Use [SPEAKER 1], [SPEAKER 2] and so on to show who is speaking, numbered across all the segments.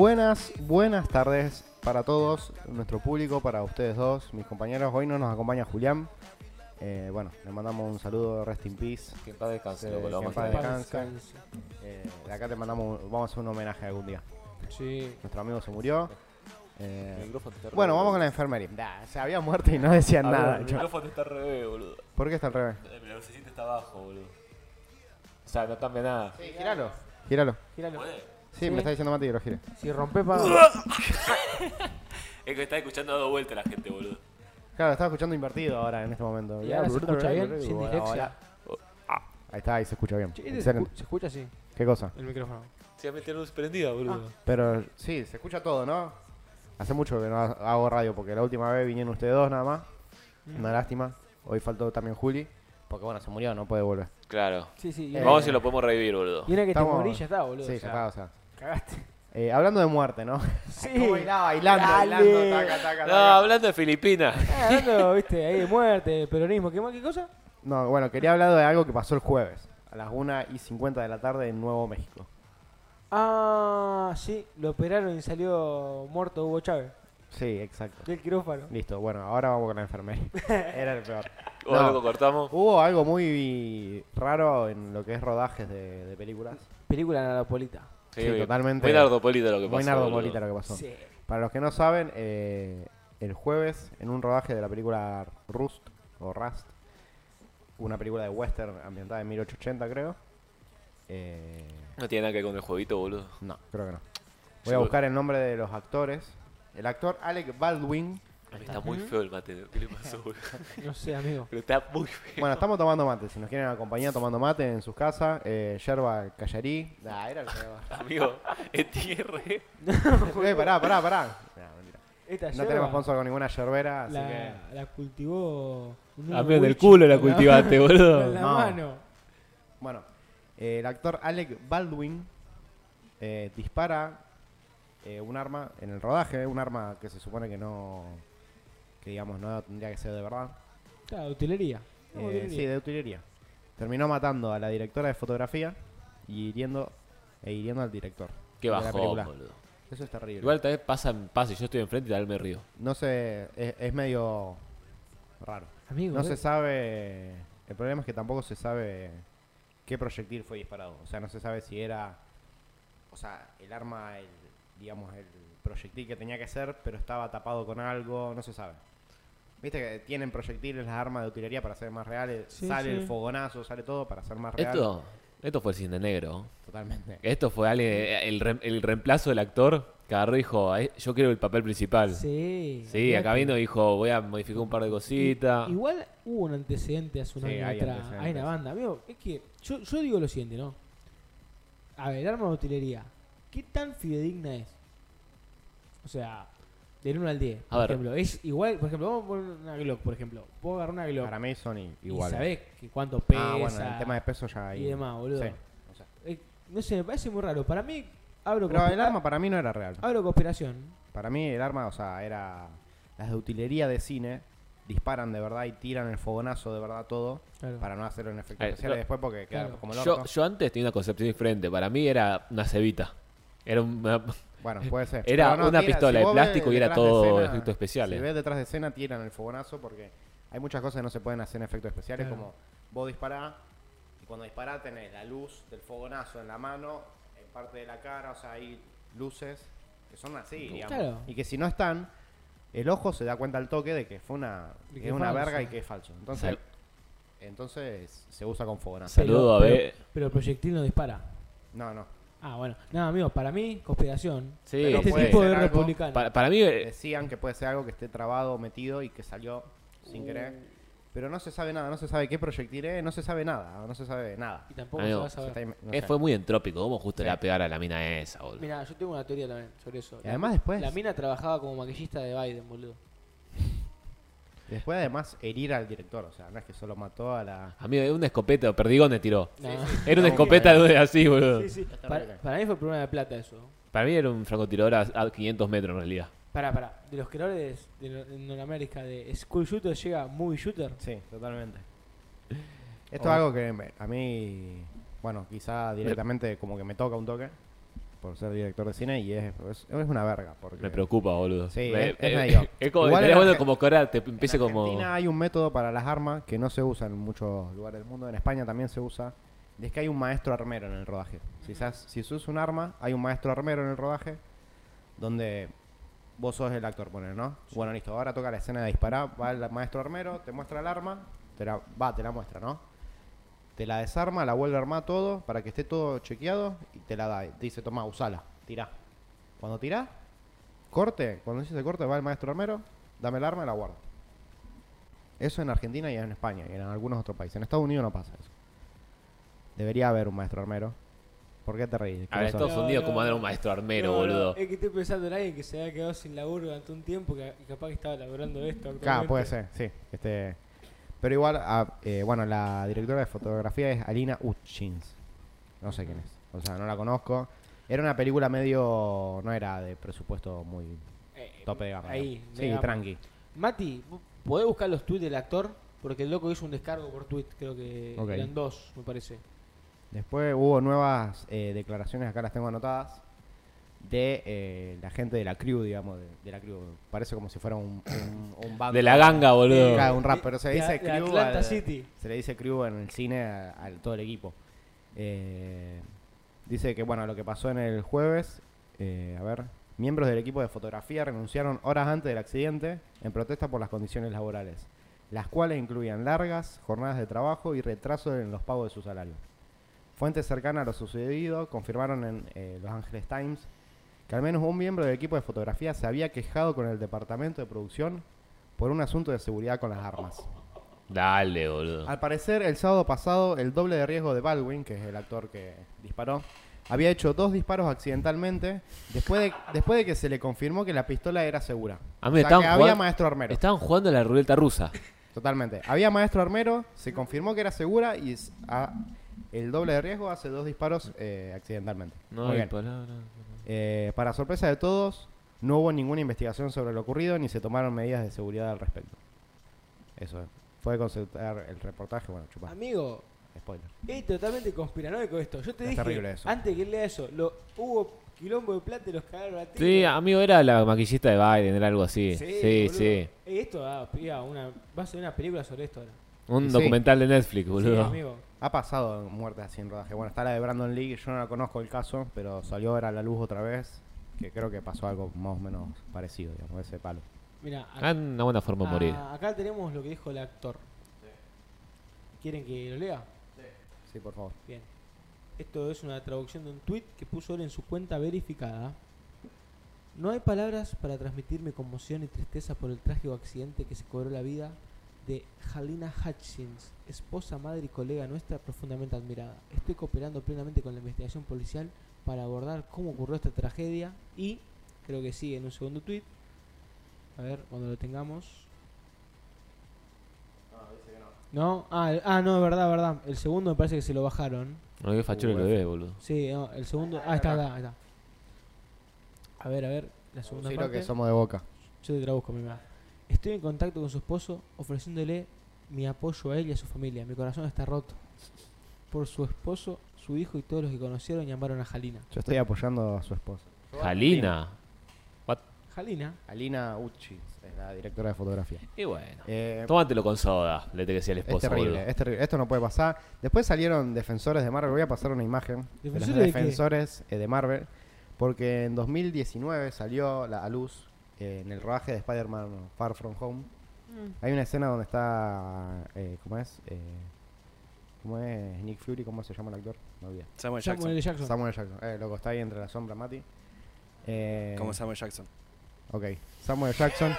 [SPEAKER 1] Buenas, buenas tardes para todos, nuestro público, para ustedes dos, mis compañeros. Hoy no nos acompaña Julián. Eh, bueno, le mandamos un saludo, rest in peace.
[SPEAKER 2] Que en paz descanse,
[SPEAKER 1] Sí,
[SPEAKER 2] loco, lo
[SPEAKER 1] que en
[SPEAKER 2] vamos a
[SPEAKER 1] paz
[SPEAKER 2] extrañar.
[SPEAKER 1] descanse. Eh, de acá te mandamos, un- vamos a hacer un homenaje algún día.
[SPEAKER 3] Sí.
[SPEAKER 1] Nuestro amigo se murió.
[SPEAKER 2] El
[SPEAKER 1] Eh,
[SPEAKER 2] micrófono está re
[SPEAKER 1] bueno,
[SPEAKER 2] bebé.
[SPEAKER 1] vamos con la enfermería. Da, se había muerto y no decían
[SPEAKER 2] Ah,
[SPEAKER 1] nada.
[SPEAKER 2] boludo, El
[SPEAKER 1] yo-
[SPEAKER 2] micrófono está re bebé, boludo.
[SPEAKER 1] ¿Por qué está al revés?
[SPEAKER 2] La lucecita está abajo, boludo. O sea, no cambia nada.
[SPEAKER 1] Sí, gíralo. Gíralo.
[SPEAKER 3] Gíralo.
[SPEAKER 1] Sí, me lo está diciendo Mati que lo gire.
[SPEAKER 3] Si rompe para.
[SPEAKER 2] Es que está escuchando a dos vueltas la gente, boludo.
[SPEAKER 1] Claro, estaba escuchando invertido ahora en este momento.
[SPEAKER 3] Y ahora se escucha bien, sin
[SPEAKER 1] Ahora-
[SPEAKER 3] dislexia.
[SPEAKER 1] Ahí está, ahí se escucha bien.
[SPEAKER 3] Che, este se,
[SPEAKER 1] Excelente.
[SPEAKER 3] escu- se escucha así
[SPEAKER 1] ¿Qué cosa?
[SPEAKER 3] el micrófono.
[SPEAKER 2] Se va a meter luz prendida, boludo.
[SPEAKER 1] Pero sí, se escucha todo, ¿no? Hace mucho que no ha- hago radio, porque la última vez vinieron ustedes dos nada más.
[SPEAKER 3] Mm.
[SPEAKER 1] Una lástima. Hoy faltó también Juli, porque bueno, se murió, no puede volver.
[SPEAKER 2] Claro.
[SPEAKER 3] Sí, sí. Y
[SPEAKER 1] Eh,
[SPEAKER 3] una,
[SPEAKER 2] Vamos a ver si lo podemos revivir, boludo.
[SPEAKER 3] y una que
[SPEAKER 1] estamos-
[SPEAKER 3] te morís ya está, boludo.
[SPEAKER 1] sí,
[SPEAKER 3] o
[SPEAKER 1] ya
[SPEAKER 3] sea,
[SPEAKER 1] está, o sea.
[SPEAKER 3] Cagaste.
[SPEAKER 1] Eh, hablando de muerte, ¿no?
[SPEAKER 3] Sí.
[SPEAKER 1] Como bailaba, bailando,
[SPEAKER 3] Dale.
[SPEAKER 1] bailando, taca, taca,
[SPEAKER 2] No,
[SPEAKER 1] taca.
[SPEAKER 2] hablando de Filipinas.
[SPEAKER 3] Ah, hablando, viste, ahí de muerte, peronismo, ¿qué más? ¿Qué cosa?
[SPEAKER 1] No, bueno, quería hablar de algo que pasó el jueves, a las 1 y 50 de la tarde en Nuevo México.
[SPEAKER 3] Ah, sí, lo operaron y salió muerto Hugo Chávez
[SPEAKER 1] Sí, exacto.
[SPEAKER 3] del quirófano.
[SPEAKER 1] Listo, bueno, ahora vamos con la enfermería. Era el peor.
[SPEAKER 2] O
[SPEAKER 1] No.
[SPEAKER 2] algo cortamos.
[SPEAKER 1] Hubo algo muy raro en lo que es rodajes de, de películas.
[SPEAKER 3] Película Narapolita.
[SPEAKER 1] Sí, totalmente.
[SPEAKER 2] Muy nardopolita lo que pasó.
[SPEAKER 1] Muy nardo
[SPEAKER 2] boludo.
[SPEAKER 1] Molita lo que pasó.
[SPEAKER 3] Sí.
[SPEAKER 1] Para los que no saben, eh, el jueves, en un rodaje de la película Rust, o Rust, una película de western ambientada en 1880, creo. Eh,
[SPEAKER 2] No tiene nada que ver con el jueguito, boludo.
[SPEAKER 1] no, creo que no. Voy a
[SPEAKER 2] Yo-
[SPEAKER 1] buscar el nombre de los actores. El actor Alec Baldwin.
[SPEAKER 2] Está muy feo el mate. ¿Qué le pasó, boludo?
[SPEAKER 3] No sé, amigo.
[SPEAKER 2] Pero está muy feo.
[SPEAKER 1] Bueno, estamos tomando mate. Si nos quieren acompañar tomando mate en sus casas, eh, yerba callarí. Nah, era el
[SPEAKER 2] Amigo, entierre.
[SPEAKER 1] Eh, pará, pará, pará. Nah, mentira.
[SPEAKER 3] Esta
[SPEAKER 1] No
[SPEAKER 3] yerba
[SPEAKER 1] tenemos sponsor con ninguna yerbera, así
[SPEAKER 3] la,
[SPEAKER 1] que.
[SPEAKER 3] la cultivó. un
[SPEAKER 2] Amigo, en el
[SPEAKER 3] witch.
[SPEAKER 2] culo la cultivaste, boludo.
[SPEAKER 3] Con la
[SPEAKER 1] No.
[SPEAKER 3] mano.
[SPEAKER 1] Bueno, eh, el actor Alec Baldwin eh, dispara eh, un arma en el rodaje, un arma que se supone que no, que digamos no tendría que ser de verdad.
[SPEAKER 3] Claro, utilería.
[SPEAKER 1] Eh, sí, de utilería. Terminó matando a la directora de fotografía y hiriendo, e hiriendo al director.
[SPEAKER 2] Qué
[SPEAKER 1] de la
[SPEAKER 2] bajón,
[SPEAKER 1] película.
[SPEAKER 2] boludo.
[SPEAKER 1] Eso es terrible.
[SPEAKER 2] Igual tal vez pasa, pasa y yo estoy enfrente y tal vez me río.
[SPEAKER 1] No sé, es, es medio raro.
[SPEAKER 3] Amigo,
[SPEAKER 1] No
[SPEAKER 3] eh,
[SPEAKER 1] se sabe. El problema es que tampoco se sabe qué proyectil fue disparado. O sea, no se sabe si era. O sea, el arma, el, digamos, el proyectil que tenía que ser, pero estaba tapado con algo, no se sabe. Viste que tienen proyectiles las armas de utilería para ser más reales.
[SPEAKER 3] Sí,
[SPEAKER 1] sale
[SPEAKER 3] sí.
[SPEAKER 1] el fogonazo, sale todo para ser más real.
[SPEAKER 2] Esto, esto fue el cine negro.
[SPEAKER 1] Totalmente.
[SPEAKER 2] Esto fue alguien, el, rem- el reemplazo del actor que agarró y dijo, "Ay, yo quiero el papel principal. Sí,
[SPEAKER 3] Sí.
[SPEAKER 2] acá vino y dijo, voy a modificar un par de cositas.
[SPEAKER 3] Igual hubo un antecedente hace un
[SPEAKER 1] Sí,
[SPEAKER 3] año
[SPEAKER 1] hay
[SPEAKER 3] atrás.
[SPEAKER 1] antecedentes.
[SPEAKER 3] Hay una banda. Amigo, es que yo, yo digo lo siguiente, ¿no? A ver, arma de utilería. ¿Qué tan fidedigna es? O sea, del 1 al 10. Por
[SPEAKER 2] A ver.
[SPEAKER 3] ejemplo, es igual. Por ejemplo, vamos a poner una Glock, por ejemplo. Vos agarrar una Glock.
[SPEAKER 1] Para mí son i-
[SPEAKER 3] Y
[SPEAKER 1] iguales.
[SPEAKER 3] sabés que cuánto pesa.
[SPEAKER 1] ah, bueno, el tema de peso ya ahí.
[SPEAKER 3] y demás, boludo.
[SPEAKER 1] Sí, o sea.
[SPEAKER 3] Eh, no sé, me parece muy raro. Para mí, abro,
[SPEAKER 1] Pero
[SPEAKER 3] conspi-
[SPEAKER 1] el arma para mí no era real.
[SPEAKER 3] abro conspiración.
[SPEAKER 1] Para mí el arma, o sea, era las de utilería de cine disparan de verdad y tiran el fogonazo de verdad todo
[SPEAKER 3] Claro.
[SPEAKER 1] para no hacerlo en efectos
[SPEAKER 2] Eh,
[SPEAKER 1] especiales
[SPEAKER 2] yo-
[SPEAKER 1] después porque queda
[SPEAKER 3] Claro.
[SPEAKER 1] como el orto.
[SPEAKER 2] Yo, yo antes tenía una concepción diferente. Para mí era una cebita. Era una...
[SPEAKER 1] bueno, puede ser.
[SPEAKER 2] era
[SPEAKER 1] Pero no,
[SPEAKER 2] una
[SPEAKER 1] tira-
[SPEAKER 2] pistola de
[SPEAKER 1] vos ves
[SPEAKER 2] plástico y era
[SPEAKER 1] detrás de
[SPEAKER 2] todo
[SPEAKER 1] escena-
[SPEAKER 2] efectos especiales.
[SPEAKER 1] Si ves detrás de escena tiran el fogonazo porque hay muchas cosas que no se pueden hacer en efectos especiales
[SPEAKER 3] Claro.
[SPEAKER 1] como vos disparás y cuando disparás tenés la luz del fogonazo en la mano, en parte de la cara, o sea, hay luces que son así, digamos.
[SPEAKER 3] Claro.
[SPEAKER 1] Y que si no están, el ojo se da cuenta al toque de que fue una,
[SPEAKER 3] Y
[SPEAKER 1] que
[SPEAKER 3] que
[SPEAKER 1] es una
[SPEAKER 3] falso.
[SPEAKER 1] verga y que es falso. Entonces,
[SPEAKER 2] Sal-
[SPEAKER 1] entonces se usa con fogonazo.
[SPEAKER 3] Pero-
[SPEAKER 2] Saludo a
[SPEAKER 3] pero-
[SPEAKER 2] ver.
[SPEAKER 3] Pero el proyectil no dispara.
[SPEAKER 1] No, no.
[SPEAKER 3] Ah, bueno. Nada, amigo, para mí, conspiración.
[SPEAKER 2] Sí,
[SPEAKER 1] Pero
[SPEAKER 3] este
[SPEAKER 2] sí.
[SPEAKER 1] puede
[SPEAKER 3] tipo
[SPEAKER 1] ser
[SPEAKER 3] es
[SPEAKER 1] algo-
[SPEAKER 3] republicano.
[SPEAKER 2] Para, para mí... eh,
[SPEAKER 1] Decían que puede ser algo que esté trabado, metido y que salió sin querer. Pero no se sabe nada, no se sabe qué proyectil es, no se sabe nada, no se sabe nada.
[SPEAKER 3] Y tampoco
[SPEAKER 2] Amigo,
[SPEAKER 3] se va a
[SPEAKER 1] Se está
[SPEAKER 3] saber.
[SPEAKER 1] im- no
[SPEAKER 2] eh,
[SPEAKER 1] sé.
[SPEAKER 2] Fue muy entrópico. ¿Cómo justo
[SPEAKER 1] Sí.
[SPEAKER 2] le va a pegar a la mina esa, boludo?
[SPEAKER 3] Mirá, yo tengo una teoría también sobre eso.
[SPEAKER 1] Y además después-
[SPEAKER 3] La mina trabajaba como maquillista de Biden, boludo.
[SPEAKER 1] Después además herir al director, o sea, no es que solo mató a la...
[SPEAKER 2] Amigo, era una escopeta de perdigón le tiró.
[SPEAKER 3] No.
[SPEAKER 2] Era una escopeta de así, boludo.
[SPEAKER 3] Sí, sí.
[SPEAKER 1] está
[SPEAKER 3] Para,
[SPEAKER 1] bien.
[SPEAKER 3] para mí fue problema de plata eso.
[SPEAKER 2] Para mí era un francotirador a, a 500 metros en realidad.
[SPEAKER 3] Pará, pará. De los creadores de, Nor- de Norteamérica de School Shooter llega Movie Shooter.
[SPEAKER 1] Sí, totalmente. Oh. Esto es algo que me- a mí, bueno, quizá directamente como que me toca un toque. por ser director de cine y es, es, es una verga. Porque
[SPEAKER 2] Me preocupa, boludo.
[SPEAKER 1] Sí,
[SPEAKER 2] Me- eh,
[SPEAKER 1] es- es medio-
[SPEAKER 2] es como,
[SPEAKER 1] Igual
[SPEAKER 2] estaría
[SPEAKER 1] en
[SPEAKER 2] bueno
[SPEAKER 1] Arge-
[SPEAKER 2] como que ahora te
[SPEAKER 1] en
[SPEAKER 2] empiece como.
[SPEAKER 1] Argentina hay un método para las armas que no se usa en muchos lugares del mundo. En España también se usa. Y es que hay un maestro armero en el rodaje. Si, usas- si usas un arma, hay un maestro armero en el rodaje donde vos sos el actor, poner, ¿no? Bueno, listo. Ahora toca la escena de disparar. Va el maestro armero, te muestra el arma. Te la, va, te la muestra, ¿no? Te la desarma, la vuelve a armar todo para que esté todo chequeado y te la da. Y Te dice, toma, usala, tirá. Cuando tirá, corte. Cuando dices el corte, va el maestro armero, dame el arma y la guardo. Eso en Argentina y en España y en algunos otros países. En Estados Unidos no pasa eso. Debería haber un maestro armero. ¿Por qué te reís?
[SPEAKER 2] A ver,
[SPEAKER 1] Cosa.
[SPEAKER 2] Estados
[SPEAKER 3] No,
[SPEAKER 2] Unidos,
[SPEAKER 3] no,
[SPEAKER 2] como anda
[SPEAKER 3] no.
[SPEAKER 2] un maestro armero,
[SPEAKER 3] No, no,
[SPEAKER 2] boludo.
[SPEAKER 3] Es que estoy pensando en alguien que se había quedado sin laburo durante un tiempo que- y capaz que estaba laburando esto.
[SPEAKER 1] Claro,
[SPEAKER 3] actualmente.
[SPEAKER 1] Ah, puede ser, sí. Este, pero igual, ah, eh, bueno, la directora de fotografía es Alina Uchins. No sé quién es. O sea, no la conozco. Era una película medio. No era de presupuesto muy
[SPEAKER 3] Eh,
[SPEAKER 1] tope de gama.
[SPEAKER 3] Ahí,
[SPEAKER 1] ¿no?
[SPEAKER 3] de
[SPEAKER 1] Sí,
[SPEAKER 3] gama.
[SPEAKER 1] tranqui.
[SPEAKER 3] Mati, ¿vo- ¿podés buscar los tweets del actor? Porque el loco hizo un descargo por tweet, creo que
[SPEAKER 1] Ok.
[SPEAKER 3] eran dos, me parece.
[SPEAKER 1] Después hubo nuevas eh, declaraciones, acá las tengo anotadas, de eh, la gente de la crew, digamos. De, de la crew. Parece como si fuera un, un, un bando.
[SPEAKER 2] De la ganga, boludo.
[SPEAKER 1] Claro, un rap, pero se
[SPEAKER 3] De-
[SPEAKER 1] dice
[SPEAKER 3] de- de
[SPEAKER 1] crew
[SPEAKER 3] Atlanta
[SPEAKER 1] al-
[SPEAKER 3] City.
[SPEAKER 1] Se le dice crew en el cine a, a todo el equipo. Eh, dice que, bueno, lo que pasó en el jueves, eh, a ver, miembros del equipo de fotografía renunciaron horas antes del accidente en protesta por las condiciones laborales, las cuales incluían largas jornadas de trabajo y retraso en los pagos de su salario. Fuentes cercanas a lo sucedido confirmaron en eh, Los Angeles Times que al menos un miembro del equipo de fotografía se había quejado con el departamento de producción por un asunto de seguridad con las armas.
[SPEAKER 2] Dale, boludo.
[SPEAKER 1] Al parecer, el sábado pasado, el doble de riesgo de Baldwin, que es el actor que disparó, había hecho dos disparos accidentalmente después de, después de que se le confirmó que la pistola era segura.
[SPEAKER 2] A mí
[SPEAKER 1] o sea,
[SPEAKER 2] estaban
[SPEAKER 1] que
[SPEAKER 2] jugando-
[SPEAKER 1] había maestro armero.
[SPEAKER 2] Estaban jugando a la ruleta rusa.
[SPEAKER 1] Totalmente. Había maestro armero, se confirmó que era segura y s- a- el doble de riesgo hace dos disparos eh, accidentalmente.
[SPEAKER 2] No
[SPEAKER 1] Muy
[SPEAKER 2] hay
[SPEAKER 1] bien.
[SPEAKER 2] palabra.
[SPEAKER 1] Eh, para sorpresa de todos, no hubo ninguna investigación sobre lo ocurrido ni se tomaron medidas de seguridad al respecto. Eso es. Puede consultar el reportaje, bueno, chupá,
[SPEAKER 3] Amigo,
[SPEAKER 1] spoiler.
[SPEAKER 3] es totalmente conspiranoico esto. Yo te
[SPEAKER 1] Es
[SPEAKER 3] dije,
[SPEAKER 1] terrible eso.
[SPEAKER 3] antes que él lea eso, lo, hubo quilombo de plata y los cagaron a tiros.
[SPEAKER 2] Sí, amigo, era la maquillista de Biden, era algo así. Sí, sí.
[SPEAKER 3] boludo. Eh, Esto ah, piba, una, va a ser una película sobre esto ahora.
[SPEAKER 2] Un
[SPEAKER 1] Sí.
[SPEAKER 2] documental de Netflix,
[SPEAKER 3] Sí,
[SPEAKER 2] boludo.
[SPEAKER 3] amigo.
[SPEAKER 1] Ha pasado muertes así en rodaje. Bueno, está la de Brandon Lee, yo no la conozco el caso, pero salió ahora a la luz otra vez, que creo que pasó algo más o menos parecido, digamos, ese palo.
[SPEAKER 3] Mira,
[SPEAKER 2] Ah, una buena forma de morir.
[SPEAKER 3] Ah, acá tenemos lo que dijo el actor. ¿Quieren que lo lea?
[SPEAKER 1] Sí, por favor.
[SPEAKER 3] Bien. Esto es una traducción de un tweet que puso él en su cuenta verificada. No hay palabras para transmitir mi conmoción y tristeza por el trágico accidente que se cobró la vida de Halina Hutchins, esposa, madre y colega nuestra profundamente admirada. Estoy cooperando plenamente con la investigación policial para abordar cómo ocurrió esta tragedia y creo que sigue en un segundo tweet. A ver, cuando lo tengamos. No, ah, el- ah, no, es verdad, verdad. El segundo me parece que se lo bajaron.
[SPEAKER 2] No, qué fachero
[SPEAKER 1] Uh,
[SPEAKER 2] lo ve, boludo.
[SPEAKER 3] Sí, no, el segundo. Ah, está, acá, ahí está. A ver, a ver, la segunda
[SPEAKER 1] Sí, lo
[SPEAKER 3] parte.
[SPEAKER 1] que somos de boca.
[SPEAKER 3] Yo te traduzco, mi mamá. Estoy en contacto con su esposo, ofreciéndole mi apoyo a él y a su familia. Mi corazón está roto por su esposo, su hijo y todos los que conocieron y amaron a Jalina.
[SPEAKER 1] Yo estoy apoyando a su esposa.
[SPEAKER 2] Jalina. What?
[SPEAKER 3] Jalina,
[SPEAKER 1] Alina Uchi, es la directora de fotografía.
[SPEAKER 2] Y bueno.
[SPEAKER 1] Eh,
[SPEAKER 2] Tómatelo con soda, le te decía el esposo,
[SPEAKER 1] es terrible,
[SPEAKER 2] boludo.
[SPEAKER 1] es terrible. Esto no puede pasar. Después salieron defensores de Marvel. Voy a pasar una imagen de los
[SPEAKER 3] ¿Defensores de qué?
[SPEAKER 1] defensores eh, de Marvel. Porque en 2019 salió la, a luz eh, en el rodaje de Spider-Man Far From Home. Hay una escena donde está. eh, ¿Cómo es? Eh, ¿Cómo es Nick Fury? ¿Cómo se llama el actor? No olvidé.
[SPEAKER 4] Samuel Jackson.
[SPEAKER 3] Samuel L. Jackson.
[SPEAKER 1] Samuel Jackson. Eh, loco, está ahí entre la sombra, Mati. Eh,
[SPEAKER 4] Como Samuel Jackson.
[SPEAKER 1] Ok, Samuel Jackson.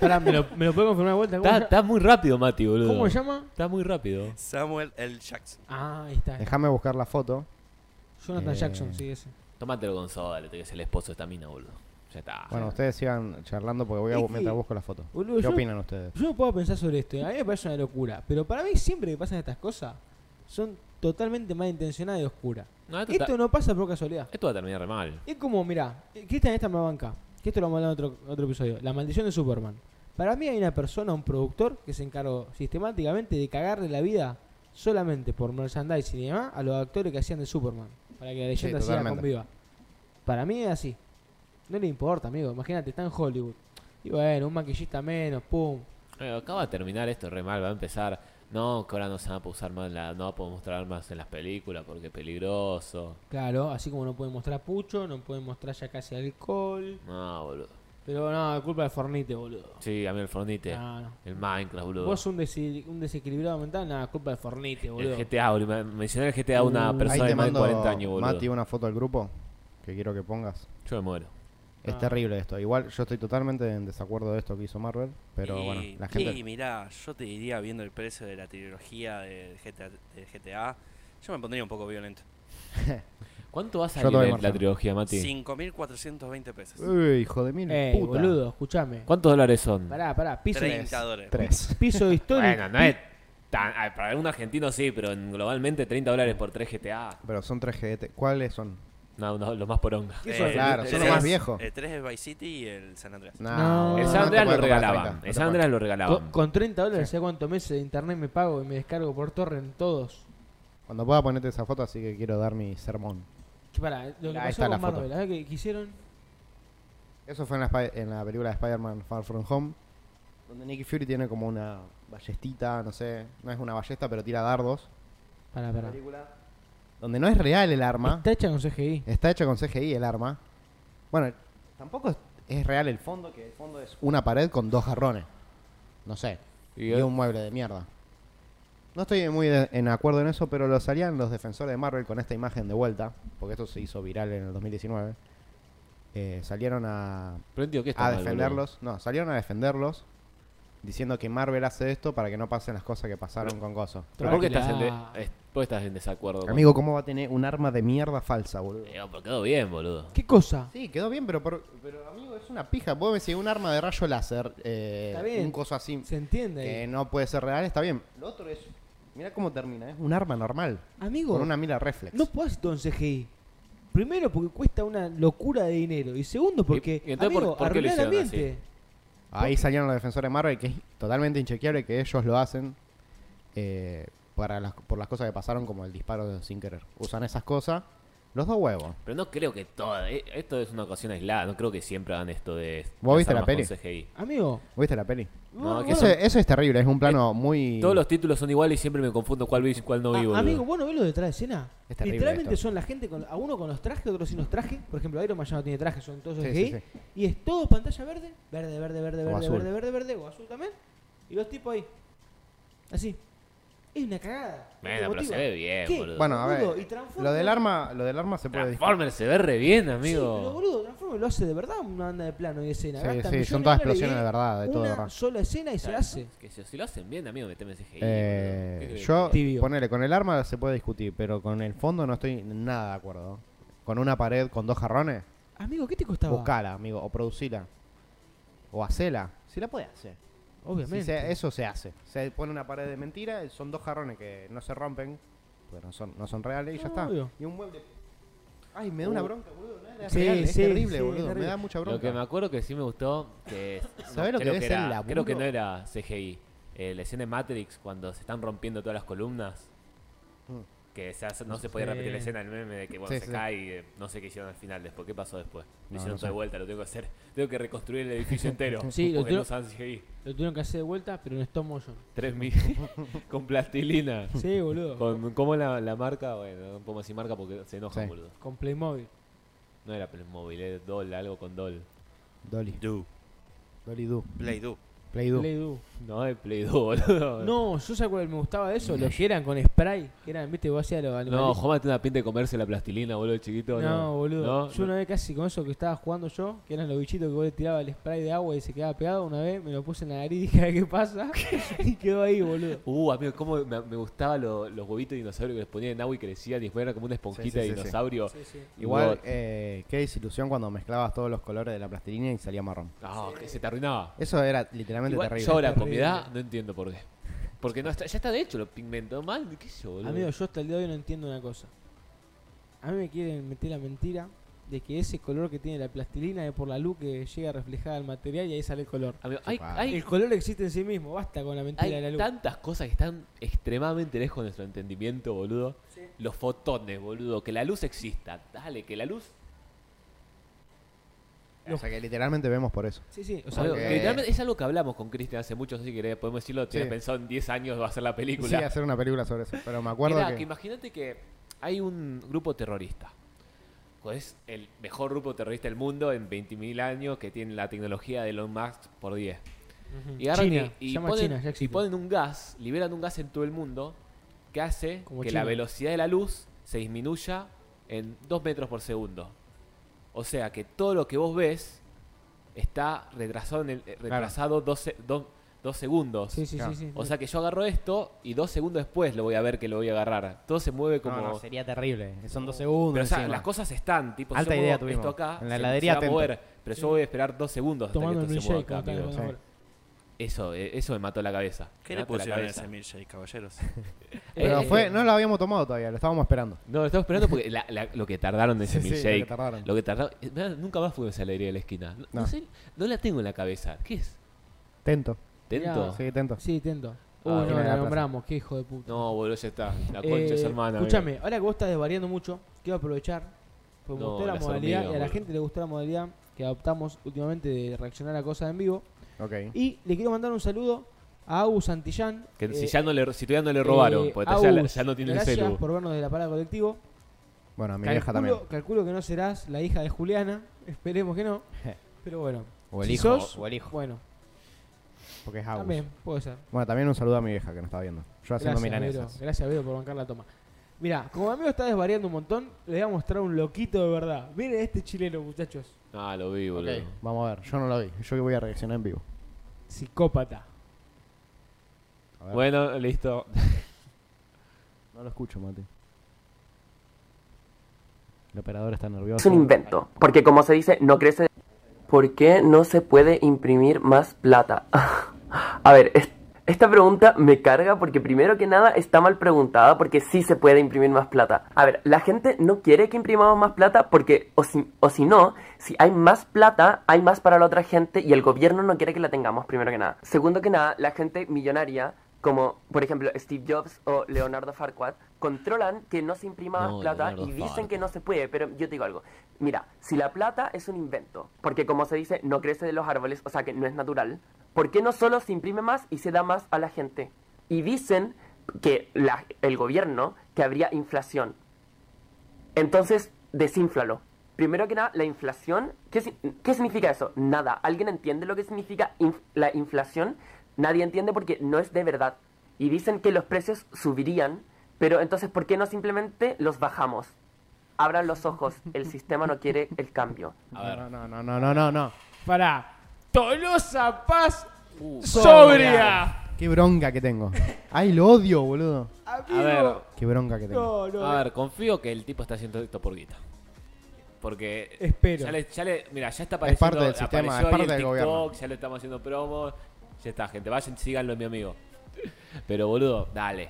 [SPEAKER 3] Pará, ¿me, lo, ¿me lo puede confirmar de vuelta? ¿Cómo,
[SPEAKER 2] Está,
[SPEAKER 3] se-
[SPEAKER 2] está muy rápido, Mati, boludo.
[SPEAKER 3] cómo se llama?
[SPEAKER 2] Está muy rápido.
[SPEAKER 4] Samuel L. Jackson.
[SPEAKER 3] Ah, ahí está.
[SPEAKER 1] Déjame buscar la foto.
[SPEAKER 3] Jonathan
[SPEAKER 1] Eh.
[SPEAKER 3] Jackson, sí, ese.
[SPEAKER 2] Tómatelo con soda, le te decía el esposo de esta mina, boludo. Ya está.
[SPEAKER 1] Bueno, ustedes sigan charlando porque voy a
[SPEAKER 3] Ah. Es
[SPEAKER 1] bu-
[SPEAKER 3] que-
[SPEAKER 1] mientras busco la foto.
[SPEAKER 3] Boludo,
[SPEAKER 1] ¿Qué
[SPEAKER 3] yo-
[SPEAKER 1] opinan ustedes?
[SPEAKER 3] Yo no puedo pensar sobre esto, eh. a mí me parece una locura, pero para mí siempre que pasan estas cosas son totalmente malintencionadas y oscuras.
[SPEAKER 2] No, esto,
[SPEAKER 3] Esto
[SPEAKER 2] está-
[SPEAKER 3] no pasa por casualidad.
[SPEAKER 2] esto va a terminar re mal.
[SPEAKER 3] Es como, mirá, eh, Cristian esta me banca, que esto lo vamos a hablar en otro, otro episodio, la maldición de Superman. Para mí hay una persona, un productor, que se encargó sistemáticamente de cagarle la vida solamente por merchandising y demás a los actores que hacían de Superman, para que la leyenda siga
[SPEAKER 1] totalmente.
[SPEAKER 3] conviva. Para mí es así. No le importa, amigo. Imagínate, está en Hollywood. Y bueno, un maquillista menos, pum.
[SPEAKER 2] Eh, acaba de terminar esto re mal, va a empezar. No, que ahora no se va a usar más, la, no va a poder mostrar más en las películas porque es peligroso.
[SPEAKER 3] Claro, así como no pueden mostrar pucho, no pueden mostrar ya casi alcohol.
[SPEAKER 2] No, boludo.
[SPEAKER 3] Pero no, culpa de Fornite, boludo.
[SPEAKER 2] Sí, a mí el Fornite.
[SPEAKER 3] No, no.
[SPEAKER 2] El Minecraft, boludo.
[SPEAKER 3] Ah. Vos un, desi- un desequilibrado mental, nada, culpa de Fornite, boludo.
[SPEAKER 2] el GTA, boludo. Me- Mencioné el GTA a una
[SPEAKER 3] Uh,
[SPEAKER 2] persona
[SPEAKER 1] Ahí
[SPEAKER 2] de
[SPEAKER 1] te
[SPEAKER 2] más de
[SPEAKER 1] mando,
[SPEAKER 2] 40 años, boludo.
[SPEAKER 1] Mati, una foto al grupo que quiero que pongas.
[SPEAKER 2] Yo me muero.
[SPEAKER 1] Es
[SPEAKER 3] Ah.
[SPEAKER 1] terrible esto. Igual yo estoy totalmente en desacuerdo de esto que hizo Marvel, pero bueno,
[SPEAKER 4] y,
[SPEAKER 1] la
[SPEAKER 4] y
[SPEAKER 1] gente...
[SPEAKER 4] mirá, yo te diría, viendo el precio de la trilogía de GTA, de GTA, yo me pondría un poco violento.
[SPEAKER 2] ¿Cuánto va a
[SPEAKER 1] Yo
[SPEAKER 2] salir
[SPEAKER 1] todavía
[SPEAKER 2] de la
[SPEAKER 1] margen.
[SPEAKER 2] triología, Mati?
[SPEAKER 4] 5.420 pesos.
[SPEAKER 1] Uy, hijo de mil
[SPEAKER 3] Ey,
[SPEAKER 1] puta.
[SPEAKER 3] boludo, escuchame.
[SPEAKER 2] ¿Cuántos dólares son?
[SPEAKER 3] Pará, pará, piso,
[SPEAKER 4] 30 dólares.
[SPEAKER 1] Tres.
[SPEAKER 3] piso histórico.
[SPEAKER 2] Bueno, no es tan. ah, Para un argentino sí, pero en- globalmente 30 dólares por 3 GTA.
[SPEAKER 1] Pero son tres GDT. ¿Cuáles son?
[SPEAKER 2] No, no, los más poronga.
[SPEAKER 3] ¿Qué son?
[SPEAKER 1] Claro,
[SPEAKER 4] Eh, el
[SPEAKER 1] son los
[SPEAKER 4] tres-
[SPEAKER 1] más viejos.
[SPEAKER 4] El 3 es Vice City y el San Andreas.
[SPEAKER 1] Nah,
[SPEAKER 3] No.
[SPEAKER 1] boludo,
[SPEAKER 2] el
[SPEAKER 3] no
[SPEAKER 2] San
[SPEAKER 3] te
[SPEAKER 2] Andreas lo
[SPEAKER 1] puedes comprar
[SPEAKER 2] regalaban.
[SPEAKER 1] 30, no
[SPEAKER 2] El
[SPEAKER 1] te
[SPEAKER 2] San
[SPEAKER 1] puedes.
[SPEAKER 2] Andreas lo
[SPEAKER 3] Con,
[SPEAKER 2] regalaban.
[SPEAKER 3] con 30 dólares, sé cuántos meses de internet me pago y me descargo por torrent todos?
[SPEAKER 1] Cuando pueda ponerte esa foto, así que quiero dar mi sermón.
[SPEAKER 3] Que Pará, lo que
[SPEAKER 1] Ahí
[SPEAKER 3] pasó
[SPEAKER 1] está la
[SPEAKER 3] con
[SPEAKER 1] foto.
[SPEAKER 3] Marvel, ¿sabes qué hicieron?
[SPEAKER 1] Eso fue en la, Spy- en la película de Spider-Man Far From Home, donde Nicky Fury tiene como una ballestita, no sé, no es una ballesta, pero tira dardos.
[SPEAKER 3] Pará, pará.
[SPEAKER 1] Donde no es real el arma,
[SPEAKER 3] Está hecha con CGI.
[SPEAKER 1] está hecho con CGI el arma. Bueno, tampoco es, es real el fondo, que el fondo es una pared con dos jarrones. No sé, y, un mueble de mierda. No estoy muy de- en acuerdo en eso, pero lo salían los defensores de Marvel con esta imagen de vuelta, porque esto se hizo viral en el 2019. Eh, salieron a
[SPEAKER 2] Pero entiendo que está
[SPEAKER 1] a
[SPEAKER 2] mal, boludo.
[SPEAKER 1] defenderlos. No, salieron a defenderlos diciendo que Marvel hace esto para que no pasen las cosas que pasaron con Gozo.
[SPEAKER 2] ¿Pero por qué estás en, de-
[SPEAKER 3] Tranquila.
[SPEAKER 2] es- vos estás en desacuerdo? con-
[SPEAKER 1] Amigo, ¿cómo va a tener un arma de mierda falsa, boludo?
[SPEAKER 2] Eh, pero quedó bien, boludo.
[SPEAKER 3] ¿Qué cosa?
[SPEAKER 1] Sí, quedó bien, pero, por- pero amigo, es una pija. Vos me decís un arma de rayo láser, eh,
[SPEAKER 3] Está bien.
[SPEAKER 1] un coso así
[SPEAKER 3] ¿Se entiende?
[SPEAKER 1] que no puede ser real, está bien. Lo otro es, mira cómo termina, es un arma normal,
[SPEAKER 3] Amigo,
[SPEAKER 1] con una mira reflex.
[SPEAKER 3] no podés hacer todo en CGI. Primero, porque cuesta una locura de dinero. Y segundo, porque.
[SPEAKER 2] Y- y entonces,
[SPEAKER 3] amigo,
[SPEAKER 2] ¿por- por qué lo
[SPEAKER 3] arruiná el
[SPEAKER 2] hicieron
[SPEAKER 3] ambiente.
[SPEAKER 1] Ahí salieron los defensores de Marvel, que es totalmente inchequeable que ellos lo hacen eh, para las, por las cosas que pasaron, como el disparo de- sin querer. Usan esas cosas, los dos huevos.
[SPEAKER 2] Pero no creo que todo. eh, Esto es una ocasión aislada. No creo que siempre hagan esto de.
[SPEAKER 1] ¿Vos
[SPEAKER 2] las
[SPEAKER 1] viste la
[SPEAKER 2] armas con
[SPEAKER 1] peli?
[SPEAKER 2] CGI.
[SPEAKER 3] Amigo,
[SPEAKER 1] ¿Viste la peli?
[SPEAKER 2] No, que
[SPEAKER 1] Eso,
[SPEAKER 2] son-
[SPEAKER 1] eso es terrible, es un
[SPEAKER 3] Eh,
[SPEAKER 1] plano muy...
[SPEAKER 2] Todos los títulos son iguales y siempre me confundo cuál vi y cuál no vi,
[SPEAKER 3] a-
[SPEAKER 2] boludo.
[SPEAKER 3] Ah, amigo, ¿vos no ves lo detrás de escena?
[SPEAKER 1] Es terrible
[SPEAKER 3] Literalmente
[SPEAKER 1] esto.
[SPEAKER 3] son la gente, con, a uno con los trajes, otro sin los trajes. Por ejemplo, Iron Man ya no tiene trajes, son todos
[SPEAKER 1] Sí,
[SPEAKER 3] CGI.
[SPEAKER 1] sí,
[SPEAKER 3] Y es todo pantalla verde, verde, verde, verde,
[SPEAKER 1] O
[SPEAKER 3] verde,
[SPEAKER 1] azul.
[SPEAKER 3] verde, verde, verde, o azul también. Y los tipos ahí, así. Es una cagada. no te
[SPEAKER 2] Bueno, pero se
[SPEAKER 3] motiva.
[SPEAKER 2] ve bien,
[SPEAKER 3] ¿Qué?
[SPEAKER 2] boludo.
[SPEAKER 1] Bueno, a
[SPEAKER 3] Boludo, y
[SPEAKER 1] ver,
[SPEAKER 3] Transformers-
[SPEAKER 1] lo del arma, lo del arma se puede... discutir.
[SPEAKER 2] Transformers se ve re bien,
[SPEAKER 3] Sí, pero
[SPEAKER 2] amigo.
[SPEAKER 3] boludo, Transformers lo hace de verdad una banda de plano y escena.
[SPEAKER 1] Sí,
[SPEAKER 3] Gasta
[SPEAKER 1] sí,
[SPEAKER 3] millones
[SPEAKER 1] son todas
[SPEAKER 3] de dólares y
[SPEAKER 1] explosiones de
[SPEAKER 3] es
[SPEAKER 1] verdad, de todo de
[SPEAKER 3] una
[SPEAKER 1] verdad.
[SPEAKER 3] sola escena y se
[SPEAKER 2] Claro,
[SPEAKER 3] hace.
[SPEAKER 2] que si, si lo hacen bien, amigo, meteme CGI.
[SPEAKER 1] Eh,
[SPEAKER 2] boludo. ¿Qué crees?
[SPEAKER 1] yo,
[SPEAKER 3] Tibio.
[SPEAKER 1] ponele, con el arma se puede discutir, pero con el fondo no estoy nada de acuerdo. Con una pared con dos jarrones,
[SPEAKER 3] Amigo, ¿qué te costaba?
[SPEAKER 1] buscala, amigo, o producila. O hacela, si la puede hacer.
[SPEAKER 3] Obviamente.
[SPEAKER 1] Sí, se- eso se hace. Se pone una pared de mentira, son dos jarrones que no se rompen, porque no son, no son reales y ya está.
[SPEAKER 3] Ah, Obvio. Uh.
[SPEAKER 1] Y un mueble. Ay, me da una bronca, boludo. No era
[SPEAKER 3] Sí,
[SPEAKER 1] real, es
[SPEAKER 3] sí,
[SPEAKER 1] terrible,
[SPEAKER 3] sí,
[SPEAKER 1] boludo.
[SPEAKER 3] es
[SPEAKER 1] Me
[SPEAKER 3] terrible.
[SPEAKER 1] da mucha
[SPEAKER 2] Lo que me
[SPEAKER 1] bronca.
[SPEAKER 2] acuerdo que sí me gustó, que
[SPEAKER 1] ¿Sabés lo que
[SPEAKER 2] creo,
[SPEAKER 1] debe
[SPEAKER 2] que
[SPEAKER 1] ser el
[SPEAKER 2] era,
[SPEAKER 1] laburo?
[SPEAKER 2] creo que no era CGI. Eh, la escena de Matrix, cuando se están rompiendo todas las columnas,
[SPEAKER 1] Mm.
[SPEAKER 2] que se hace- no se podía
[SPEAKER 3] Sí.
[SPEAKER 2] repetir la escena del meme de que bueno,
[SPEAKER 1] Sí,
[SPEAKER 2] se
[SPEAKER 1] sí.
[SPEAKER 2] cae y eh, no sé qué hicieron al final después. ¿Qué pasó después? Lo
[SPEAKER 1] No, no
[SPEAKER 2] hicieron todo
[SPEAKER 1] sé.
[SPEAKER 2] de vuelta, lo tengo que hacer. Tengo que reconstruir el edificio entero.
[SPEAKER 3] Sí, lo
[SPEAKER 2] porque no
[SPEAKER 3] tengo-
[SPEAKER 2] usaban CGI.
[SPEAKER 3] Lo tuvieron que hacer de vuelta, pero en stop motion.
[SPEAKER 2] Tres mil con plastilina.
[SPEAKER 3] Sí, boludo. con...
[SPEAKER 2] Con, ¿Cómo la, la marca? Bueno, no podemos decir marca porque se enoja,
[SPEAKER 1] Sí.
[SPEAKER 2] boludo.
[SPEAKER 3] Playmobil.
[SPEAKER 2] No era Playmobil, era Doll, algo con Doll.
[SPEAKER 1] Dolly,
[SPEAKER 4] Do.
[SPEAKER 1] Dolly Do,
[SPEAKER 4] Play Do.
[SPEAKER 1] Play Do.
[SPEAKER 3] Play Doh.
[SPEAKER 2] No, de Play Doh, boludo.
[SPEAKER 3] No, yo sé cuál me gustaba de eso. Los que eran con spray. Que eran, viste, vos hacías los
[SPEAKER 2] No,
[SPEAKER 3] animalitos.
[SPEAKER 2] Juanma tiene una pinta de comerse la plastilina, boludo, chiquito. No,
[SPEAKER 3] No, boludo.
[SPEAKER 2] No,
[SPEAKER 3] yo una vez casi con eso que estaba jugando yo, que eran los bichitos que vos le tirabas el spray de agua y se quedaba pegado, una vez me lo puse en la nariz y dije, a ver qué pasa. y quedó ahí, boludo.
[SPEAKER 2] Uh, amigo, cómo me, me gustaban lo- los huevitos de dinosaurio que les ponían en agua y crecían y después era como una esponjita
[SPEAKER 1] Sí, sí,
[SPEAKER 2] de
[SPEAKER 1] sí, sí.
[SPEAKER 2] dinosaurio.
[SPEAKER 3] Sí, sí.
[SPEAKER 1] Igual,
[SPEAKER 2] Bot.
[SPEAKER 1] eh, qué desilusión cuando mezclabas todos los colores de la plastilina y salía marrón.
[SPEAKER 2] Ah, que se te arruinaba.
[SPEAKER 1] Eso era literalmente
[SPEAKER 2] Igual,
[SPEAKER 1] terrible.
[SPEAKER 2] yo ahora con mi
[SPEAKER 3] terrible.
[SPEAKER 2] edad no entiendo por qué. Porque no está, ya está de hecho, lo pigmentó mal, qué sé yo, boludo.
[SPEAKER 3] Amigo, yo hasta el día de hoy no entiendo una cosa. A mí me quieren meter la mentira de que ese color que tiene la plastilina es por la luz que llega reflejada al material y ahí sale el color.
[SPEAKER 2] Amigo, hay,
[SPEAKER 1] pa.
[SPEAKER 2] hay-
[SPEAKER 3] El color existe en sí mismo, basta con la mentira
[SPEAKER 2] hay
[SPEAKER 3] de la luz.
[SPEAKER 2] tantas cosas que están extremadamente lejos de nuestro entendimiento, boludo. Los fotones, boludo, que la luz exista. Dale, que la luz
[SPEAKER 1] O sea que literalmente vemos por eso.
[SPEAKER 3] Sí, sí, o sea,
[SPEAKER 2] Algo-
[SPEAKER 1] Ok.
[SPEAKER 2] que literalmente es algo que hablamos con Cristian hace mucho, así que podemos decirlo, tiene
[SPEAKER 1] Sí.
[SPEAKER 2] pensado en 10 años va a ser la película.
[SPEAKER 1] Sí, hacer una película sobre eso. Pero me acuerdo
[SPEAKER 2] Mirá,
[SPEAKER 1] que,
[SPEAKER 2] que imagínate que hay un grupo terrorista. que Es el mejor grupo terrorista del mundo en 20.000 años que tiene la tecnología de Elon Musk por 10.
[SPEAKER 3] ujú.
[SPEAKER 2] Y agarran y-
[SPEAKER 3] China,
[SPEAKER 2] y,
[SPEAKER 3] llama a
[SPEAKER 2] ponen,
[SPEAKER 3] China, ya
[SPEAKER 2] y
[SPEAKER 3] existe.
[SPEAKER 2] ponen un gas, liberan un gas en todo el mundo que hace
[SPEAKER 3] Como
[SPEAKER 2] que
[SPEAKER 3] China.
[SPEAKER 2] la velocidad de la luz se disminuya en 2 metros por segundo. O sea que todo lo que vos ves está retrasado, en el- eh, retrasado 12 dos- dos segundos.
[SPEAKER 3] Sí, sí,
[SPEAKER 1] Claro.
[SPEAKER 3] sí, sí.
[SPEAKER 2] O sea que yo agarro esto y dos segundos después lo voy a ver que lo voy a agarrar. Todo se mueve como.
[SPEAKER 1] No, no, sería terrible. Son dos segundos.
[SPEAKER 2] Pero, o sea,
[SPEAKER 1] encima.
[SPEAKER 2] las cosas están, tipo,
[SPEAKER 1] Alta
[SPEAKER 2] yo
[SPEAKER 1] idea
[SPEAKER 2] muevo
[SPEAKER 1] tuvimos.
[SPEAKER 2] esto acá,
[SPEAKER 1] En la
[SPEAKER 2] se-
[SPEAKER 1] heladería
[SPEAKER 2] se va a
[SPEAKER 1] atento.
[SPEAKER 2] mover, pero yo voy a esperar dos segundos hasta
[SPEAKER 3] tomando
[SPEAKER 2] que
[SPEAKER 3] el
[SPEAKER 2] esto se mueva
[SPEAKER 3] milkshake.
[SPEAKER 2] acá,
[SPEAKER 3] como tal,
[SPEAKER 2] amigos.
[SPEAKER 1] Sí.
[SPEAKER 3] ahora.
[SPEAKER 2] Eso, eh, eso me mató la cabeza.
[SPEAKER 4] ¿Qué
[SPEAKER 2] Me
[SPEAKER 4] le
[SPEAKER 2] mató la
[SPEAKER 4] pusieron a
[SPEAKER 2] cabeza.
[SPEAKER 4] ese milkshake, caballeros?
[SPEAKER 1] Pero
[SPEAKER 2] Eh,
[SPEAKER 1] fue, no lo habíamos tomado todavía, lo estábamos esperando.
[SPEAKER 2] No, estaba esperando porque la- la- lo que tardaron en ese
[SPEAKER 1] Sí, sí, lo que
[SPEAKER 2] milkshake.
[SPEAKER 1] tardaron.
[SPEAKER 2] lo que tardaron. eh, mirá, nunca más fui a esa alegría de la esquina. No, no
[SPEAKER 1] No.
[SPEAKER 2] sé, no la tengo en la cabeza. ¿Qué es?
[SPEAKER 1] Tento.
[SPEAKER 2] ¿Tento?
[SPEAKER 3] Mirá.
[SPEAKER 1] Sí, tento.
[SPEAKER 3] Eh, Sí, Tento. Uy,
[SPEAKER 2] Ah,
[SPEAKER 3] no,
[SPEAKER 2] viene
[SPEAKER 1] la
[SPEAKER 3] la
[SPEAKER 1] plaza.
[SPEAKER 3] nombramos, qué hijo de puta.
[SPEAKER 2] No, boludo, ya está. La concha es
[SPEAKER 3] Eh,
[SPEAKER 2] hermana.
[SPEAKER 3] Escúchame,
[SPEAKER 2] amigo.
[SPEAKER 3] ahora que vos estás desvariando mucho, quiero aprovechar. Porque
[SPEAKER 2] No,
[SPEAKER 3] me gustó la
[SPEAKER 2] las
[SPEAKER 3] modalidad
[SPEAKER 2] hormigas,
[SPEAKER 3] y a la
[SPEAKER 2] boludo.
[SPEAKER 3] gente le gustó la modalidad que adoptamos últimamente de reaccionar a cosas en vivo.
[SPEAKER 1] Ok.
[SPEAKER 3] Y le quiero mandar un saludo a Agus Santillán.
[SPEAKER 2] Que si,
[SPEAKER 3] eh,
[SPEAKER 2] ya no le, si todavía no le robaron,
[SPEAKER 3] eh,
[SPEAKER 2] porque ya, la-
[SPEAKER 3] Agus,
[SPEAKER 2] ya no tiene el
[SPEAKER 3] gracias
[SPEAKER 2] celu.
[SPEAKER 3] por vernos de la parada colectivo.
[SPEAKER 1] Bueno, a mi vieja también.
[SPEAKER 3] Calculo, calculo que no serás la hija de Juliana. Esperemos que no. Pero bueno.
[SPEAKER 1] O el
[SPEAKER 3] si
[SPEAKER 1] hijo,
[SPEAKER 3] sos-
[SPEAKER 1] o el hijo.
[SPEAKER 3] Bueno,
[SPEAKER 1] Porque es Agus.
[SPEAKER 3] también puede ser.
[SPEAKER 1] Bueno, también un saludo a mi vieja que nos está viendo. Yo haciendo
[SPEAKER 3] Gracias, Vero.
[SPEAKER 1] milanesas.
[SPEAKER 3] Gracias, Vero, por bancar la toma. Mira, como mi amigo está desvariando un montón, le voy a mostrar un loquito de verdad. Miren este chileno, muchachos.
[SPEAKER 2] Ah, lo vi, boludo.
[SPEAKER 1] Ok, Vamos a ver, yo no lo vi. Yo voy a reaccionar en vivo.
[SPEAKER 3] Psicópata.
[SPEAKER 1] A ver.
[SPEAKER 2] Bueno, listo.
[SPEAKER 1] No lo escucho, Mati. El operador está nervioso.
[SPEAKER 5] Es un invento, porque como se dice, no crece. ¿Por qué no se puede imprimir más plata? A ver, es- esta pregunta me carga porque primero que nada está mal preguntada porque sí se puede imprimir más plata. A ver, la gente no quiere que imprimamos más plata porque, o si, o si no, si hay más plata, hay más para la otra gente y el gobierno no quiere que la tengamos, primero que nada. Segundo que nada, la gente millonaria, como por ejemplo Steve Jobs o Leonardo Farquaad, controlan que no se imprima más
[SPEAKER 2] No,
[SPEAKER 5] plata
[SPEAKER 2] Leonardo
[SPEAKER 5] y dicen
[SPEAKER 2] Farquaad.
[SPEAKER 5] que que no se puede, pero yo te digo algo. Mira, si la plata es un invento, porque como se dice, no crece de los árboles, o sea que no es natural, ¿por qué no solo se imprime más y se da más a la gente? Y dicen que la- el gobierno, que habría inflación. Entonces, desinflalo. Primero que nada, la inflación, ¿qué, si- qué significa eso? Nada. ¿Alguien entiende lo que significa inf- la inflación? Nadie entiende porque no es de verdad. Y dicen que los precios subirían, pero entonces, ¿por qué no simplemente los bajamos? Abran los ojos, el sistema no quiere el cambio.
[SPEAKER 2] A ver.
[SPEAKER 1] No, no, no, no, no, no, no.
[SPEAKER 3] Para Tolosa Paz
[SPEAKER 2] Uh,
[SPEAKER 3] Sobria.
[SPEAKER 1] Sobria. Qué bronca que tengo. Ay, lo odio, boludo.
[SPEAKER 3] Amigo,
[SPEAKER 2] A ver.
[SPEAKER 1] Qué bronca que tengo.
[SPEAKER 3] No, no.
[SPEAKER 2] A ver, confío que el tipo está haciendo esto por guita. Porque.
[SPEAKER 3] Espero.
[SPEAKER 2] Ya le, ya le- mira, ya está apareciendo.
[SPEAKER 1] parte del sistema, es
[SPEAKER 2] apareció ahí
[SPEAKER 1] parte
[SPEAKER 2] en
[SPEAKER 1] del
[SPEAKER 2] TikTok,
[SPEAKER 1] gobierno.
[SPEAKER 2] Ya le estamos haciendo promo. Ya está, gente. Vayan, síganlo, mi amigo. Pero, boludo, dale.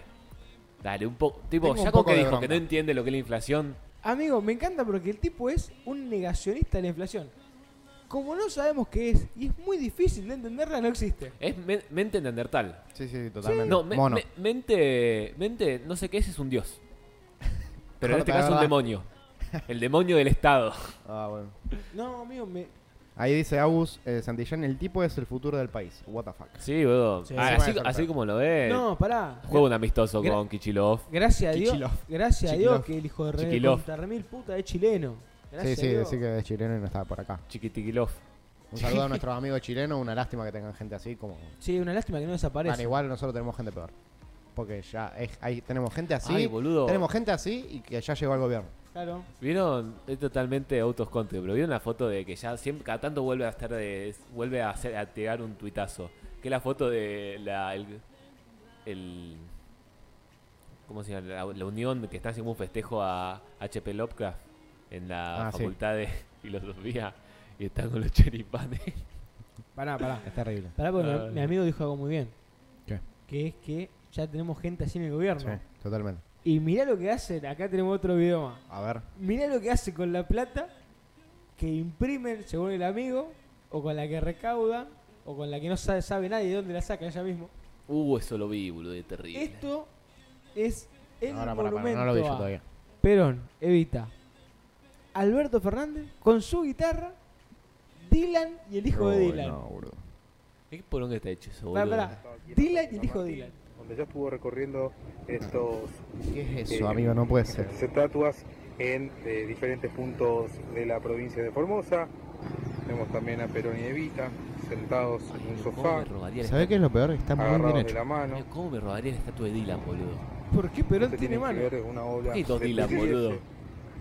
[SPEAKER 2] Dale, un poco. Tipo,
[SPEAKER 1] Tengo un
[SPEAKER 2] ya con
[SPEAKER 1] poco
[SPEAKER 2] que
[SPEAKER 1] de
[SPEAKER 2] dijo que
[SPEAKER 1] bronca.
[SPEAKER 2] no entiende lo que es la inflación.
[SPEAKER 3] Amigo, me encanta porque el tipo es un negacionista de la inflación. Como no sabemos qué es, y es muy difícil de entenderla, no existe.
[SPEAKER 2] Es men- mente neandertal.
[SPEAKER 1] Sí, sí, sí, totalmente.
[SPEAKER 2] No, me-
[SPEAKER 1] Mono.
[SPEAKER 2] me- mente. Mente, no sé qué es, es un dios. Pero en este
[SPEAKER 1] Corta,
[SPEAKER 2] caso, un
[SPEAKER 1] ¿verdad?
[SPEAKER 2] demonio. El demonio del Estado.
[SPEAKER 1] Ah, bueno.
[SPEAKER 3] No, amigo, me...
[SPEAKER 1] Ahí dice Agus eh, Santillán, el tipo es el futuro del país. What the fuck.
[SPEAKER 2] Sí, boludo.
[SPEAKER 3] Sí.
[SPEAKER 2] Ah,
[SPEAKER 1] Sí,
[SPEAKER 2] así,
[SPEAKER 1] bueno,
[SPEAKER 2] así
[SPEAKER 1] perfecto.
[SPEAKER 2] como lo ve.
[SPEAKER 3] No, pará.
[SPEAKER 2] Juego un amistoso
[SPEAKER 3] Gra-
[SPEAKER 2] con Kichilov.
[SPEAKER 3] Gracias a Dios,
[SPEAKER 1] Chichilov.
[SPEAKER 3] gracias a
[SPEAKER 1] Chiquilov.
[SPEAKER 3] Dios que el hijo de re
[SPEAKER 2] Chiquilov.
[SPEAKER 3] contra remil puta es chileno.
[SPEAKER 1] Sí,
[SPEAKER 3] Gracias
[SPEAKER 1] sí,
[SPEAKER 3] a Dios.
[SPEAKER 1] decir que es chileno y no está por acá.
[SPEAKER 2] Chiquitiquilov.
[SPEAKER 1] Un saludo a nuestros amigos chilenos, una lástima que tengan gente así como...
[SPEAKER 3] Sí, una lástima que no
[SPEAKER 1] Bueno,
[SPEAKER 3] desaparece.
[SPEAKER 1] igual nosotros tenemos gente peor. Porque ya es- ahí tenemos gente así.
[SPEAKER 2] Ay, boludo.
[SPEAKER 1] Tenemos gente así y que ya llegó al gobierno.
[SPEAKER 3] Claro.
[SPEAKER 2] Vieron, es totalmente out of context, pero vieron la foto de que ya siempre, cada tanto vuelve a estar de- vuelve a, hacer, a tirar un tuitazo. Que es la foto de la el, el- ¿cómo se llama? La, la unión que está haciendo un festejo a HP Lovecraft en la
[SPEAKER 1] Ah, sí.
[SPEAKER 2] facultad de filosofía y están con los cheripanes.
[SPEAKER 3] Pará, pará.
[SPEAKER 1] Es terrible.
[SPEAKER 3] Pará, porque
[SPEAKER 2] Ah.
[SPEAKER 3] mi, mi amigo dijo algo muy bien.
[SPEAKER 1] ¿Qué?
[SPEAKER 3] Que es que ya tenemos gente así en el gobierno.
[SPEAKER 1] Sí, totalmente.
[SPEAKER 3] Y mirá lo que hacen, acá tenemos otro video más.
[SPEAKER 1] A ver.
[SPEAKER 3] Mirá lo que hace con la plata que imprimen, según el amigo, o con la que recaudan, o con la que no sabe, sabe nadie de dónde la sacan ella mismo.
[SPEAKER 2] Uh, eso lo vi, boludo, es terrible.
[SPEAKER 3] Esto es el
[SPEAKER 1] Ahora, para, para,
[SPEAKER 3] monumento
[SPEAKER 1] no lo vi yo
[SPEAKER 3] a
[SPEAKER 1] todavía.
[SPEAKER 3] Perón, Evita, Alberto Fernández, con su guitarra, Dylan y el hijo de Dylan.
[SPEAKER 1] No, boludo.
[SPEAKER 2] ¿Qué porón que está hecho eso,
[SPEAKER 3] Pará,
[SPEAKER 2] boludo?
[SPEAKER 3] pará. Dylan y el hijo de Dylan.
[SPEAKER 6] donde yo estuvo recorriendo estos
[SPEAKER 1] ¿Qué es
[SPEAKER 6] eh,
[SPEAKER 1] eso, amigo? No puede ser.
[SPEAKER 6] estatuas en eh, diferentes puntos de la provincia de Formosa. Tenemos también a Perón y Evita sentados en un
[SPEAKER 2] ¿Cómo
[SPEAKER 6] sofá,
[SPEAKER 2] me robaría la
[SPEAKER 1] ¿Sabés qué es lo peor? Está muy bien
[SPEAKER 6] agarrados de
[SPEAKER 1] hecho.
[SPEAKER 6] la mano.
[SPEAKER 2] estatua- ¿Cómo me robaría la estatua de Dylan, boludo?
[SPEAKER 3] ¿Por qué
[SPEAKER 6] Esto
[SPEAKER 3] Perón tiene
[SPEAKER 6] tiene que
[SPEAKER 3] mano?
[SPEAKER 6] ver con una obra
[SPEAKER 2] ¿Qué hizo
[SPEAKER 6] de
[SPEAKER 2] Dylan,
[SPEAKER 6] Pugliese.
[SPEAKER 2] boludo?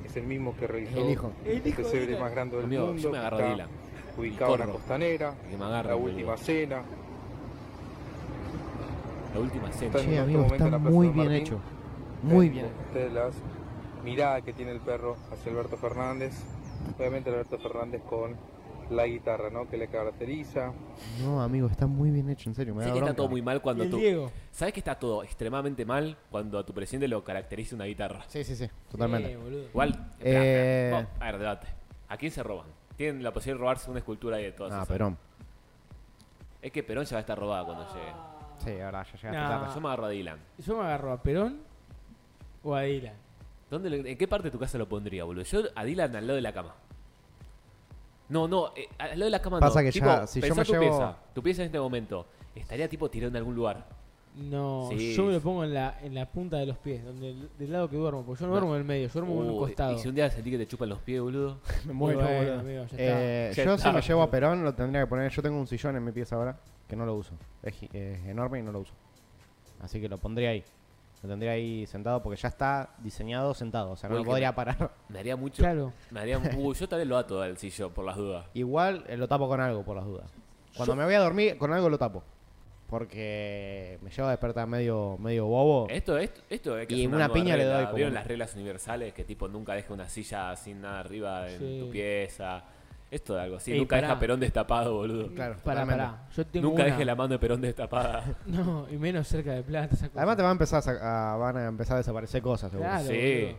[SPEAKER 6] Es el mismo que realizó
[SPEAKER 1] El hijo.
[SPEAKER 3] El
[SPEAKER 6] el
[SPEAKER 3] hijo de
[SPEAKER 6] pesebre más
[SPEAKER 3] Dylan.
[SPEAKER 6] grande del
[SPEAKER 2] Amigo,
[SPEAKER 6] mundo,
[SPEAKER 2] yo me
[SPEAKER 6] que
[SPEAKER 2] agarro a
[SPEAKER 6] está
[SPEAKER 2] Dylan.
[SPEAKER 6] ubicado en la
[SPEAKER 2] corro.
[SPEAKER 6] costanera,
[SPEAKER 2] Que me agarra,
[SPEAKER 6] la
[SPEAKER 2] boludo.
[SPEAKER 6] última cena.
[SPEAKER 2] La última cena.
[SPEAKER 6] Está-
[SPEAKER 1] Che,
[SPEAKER 6] en
[SPEAKER 1] amigo,
[SPEAKER 6] este
[SPEAKER 1] está
[SPEAKER 6] momento en la
[SPEAKER 1] muy
[SPEAKER 6] Plaza
[SPEAKER 1] bien
[SPEAKER 6] Martín.
[SPEAKER 1] hecho. Muy
[SPEAKER 6] Eh,
[SPEAKER 1] bien.
[SPEAKER 6] Ustedes las miradas que tiene el perro hacia Alberto Fernández. Obviamente Alberto Fernández con la guitarra, ¿no? Que le caracteriza.
[SPEAKER 1] No, amigo, está muy bien hecho, en serio. Me
[SPEAKER 2] Sé
[SPEAKER 1] da
[SPEAKER 2] que está
[SPEAKER 1] bronca.
[SPEAKER 2] todo muy mal cuando
[SPEAKER 3] el
[SPEAKER 2] tú...
[SPEAKER 3] Diego.
[SPEAKER 2] ¿Sabes que está todo extremadamente mal cuando a tu presidente lo caracteriza una guitarra?
[SPEAKER 1] Sí, sí, sí,
[SPEAKER 3] Eh,
[SPEAKER 1] totalmente.
[SPEAKER 3] boludo.
[SPEAKER 2] Igual,
[SPEAKER 1] Eh.
[SPEAKER 2] espera, espera. Vos, a ver, debate. ¿A quién se roban? Tienen la posibilidad de robarse una escultura de todas
[SPEAKER 1] Ah,
[SPEAKER 2] esas.
[SPEAKER 1] Perón.
[SPEAKER 2] Es que Perón ya va a estar robada cuando llegue.
[SPEAKER 1] Sí, ahora ya llegaste
[SPEAKER 3] No.
[SPEAKER 1] tarde.
[SPEAKER 2] Yo me agarro a Dylan.
[SPEAKER 3] Yo me agarro a Perón o a Dylan.
[SPEAKER 2] ¿Dónde lo- ¿En qué parte de tu casa lo pondría, boludo? Yo a Dylan al lado de la cama. No, no, eh, al lado de la cama
[SPEAKER 1] Pasa
[SPEAKER 2] no.
[SPEAKER 1] que
[SPEAKER 2] Tipo,
[SPEAKER 1] ya, si yo
[SPEAKER 2] pensá
[SPEAKER 1] me
[SPEAKER 2] tu
[SPEAKER 1] llevo-
[SPEAKER 2] pieza. Tu pieza en este momento estaría tipo tirado en algún lugar.
[SPEAKER 3] No,
[SPEAKER 2] Sí.
[SPEAKER 3] yo me lo pongo en la, en la punta de los pies, donde el- del lado que duermo, porque yo no, duermo en el medio, yo duermo en un
[SPEAKER 2] Uh,
[SPEAKER 3] costado.
[SPEAKER 2] Y si un día sentí que te chupan los pies, boludo.
[SPEAKER 1] Me
[SPEAKER 3] Bueno,
[SPEAKER 1] muero,
[SPEAKER 3] bueno,
[SPEAKER 1] boludo.
[SPEAKER 3] amigo, ya
[SPEAKER 1] Eh,
[SPEAKER 2] está. Ya
[SPEAKER 1] yo si me
[SPEAKER 2] está.
[SPEAKER 1] llevo a Perón lo tendría que poner. Yo tengo un sillón en mi pieza ahora que no lo uso. Es, gi- es enorme y no lo uso. Así que lo pondría ahí. Lo tendría ahí sentado porque ya está diseñado sentado. O sea, no
[SPEAKER 2] Uy,
[SPEAKER 1] lo
[SPEAKER 2] que
[SPEAKER 1] podría parar.
[SPEAKER 2] Me haría mucho.
[SPEAKER 3] Claro.
[SPEAKER 2] Me haría. Uh, yo tal vez lo ato al sillón por las dudas.
[SPEAKER 1] Igual eh, lo tapo con algo por las dudas. Cuando me voy a dormir, con algo lo tapo. Porque me llevo a despertar medio, medio bobo.
[SPEAKER 2] Esto, esto, esto es que
[SPEAKER 1] Y
[SPEAKER 2] es
[SPEAKER 1] en una
[SPEAKER 2] nueva
[SPEAKER 1] piña le
[SPEAKER 2] regla.
[SPEAKER 1] doy como-
[SPEAKER 2] ¿Vieron las reglas universales que tipo nunca deja una silla sin nada arriba en
[SPEAKER 3] Sí.
[SPEAKER 2] tu pieza? Esto de algo así.
[SPEAKER 3] Ey,
[SPEAKER 2] nunca
[SPEAKER 3] pará.
[SPEAKER 2] deja Perón destapado, boludo.
[SPEAKER 1] Claro,
[SPEAKER 3] Pará,
[SPEAKER 1] totalmente.
[SPEAKER 3] pará. Yo tengo
[SPEAKER 2] Nunca
[SPEAKER 3] una-
[SPEAKER 2] deje la mano de Perón destapada.
[SPEAKER 3] No, y menos cerca de plata. esa cosa.
[SPEAKER 1] Además te va a empezar a, sa- a- van a empezar a desaparecer cosas, seguro.
[SPEAKER 3] Claro,
[SPEAKER 2] Sí.
[SPEAKER 3] boludo.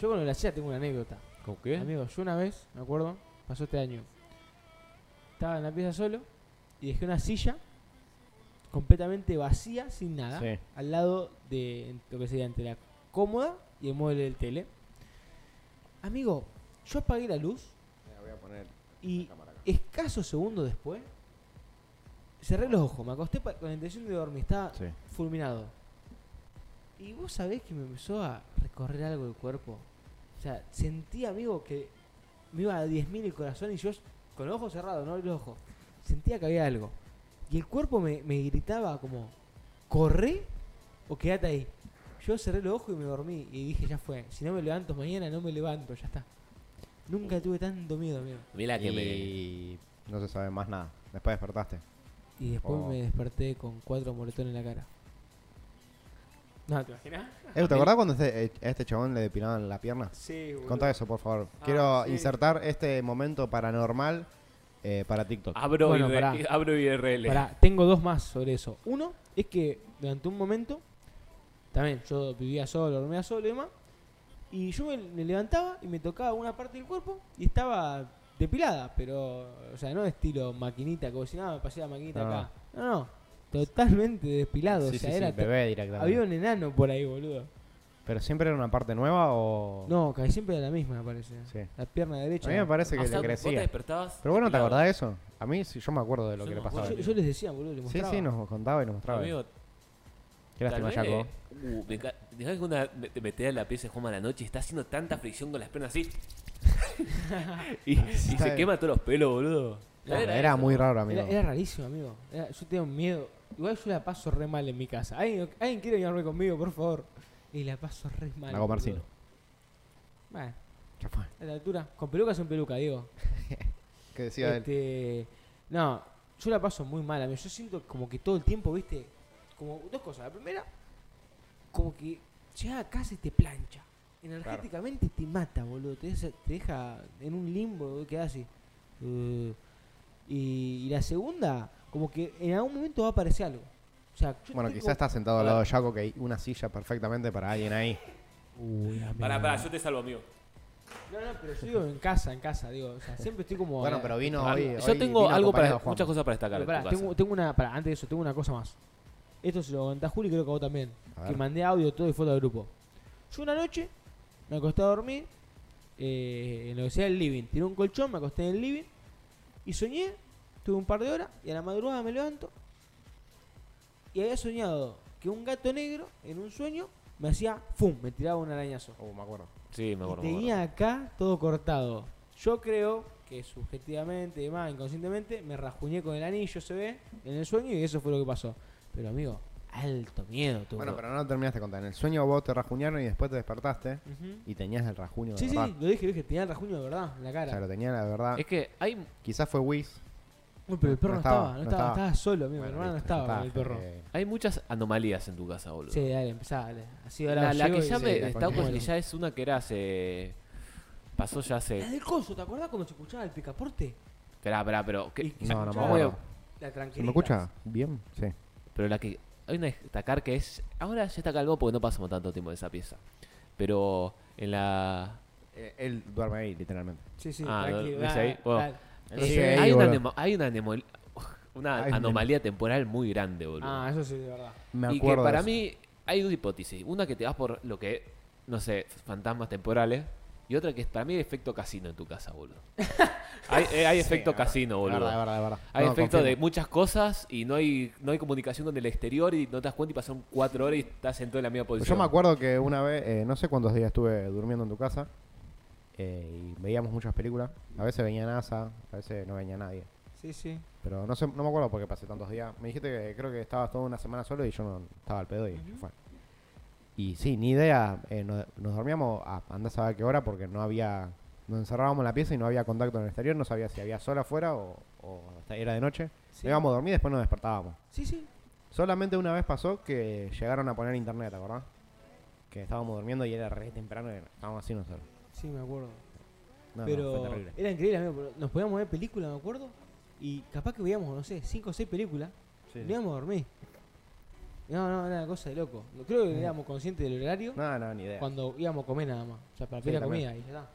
[SPEAKER 3] Yo con lo de la silla tengo una anécdota.
[SPEAKER 2] ¿Con qué?
[SPEAKER 3] Amigo, yo una vez, me acuerdo, pasó este año. Estaba en la pieza solo y dejé una silla completamente vacía, sin nada,
[SPEAKER 1] Sí.
[SPEAKER 3] al lado de lo que sería entre la cómoda y el mueble del tele. Amigo, yo apagué la luz y escasos segundos después cerré los ojos, me acosté pa- con la intención de dormir, estaba
[SPEAKER 1] Sí.
[SPEAKER 3] fulminado. Y vos sabés que me empezó a recorrer algo el cuerpo. O sea, sentí, amigo, que me iba a 10.000 el corazón y yo con los ojos cerrados, no abrí los ojos. Sentía que había algo. Y el cuerpo me, me gritaba como, corre o quédate ahí. Yo cerré los ojos y me dormí y dije, ya fue. Si no me levanto mañana, no me levanto, ya está. Nunca tuve tanto miedo, amigo.
[SPEAKER 2] Mira que me.
[SPEAKER 1] Y no se sabe más nada. Después despertaste.
[SPEAKER 3] Y después
[SPEAKER 1] Oh.
[SPEAKER 3] me desperté con cuatro moretones en la cara. No, ¿te imaginas?
[SPEAKER 1] Eh, ¿Te acordás cuando este, eh, a este chabón le depilaban la pierna?
[SPEAKER 3] Sí, boludo.
[SPEAKER 1] Contá eso, por favor.
[SPEAKER 3] Ah,
[SPEAKER 1] Quiero
[SPEAKER 3] sí.
[SPEAKER 1] insertar este momento paranormal eh, para TikTok.
[SPEAKER 2] Abro,
[SPEAKER 3] Bueno,
[SPEAKER 2] IR-
[SPEAKER 3] pará.
[SPEAKER 2] abro IRL.
[SPEAKER 3] Pará, tengo dos más sobre eso. Uno es que durante un momento, también yo vivía solo, dormía solo y demás, y yo me, me levantaba y me tocaba una parte del cuerpo y estaba depilada, pero, o sea, no estilo maquinita, como si nada, me pasé la maquinita
[SPEAKER 1] No.
[SPEAKER 3] acá. No, no, totalmente depilado,
[SPEAKER 1] Sí,
[SPEAKER 3] o sea,
[SPEAKER 1] sí, sí,
[SPEAKER 3] era... to-
[SPEAKER 1] bebé directamente.
[SPEAKER 3] había un enano por ahí, boludo.
[SPEAKER 1] ¿Pero siempre era una parte nueva o...?
[SPEAKER 3] No, casi siempre era la misma, me parece.
[SPEAKER 1] Oh. Sí.
[SPEAKER 3] La pierna derecha.
[SPEAKER 1] A mí me parece que
[SPEAKER 2] O sea,
[SPEAKER 1] le
[SPEAKER 2] Vos te
[SPEAKER 1] crecía.
[SPEAKER 2] despertabas.
[SPEAKER 1] Pero bueno, ¿te
[SPEAKER 2] depilado.
[SPEAKER 1] acordás de eso? A mí sí, yo me acuerdo de lo
[SPEAKER 2] Yo
[SPEAKER 1] que
[SPEAKER 2] me
[SPEAKER 1] le pasaba.
[SPEAKER 3] Yo, yo les decía, boludo, les
[SPEAKER 1] Sí,
[SPEAKER 3] mostraba.
[SPEAKER 1] sí, nos contaba y nos mostraba.
[SPEAKER 2] Amigo,
[SPEAKER 1] Qué lástima,
[SPEAKER 2] tal vez,
[SPEAKER 1] Jaco.
[SPEAKER 2] uh, me ca- dejá que una me- te metés en la pieza de Juan a la noche y está haciendo tanta fricción con las piernas así. y, y se quema todos los pelos, boludo.
[SPEAKER 1] Claro, era muy raro, amigo.
[SPEAKER 3] Era, era rarísimo, amigo. Era- yo tenía un miedo. Igual yo la paso re mal en mi casa. ¿Alguien, alguien quiere venirme conmigo, por favor? Y la paso re mal.
[SPEAKER 1] Hago
[SPEAKER 3] boludo.
[SPEAKER 1] Marcino.
[SPEAKER 3] Bueno,
[SPEAKER 1] Ya fue.
[SPEAKER 3] a la altura. Con peluca sin peluca, digo.
[SPEAKER 1] ¿Qué decía él?
[SPEAKER 3] Este, no, yo la paso muy mal, amigo. Yo siento como que todo el tiempo, viste, como dos cosas. La primera, como que llega a casa y te plancha. Energéticamente te mata, boludo. Te deja, te deja en un limbo, boludo, quedás así. Eh, y, y la segunda, como que en algún momento va a aparecer algo. O sea, yo
[SPEAKER 1] Bueno,
[SPEAKER 3] tengo-
[SPEAKER 1] quizás está sentado al lado de Jaco que hay una silla perfectamente para alguien ahí.
[SPEAKER 3] Uy, amigo.
[SPEAKER 2] Pará, pará, yo te salvo, amigo.
[SPEAKER 3] No, no, pero yo digo en casa, en casa, digo. O sea, siempre estoy como.
[SPEAKER 1] Bueno, pero vino
[SPEAKER 2] Ah,
[SPEAKER 1] hoy.
[SPEAKER 2] yo
[SPEAKER 1] hoy
[SPEAKER 2] tengo
[SPEAKER 1] vino
[SPEAKER 2] algo para.
[SPEAKER 1] acompañado Juan.
[SPEAKER 2] Muchas cosas para destacar.
[SPEAKER 3] Pero
[SPEAKER 2] en
[SPEAKER 3] pará,
[SPEAKER 2] tu casa.
[SPEAKER 3] tengo, tengo una. Pará, antes de eso, tengo una cosa más. Esto se lo conté a Juli y creo que a vos también.
[SPEAKER 1] A
[SPEAKER 3] Que
[SPEAKER 1] ver.
[SPEAKER 3] mandé audio todo y foto al grupo. Yo una noche me acosté a dormir eh, en lo que sea el living. Tiré un colchón, me acosté en el living Y soñé, tuve un par de horas y a la madrugada me levanto y había soñado que un gato negro en un sueño me hacía ¡fum! Me tiraba un arañazo.
[SPEAKER 1] Oh, me acuerdo.
[SPEAKER 2] Sí, me
[SPEAKER 3] Y
[SPEAKER 2] acuerdo. me
[SPEAKER 3] tenía
[SPEAKER 2] acuerdo.
[SPEAKER 3] acá todo cortado. Yo creo que subjetivamente, y más inconscientemente, me rajuñé con el anillo, se ve, en el sueño y eso fue lo que pasó. Pero amigo, alto miedo tuvo.
[SPEAKER 1] Bueno, pero no lo terminaste de contar. En el sueño vos te rajuñaron y después te despertaste
[SPEAKER 3] Ujú.
[SPEAKER 1] y tenías el rajuño de
[SPEAKER 3] Sí, sí,
[SPEAKER 1] verdad.
[SPEAKER 3] lo dije, lo dije, tenía el rajuño de verdad en la
[SPEAKER 1] O
[SPEAKER 3] cara.
[SPEAKER 1] sea, lo tenía la verdad.
[SPEAKER 2] Es que hay.
[SPEAKER 1] Quizás fue Whis.
[SPEAKER 3] Uy, pero el perro no, estaba, no estaba, estaba, solo, amigo,
[SPEAKER 1] Bueno,
[SPEAKER 3] mi hermano no
[SPEAKER 1] listo,
[SPEAKER 3] estaba
[SPEAKER 1] ya
[SPEAKER 3] con el
[SPEAKER 1] está,
[SPEAKER 3] perro.
[SPEAKER 1] eh,
[SPEAKER 2] Hay muchas anomalías en tu casa, boludo.
[SPEAKER 3] Sí, dale, empezá, dale. Así ahora
[SPEAKER 2] la, la
[SPEAKER 3] llego
[SPEAKER 2] que
[SPEAKER 3] y-
[SPEAKER 2] ya me
[SPEAKER 3] la
[SPEAKER 2] está
[SPEAKER 3] concha.
[SPEAKER 2] que ya es una que era hace. Pasó ya
[SPEAKER 3] La
[SPEAKER 2] hace.
[SPEAKER 3] del coso, ¿te acordás cuando se escuchaba el picaporte?
[SPEAKER 2] Esperá, esperá, pero. ¿qué-
[SPEAKER 3] Y- y se
[SPEAKER 1] No, no me
[SPEAKER 3] escuchaba
[SPEAKER 1] acuerdo.
[SPEAKER 3] La
[SPEAKER 1] ¿Se
[SPEAKER 3] tranquilidad.
[SPEAKER 1] me escucha? ¿Bien? Sí.
[SPEAKER 2] Pero la que. Hay una a destacar que es. Ahora ya está calvo porque no pasamos tanto tiempo en esa pieza. Pero en la.
[SPEAKER 1] Eh, él duerme ahí, literalmente.
[SPEAKER 3] Sí, sí,
[SPEAKER 2] Ah,
[SPEAKER 3] tranquilo.
[SPEAKER 2] ¿ves ahí?
[SPEAKER 3] dale,
[SPEAKER 2] Bueno.
[SPEAKER 3] dale.
[SPEAKER 1] Él
[SPEAKER 2] Eh,
[SPEAKER 1] sigue ahí,
[SPEAKER 2] hay, una
[SPEAKER 1] boludo.
[SPEAKER 2] anemo- hay una anemo- una
[SPEAKER 1] Hay una-
[SPEAKER 2] anomalía temporal muy grande, boludo.
[SPEAKER 3] Ah, eso sí, de verdad.
[SPEAKER 1] Me
[SPEAKER 2] y
[SPEAKER 1] acuerdo.
[SPEAKER 2] que
[SPEAKER 1] de
[SPEAKER 2] para
[SPEAKER 1] eso.
[SPEAKER 2] mí hay dos hipótesis. Una que te vas por lo que, no sé, fantasmas temporales. Y otra que es para mí efecto casino en tu casa, boludo. hay eh, hay
[SPEAKER 1] Sí,
[SPEAKER 2] efecto
[SPEAKER 1] es verdad,
[SPEAKER 2] casino,
[SPEAKER 1] es
[SPEAKER 2] boludo.
[SPEAKER 1] verdad, es verdad, es verdad.
[SPEAKER 2] Hay
[SPEAKER 1] No,
[SPEAKER 2] efecto de
[SPEAKER 1] confirmo.
[SPEAKER 2] muchas cosas y no hay, no hay comunicación con el exterior y no te das cuenta y pasaron cuatro horas y estás en toda la misma
[SPEAKER 1] Pues
[SPEAKER 2] posición.
[SPEAKER 1] yo me acuerdo que una vez, eh, no sé cuántos días estuve durmiendo en tu casa eh, y veíamos muchas películas. A veces venía NASA, a veces no venía nadie.
[SPEAKER 3] Sí, sí.
[SPEAKER 1] Pero no sé, no me acuerdo por qué pasé tantos días. Me dijiste que creo que estabas toda una semana solo y yo no estaba al pedo y fue. Y sí, ni idea. eh, nos, nos dormíamos a andás a saber qué hora porque no había. Nos encerrábamos en la pieza y no había contacto en el exterior. No sabía si había sol afuera o, o hasta- era de noche.
[SPEAKER 3] Sí.
[SPEAKER 1] Íbamos a dormir y después nos despertábamos.
[SPEAKER 3] Sí, sí.
[SPEAKER 1] Solamente una vez pasó que llegaron a poner internet, ¿te acordás? Que estábamos durmiendo y era re temprano y estábamos así nosotros.
[SPEAKER 3] Sí, me acuerdo.
[SPEAKER 1] No, no,
[SPEAKER 3] pero
[SPEAKER 1] fue terrible.
[SPEAKER 3] era increíble, amigo. pero Nos podíamos ver películas, me acuerdo. Y capaz que veíamos, no sé, cinco o seis películas.
[SPEAKER 1] Sí.
[SPEAKER 3] No íbamos a dormir. No, no, era una cosa de loco. Lo- Creo que éramos conscientes del horario
[SPEAKER 1] No, no, ni idea.
[SPEAKER 3] cuando íbamos a comer nada más. O sea, para
[SPEAKER 1] Sí,
[SPEAKER 3] pedir la
[SPEAKER 1] también.
[SPEAKER 3] comida y ya está.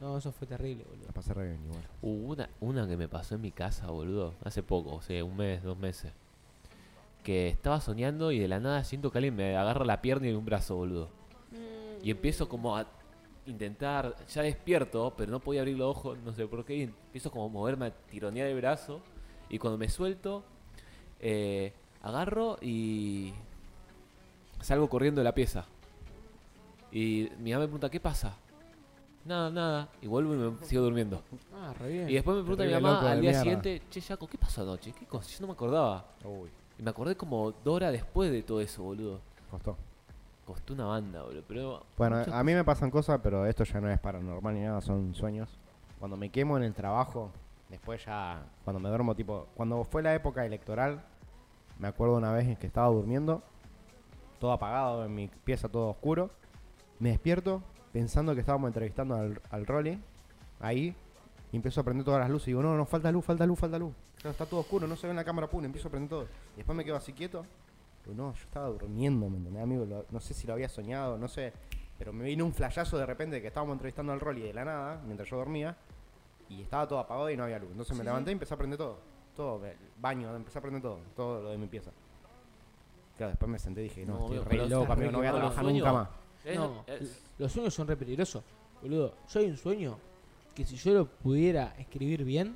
[SPEAKER 3] No, eso fue terrible, boludo.
[SPEAKER 1] La pasé re bien igual.
[SPEAKER 2] Hubo una, una que me pasó en mi casa, boludo. Hace poco, o sea, un mes, dos meses. Que estaba soñando y de la nada siento que alguien me agarra la pierna y un brazo, boludo. Y empiezo como a intentar, ya despierto, pero no podía abrir los ojos, no sé por qué. Y empiezo como a moverme, a tironear el brazo. Y cuando me suelto, eh, agarro y salgo corriendo de la pieza. Y mi mamá me pregunta, ¿qué pasa? Nada, nada. Y vuelvo y me sigo durmiendo.
[SPEAKER 3] Ah, re bien.
[SPEAKER 2] Y después me pregunta mi
[SPEAKER 1] Terrible loco
[SPEAKER 2] mamá
[SPEAKER 1] de
[SPEAKER 2] al día
[SPEAKER 1] mierda.
[SPEAKER 2] siguiente, che, Jaco, ¿qué pasó anoche? ¿Qué cosa? Yo no me acordaba.
[SPEAKER 1] Uy,
[SPEAKER 2] Y me acordé como dos horas después de todo eso, boludo.
[SPEAKER 1] costó.
[SPEAKER 2] Costó una banda, boludo. Pero
[SPEAKER 1] Bueno, a mí me pasan cosas, pero esto ya no es paranormal ni nada, son sueños. Cuando me quemo en el trabajo, después ya, cuando me duermo, tipo, cuando fue la época electoral, me acuerdo una vez en que estaba durmiendo, todo apagado, en mi pieza todo oscuro, me despierto pensando que estábamos entrevistando al, al Rolly, ahí, y empiezo a prender todas las luces, y digo, no, no, falta luz, falta luz, falta luz. Claro, está todo oscuro, no se ve en la cámara, pum, empiezo a prender todo. Y después me quedo así quieto, pero no, yo estaba durmiendo, ¿me entendés, amigo? Lo- no sé si lo había soñado, no sé. Pero me vino un flayazo de repente de que estábamos entrevistando al Rolly de la nada, mientras yo dormía, y estaba todo apagado y no había luz. Entonces me
[SPEAKER 3] Sí,
[SPEAKER 1] levanté y empecé a prender todo. Todo, el baño, empecé a prender todo, todo lo de mi pieza. Claro, después me senté y dije, no,
[SPEAKER 2] No,
[SPEAKER 1] estoy
[SPEAKER 2] boludo,
[SPEAKER 1] re
[SPEAKER 2] pero
[SPEAKER 1] loco,
[SPEAKER 2] estás
[SPEAKER 1] amigo,
[SPEAKER 2] re
[SPEAKER 1] no voy a
[SPEAKER 2] quemado.
[SPEAKER 1] trabajar
[SPEAKER 2] Sueño.
[SPEAKER 1] nunca más.
[SPEAKER 2] Es-
[SPEAKER 3] No,
[SPEAKER 2] es-
[SPEAKER 3] los sueños son re peligrosos, boludo. Yo hay un sueño que si yo lo pudiera escribir bien,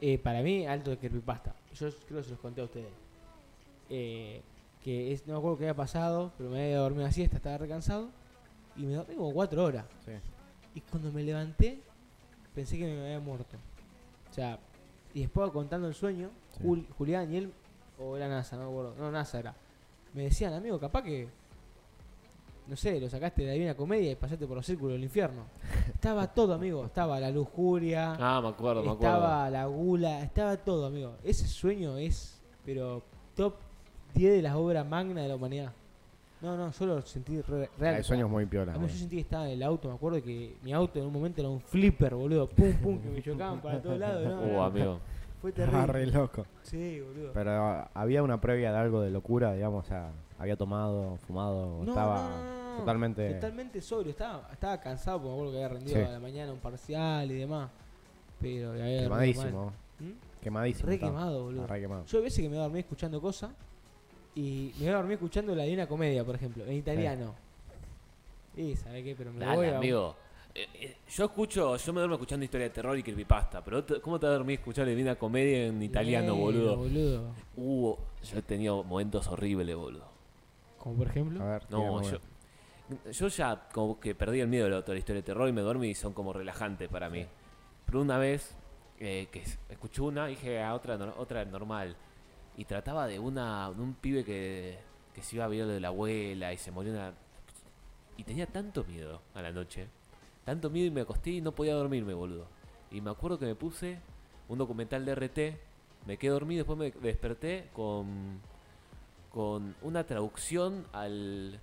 [SPEAKER 3] eh, para mí, alto de creepypasta. Yo creo que se los conté a ustedes. Eh, que es, no me acuerdo qué había pasado, pero me había dormido una siesta, estaba recansado. Y me dormí como cuatro horas.
[SPEAKER 1] Sí.
[SPEAKER 3] Y cuando me levanté, pensé que me había muerto. O sea, y después contando el sueño,
[SPEAKER 1] Sí.
[SPEAKER 3] Jul- Julián y él, o era NASA, no me acuerdo, no, NASA era. Me decían, amigo, capaz que, no sé, lo sacaste de la divina comedia y pasaste por los círculos del infierno. estaba todo, amigo, estaba la lujuria,
[SPEAKER 2] Ah, me acuerdo, me acuerdo.
[SPEAKER 3] estaba la gula, estaba todo, amigo. Ese sueño es, pero, top 10 de las obras magnas de la humanidad. No, no, yo lo sentí re- real.
[SPEAKER 2] Ah,
[SPEAKER 1] Hay sueños muy eh. piolas.
[SPEAKER 3] A mí yo
[SPEAKER 1] boludo.
[SPEAKER 3] sentí que estaba en el auto, me acuerdo que mi auto en un momento era un flipper, boludo. Pum, pum, que me chocaban para todos lados. No,
[SPEAKER 2] Uh,
[SPEAKER 3] no,
[SPEAKER 2] amigo.
[SPEAKER 3] Fue
[SPEAKER 1] Estaba Ah, re
[SPEAKER 3] terrible.
[SPEAKER 1] loco.
[SPEAKER 3] Sí, boludo.
[SPEAKER 1] Pero ah, había una previa de algo de locura, digamos, o sea, había tomado, fumado,
[SPEAKER 3] No,
[SPEAKER 1] estaba
[SPEAKER 3] no, no, no, no.
[SPEAKER 1] totalmente...
[SPEAKER 3] Totalmente sobrio, estaba, estaba cansado porque me acuerdo que había rendido
[SPEAKER 1] Sí.
[SPEAKER 3] a la mañana un parcial y demás. Pero había dormido mal.
[SPEAKER 1] quemadísimo.
[SPEAKER 3] ¿Mm?
[SPEAKER 1] Quemadísimo.
[SPEAKER 3] Re
[SPEAKER 1] estaba.
[SPEAKER 3] quemado, boludo.
[SPEAKER 1] Ah, Re quemado.
[SPEAKER 3] Yo a veces que me dormí escuchando cosas y me dormí escuchando la de una comedia, por ejemplo, en italiano. Y, ¿sabés qué? Pero me
[SPEAKER 2] Dale,
[SPEAKER 3] voy a-
[SPEAKER 2] amigo. eh, eh, yo escucho, yo me duermo escuchando historia de terror y creepypasta, pero te- ¿cómo te vas a dormir escuchando Divina Comedia en italiano,
[SPEAKER 3] Eh,
[SPEAKER 2] boludo?
[SPEAKER 3] boludo.
[SPEAKER 2] Hubo, yo he tenido momentos horribles, boludo.
[SPEAKER 3] Como por ejemplo.
[SPEAKER 1] A ver,
[SPEAKER 2] No,
[SPEAKER 1] tirame una.
[SPEAKER 2] yo, yo ya como que perdí el miedo de la otra historia de terror y me dormí y son como relajantes para mí. Pero una vez eh, que es- escuché una, dije a otra, nor- otra normal. Y trataba de una de un pibe que, que se iba a vivir de la abuela y se murió una... Y tenía tanto miedo a la noche. Tanto miedo y me acosté y no podía dormirme, boludo. Y me acuerdo que me puse un documental de RT. Me quedé dormido, después me desperté con con una traducción al,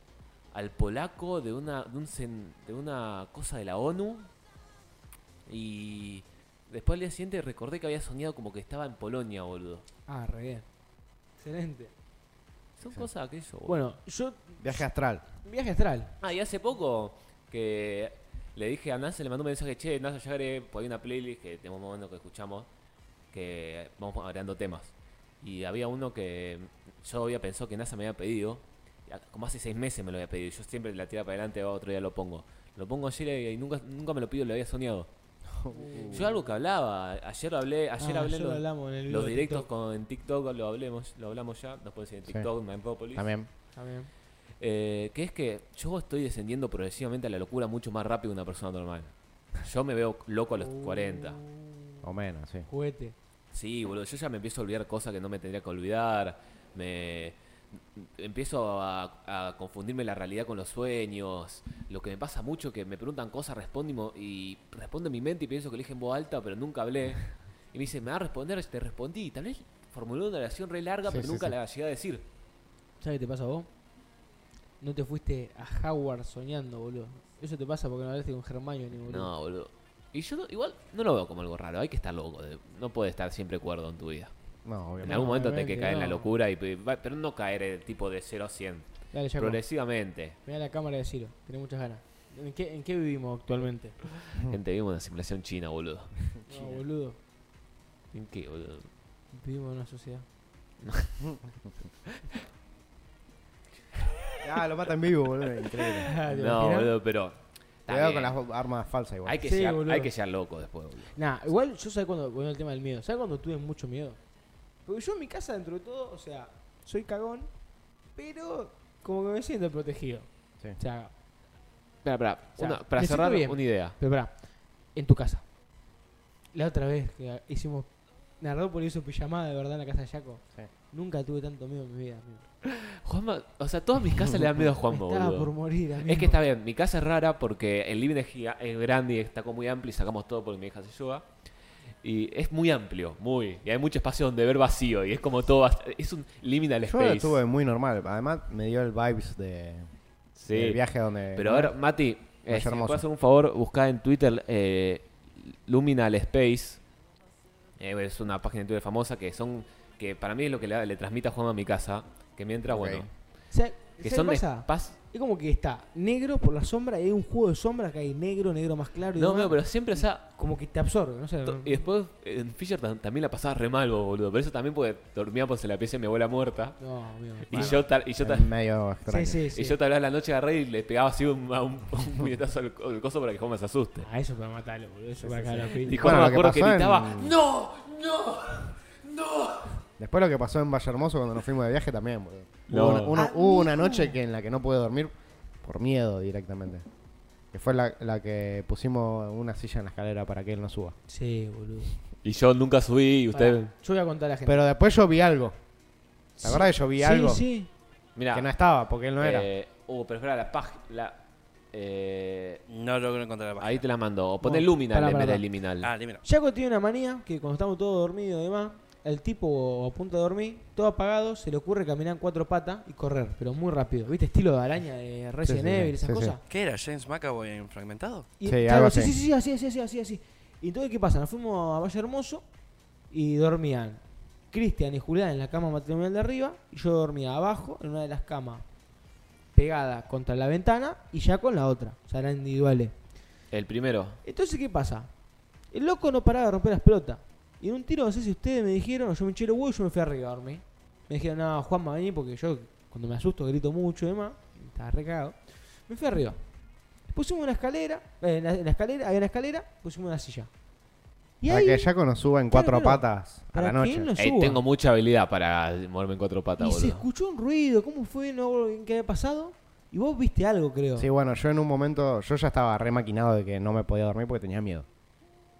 [SPEAKER 2] al polaco de una, de, un cen- de una cosa de la ONU. Y después al día siguiente recordé que había soñado como que estaba en Polonia, boludo.
[SPEAKER 3] Ah, re bien. Excelente.
[SPEAKER 2] Son cosas que yo, boludo.
[SPEAKER 3] Bueno, yo.
[SPEAKER 1] Viaje astral.
[SPEAKER 3] Viaje astral.
[SPEAKER 2] Ah, y hace poco que le dije a Nasa, le mandó un mensaje, che, Nasa, ya agregué, pues hay una playlist que tenemos un momento que escuchamos, que vamos agregando temas. Y había uno que yo había pensado que Nasa me había pedido, ya como hace seis meses me lo había pedido, y yo siempre la tira para adelante, otro día lo pongo. Lo pongo ayer y nunca, nunca me lo pido, lo había soñado. Yo algo que hablaba, ayer hablé, ayer
[SPEAKER 3] Uh. Ah,
[SPEAKER 2] hablé
[SPEAKER 3] ayer
[SPEAKER 2] lo-
[SPEAKER 3] lo hablamos en el video
[SPEAKER 2] los
[SPEAKER 3] de
[SPEAKER 2] directos
[SPEAKER 3] TikTok.
[SPEAKER 2] con en TikTok, lo hablemos, lo hablamos ya, nos pueden seguir en
[SPEAKER 1] Sí.
[SPEAKER 2] TikTok, en Manpopolis.
[SPEAKER 1] También.
[SPEAKER 3] También.
[SPEAKER 2] Eh, que es que yo estoy descendiendo progresivamente a la locura mucho más rápido que una persona normal. Yo me veo loco a los 40.
[SPEAKER 1] O menos, sí.
[SPEAKER 3] Juguete.
[SPEAKER 2] Sí, boludo, yo ya me empiezo a olvidar cosas que no me tendría que olvidar. Me empiezo a, a confundirme la realidad con los sueños. Lo que me pasa mucho es que me preguntan cosas, respondo y, mo- y respondo en mi mente y pienso que lo dije en voz alta, pero nunca hablé. Y me dicen, me va a responder, te respondí. Tal vez formulé una oración re larga,
[SPEAKER 1] Sí,
[SPEAKER 2] pero
[SPEAKER 1] sí,
[SPEAKER 2] nunca
[SPEAKER 1] sí.
[SPEAKER 2] la llegué a decir.
[SPEAKER 3] ¿Sabes qué te pasa a vos? No te fuiste a Howard soñando, boludo. Eso te pasa porque no hablaste con Germaño ni boludo.
[SPEAKER 2] No, boludo. Y yo no- igual no lo veo como algo raro. Hay que estar loco. de- no puede estar siempre cuerdo en tu vida.
[SPEAKER 1] No,
[SPEAKER 2] En
[SPEAKER 1] obviamente.
[SPEAKER 2] algún momento te que
[SPEAKER 3] obviamente,
[SPEAKER 2] caer en la
[SPEAKER 3] no.
[SPEAKER 2] locura, y, y va- pero no caer el tipo de 0 a 100.
[SPEAKER 3] Dale, Jaco.
[SPEAKER 2] Progresivamente.
[SPEAKER 3] Mirá la cámara de Ciro. Tenés muchas ganas. ¿En qué, en qué vivimos actualmente?
[SPEAKER 2] Gente, vimos una simulación china, boludo.
[SPEAKER 3] No, boludo.
[SPEAKER 2] ¿En qué, boludo?
[SPEAKER 3] Vivimos en una sociedad.
[SPEAKER 1] Ah, lo mata en vivo, boludo. Increíble.
[SPEAKER 2] No, boludo, pero. está
[SPEAKER 1] Cuidado con
[SPEAKER 2] bien.
[SPEAKER 1] las bo- armas falsas igual.
[SPEAKER 2] Hay que,
[SPEAKER 3] Sí,
[SPEAKER 2] llegar,
[SPEAKER 3] boludo.
[SPEAKER 2] hay que llegar loco después, boludo.
[SPEAKER 3] Nah, igual yo sabes cuando volviendo el tema del miedo. ¿Sabes cuando tuve mucho miedo? Porque yo en mi casa, dentro de todo, o sea, soy cagón, pero como que me siento protegido.
[SPEAKER 1] Sí.
[SPEAKER 3] O sea,
[SPEAKER 2] Espera, espera,
[SPEAKER 3] O sea,
[SPEAKER 2] una- para
[SPEAKER 3] me siento
[SPEAKER 2] cerrar
[SPEAKER 3] bien.
[SPEAKER 2] una idea.
[SPEAKER 3] pero pará, en tu casa. La otra vez que hicimos. Nardópolis hizo pijamada de verdad en la casa de Jaco.
[SPEAKER 1] Sí.
[SPEAKER 3] Nunca tuve tanto miedo en mi vida, amigo.
[SPEAKER 2] Juanma, o sea, todas mis casas le dan miedo a Juanma,
[SPEAKER 3] Estaba
[SPEAKER 2] boludo.
[SPEAKER 3] por morir, amigo.
[SPEAKER 2] Es que está bien, mi casa es rara porque el living es, giga- es grande y está como muy amplio y sacamos todo porque mi hija se lleva. Y es muy amplio, muy. Y hay mucho espacio donde ver vacío y es como todo. vas- Es un liminal
[SPEAKER 1] Yo
[SPEAKER 2] space.
[SPEAKER 1] estuve muy normal. Además, me dio el vibes de,
[SPEAKER 2] Sí.
[SPEAKER 1] del viaje donde.
[SPEAKER 2] Pero a ver, Mati, eh, si me
[SPEAKER 1] hermoso.
[SPEAKER 2] puedes hacer un favor, busca en Twitter eh, Luminal Space. Eh, es una página de Twitter famosa que son. que para mí es lo que le, le transmite a Juanma a mi casa. Que mientras,
[SPEAKER 1] Ok.
[SPEAKER 2] bueno.
[SPEAKER 3] ¿Sabes-
[SPEAKER 2] Que
[SPEAKER 3] ¿sabes
[SPEAKER 2] son
[SPEAKER 3] qué
[SPEAKER 2] de
[SPEAKER 3] pasa?
[SPEAKER 2] paz.
[SPEAKER 3] Es como que está negro por la sombra y hay un juego de sombras que hay negro, negro más claro. y
[SPEAKER 2] No,
[SPEAKER 3] demás.
[SPEAKER 2] no, pero siempre, o sea,
[SPEAKER 3] Como que te absorbe, no sé.
[SPEAKER 2] To-
[SPEAKER 3] no-
[SPEAKER 2] Y después en Fisher tam- también la pasaba re mal, vos, boludo. Pero eso también porque dormíamos en la pieza de mi abuela muerta.
[SPEAKER 3] No, amigo.
[SPEAKER 2] Y yo tal, y yo tal,
[SPEAKER 1] es medio
[SPEAKER 3] Sí,
[SPEAKER 1] extraño.
[SPEAKER 3] sí, sí.
[SPEAKER 2] y yo tal vez a la noche agarré y le pegaba así un, a un, un puñetazo al, al coso para que Juanma se asuste.
[SPEAKER 3] Ah, eso para matarlo, boludo. Eso para cagar la
[SPEAKER 2] Y
[SPEAKER 3] pila.
[SPEAKER 2] Juanma
[SPEAKER 1] lo
[SPEAKER 2] me
[SPEAKER 1] que
[SPEAKER 2] acuerdo que
[SPEAKER 1] pasó en-
[SPEAKER 2] gritaba, ¡No! ¡No! ¡No!
[SPEAKER 1] Después lo que pasó en Valle Hermoso cuando nos fuimos de viaje también, boludo.
[SPEAKER 2] No.
[SPEAKER 1] Hubo, una,
[SPEAKER 3] Ah,
[SPEAKER 1] una- hubo una noche que en la que no pude dormir por miedo directamente. Que fue la, la que pusimos una silla en la escalera para que él no suba.
[SPEAKER 3] Sí, boludo.
[SPEAKER 2] Y yo nunca subí y usted...
[SPEAKER 3] Pará, yo voy a contar a la gente.
[SPEAKER 1] Pero después yo vi algo. ¿Te acordás que yo vi
[SPEAKER 3] sí,
[SPEAKER 1] algo?
[SPEAKER 3] sí.
[SPEAKER 2] Mirá,
[SPEAKER 1] Que no estaba, porque él no era.
[SPEAKER 2] eh, uh, pero espera, la página... La, eh,
[SPEAKER 4] No logro encontrar la página.
[SPEAKER 2] ahí te la mando. O pon
[SPEAKER 3] Bueno,
[SPEAKER 2] Luminal
[SPEAKER 3] pará,
[SPEAKER 2] en
[SPEAKER 3] pará,
[SPEAKER 2] vez de
[SPEAKER 3] pará.
[SPEAKER 2] Liminal.
[SPEAKER 4] Ah, dímelo.
[SPEAKER 3] Jaco tiene una manía que cuando estamos todos dormidos y demás, el tipo a punto de dormir, todo apagado, se le ocurre caminar en cuatro patas y correr, pero muy rápido. ¿Viste? Estilo de araña de Resident
[SPEAKER 1] sí, sí.
[SPEAKER 3] Evil, esas
[SPEAKER 1] Sí, sí.
[SPEAKER 3] cosas.
[SPEAKER 4] ¿Qué era? ¿James McAvoy en Fragmentado?
[SPEAKER 3] Y,
[SPEAKER 1] Sí,
[SPEAKER 3] claro,
[SPEAKER 1] algo
[SPEAKER 3] sí,
[SPEAKER 1] así.
[SPEAKER 3] sí, sí, así, así, así, así, así. Y entonces, ¿qué pasa? Nos fuimos a Valle Hermoso y dormían Cristian y Julián en la cama matrimonial de arriba y yo dormía abajo en una de las camas pegada contra la ventana y ya con la otra. O sea, eran individuales.
[SPEAKER 2] El primero.
[SPEAKER 3] Entonces, ¿qué pasa? El loco no paraba de romper las pelotas. Y en un tiro, no sé si ustedes me dijeron, o yo me eché los huevos y yo me fui arriba a dormir. Me dijeron, no, Juanma, vení porque yo cuando me asusto grito mucho y demás. y Estaba recagado. Me fui arriba. Pusimos una escalera, eh, en la, en la escalera, había una escalera, pusimos una silla. Y
[SPEAKER 1] Para
[SPEAKER 3] ahí,
[SPEAKER 1] Ah, que Jaco nos suba en
[SPEAKER 3] Claro,
[SPEAKER 1] cuatro
[SPEAKER 3] claro.
[SPEAKER 1] patas a
[SPEAKER 3] ¿para
[SPEAKER 1] la noche.
[SPEAKER 3] quién nos
[SPEAKER 2] Ey,
[SPEAKER 3] suba?
[SPEAKER 2] tengo mucha habilidad para moverme en cuatro patas,
[SPEAKER 3] y se
[SPEAKER 2] boludo.
[SPEAKER 3] escuchó un ruido, ¿cómo fue? No, ¿Qué había pasado? Y vos viste algo, creo.
[SPEAKER 1] Sí, bueno, yo en un momento, yo ya estaba re maquinado de que no me podía dormir porque tenía miedo.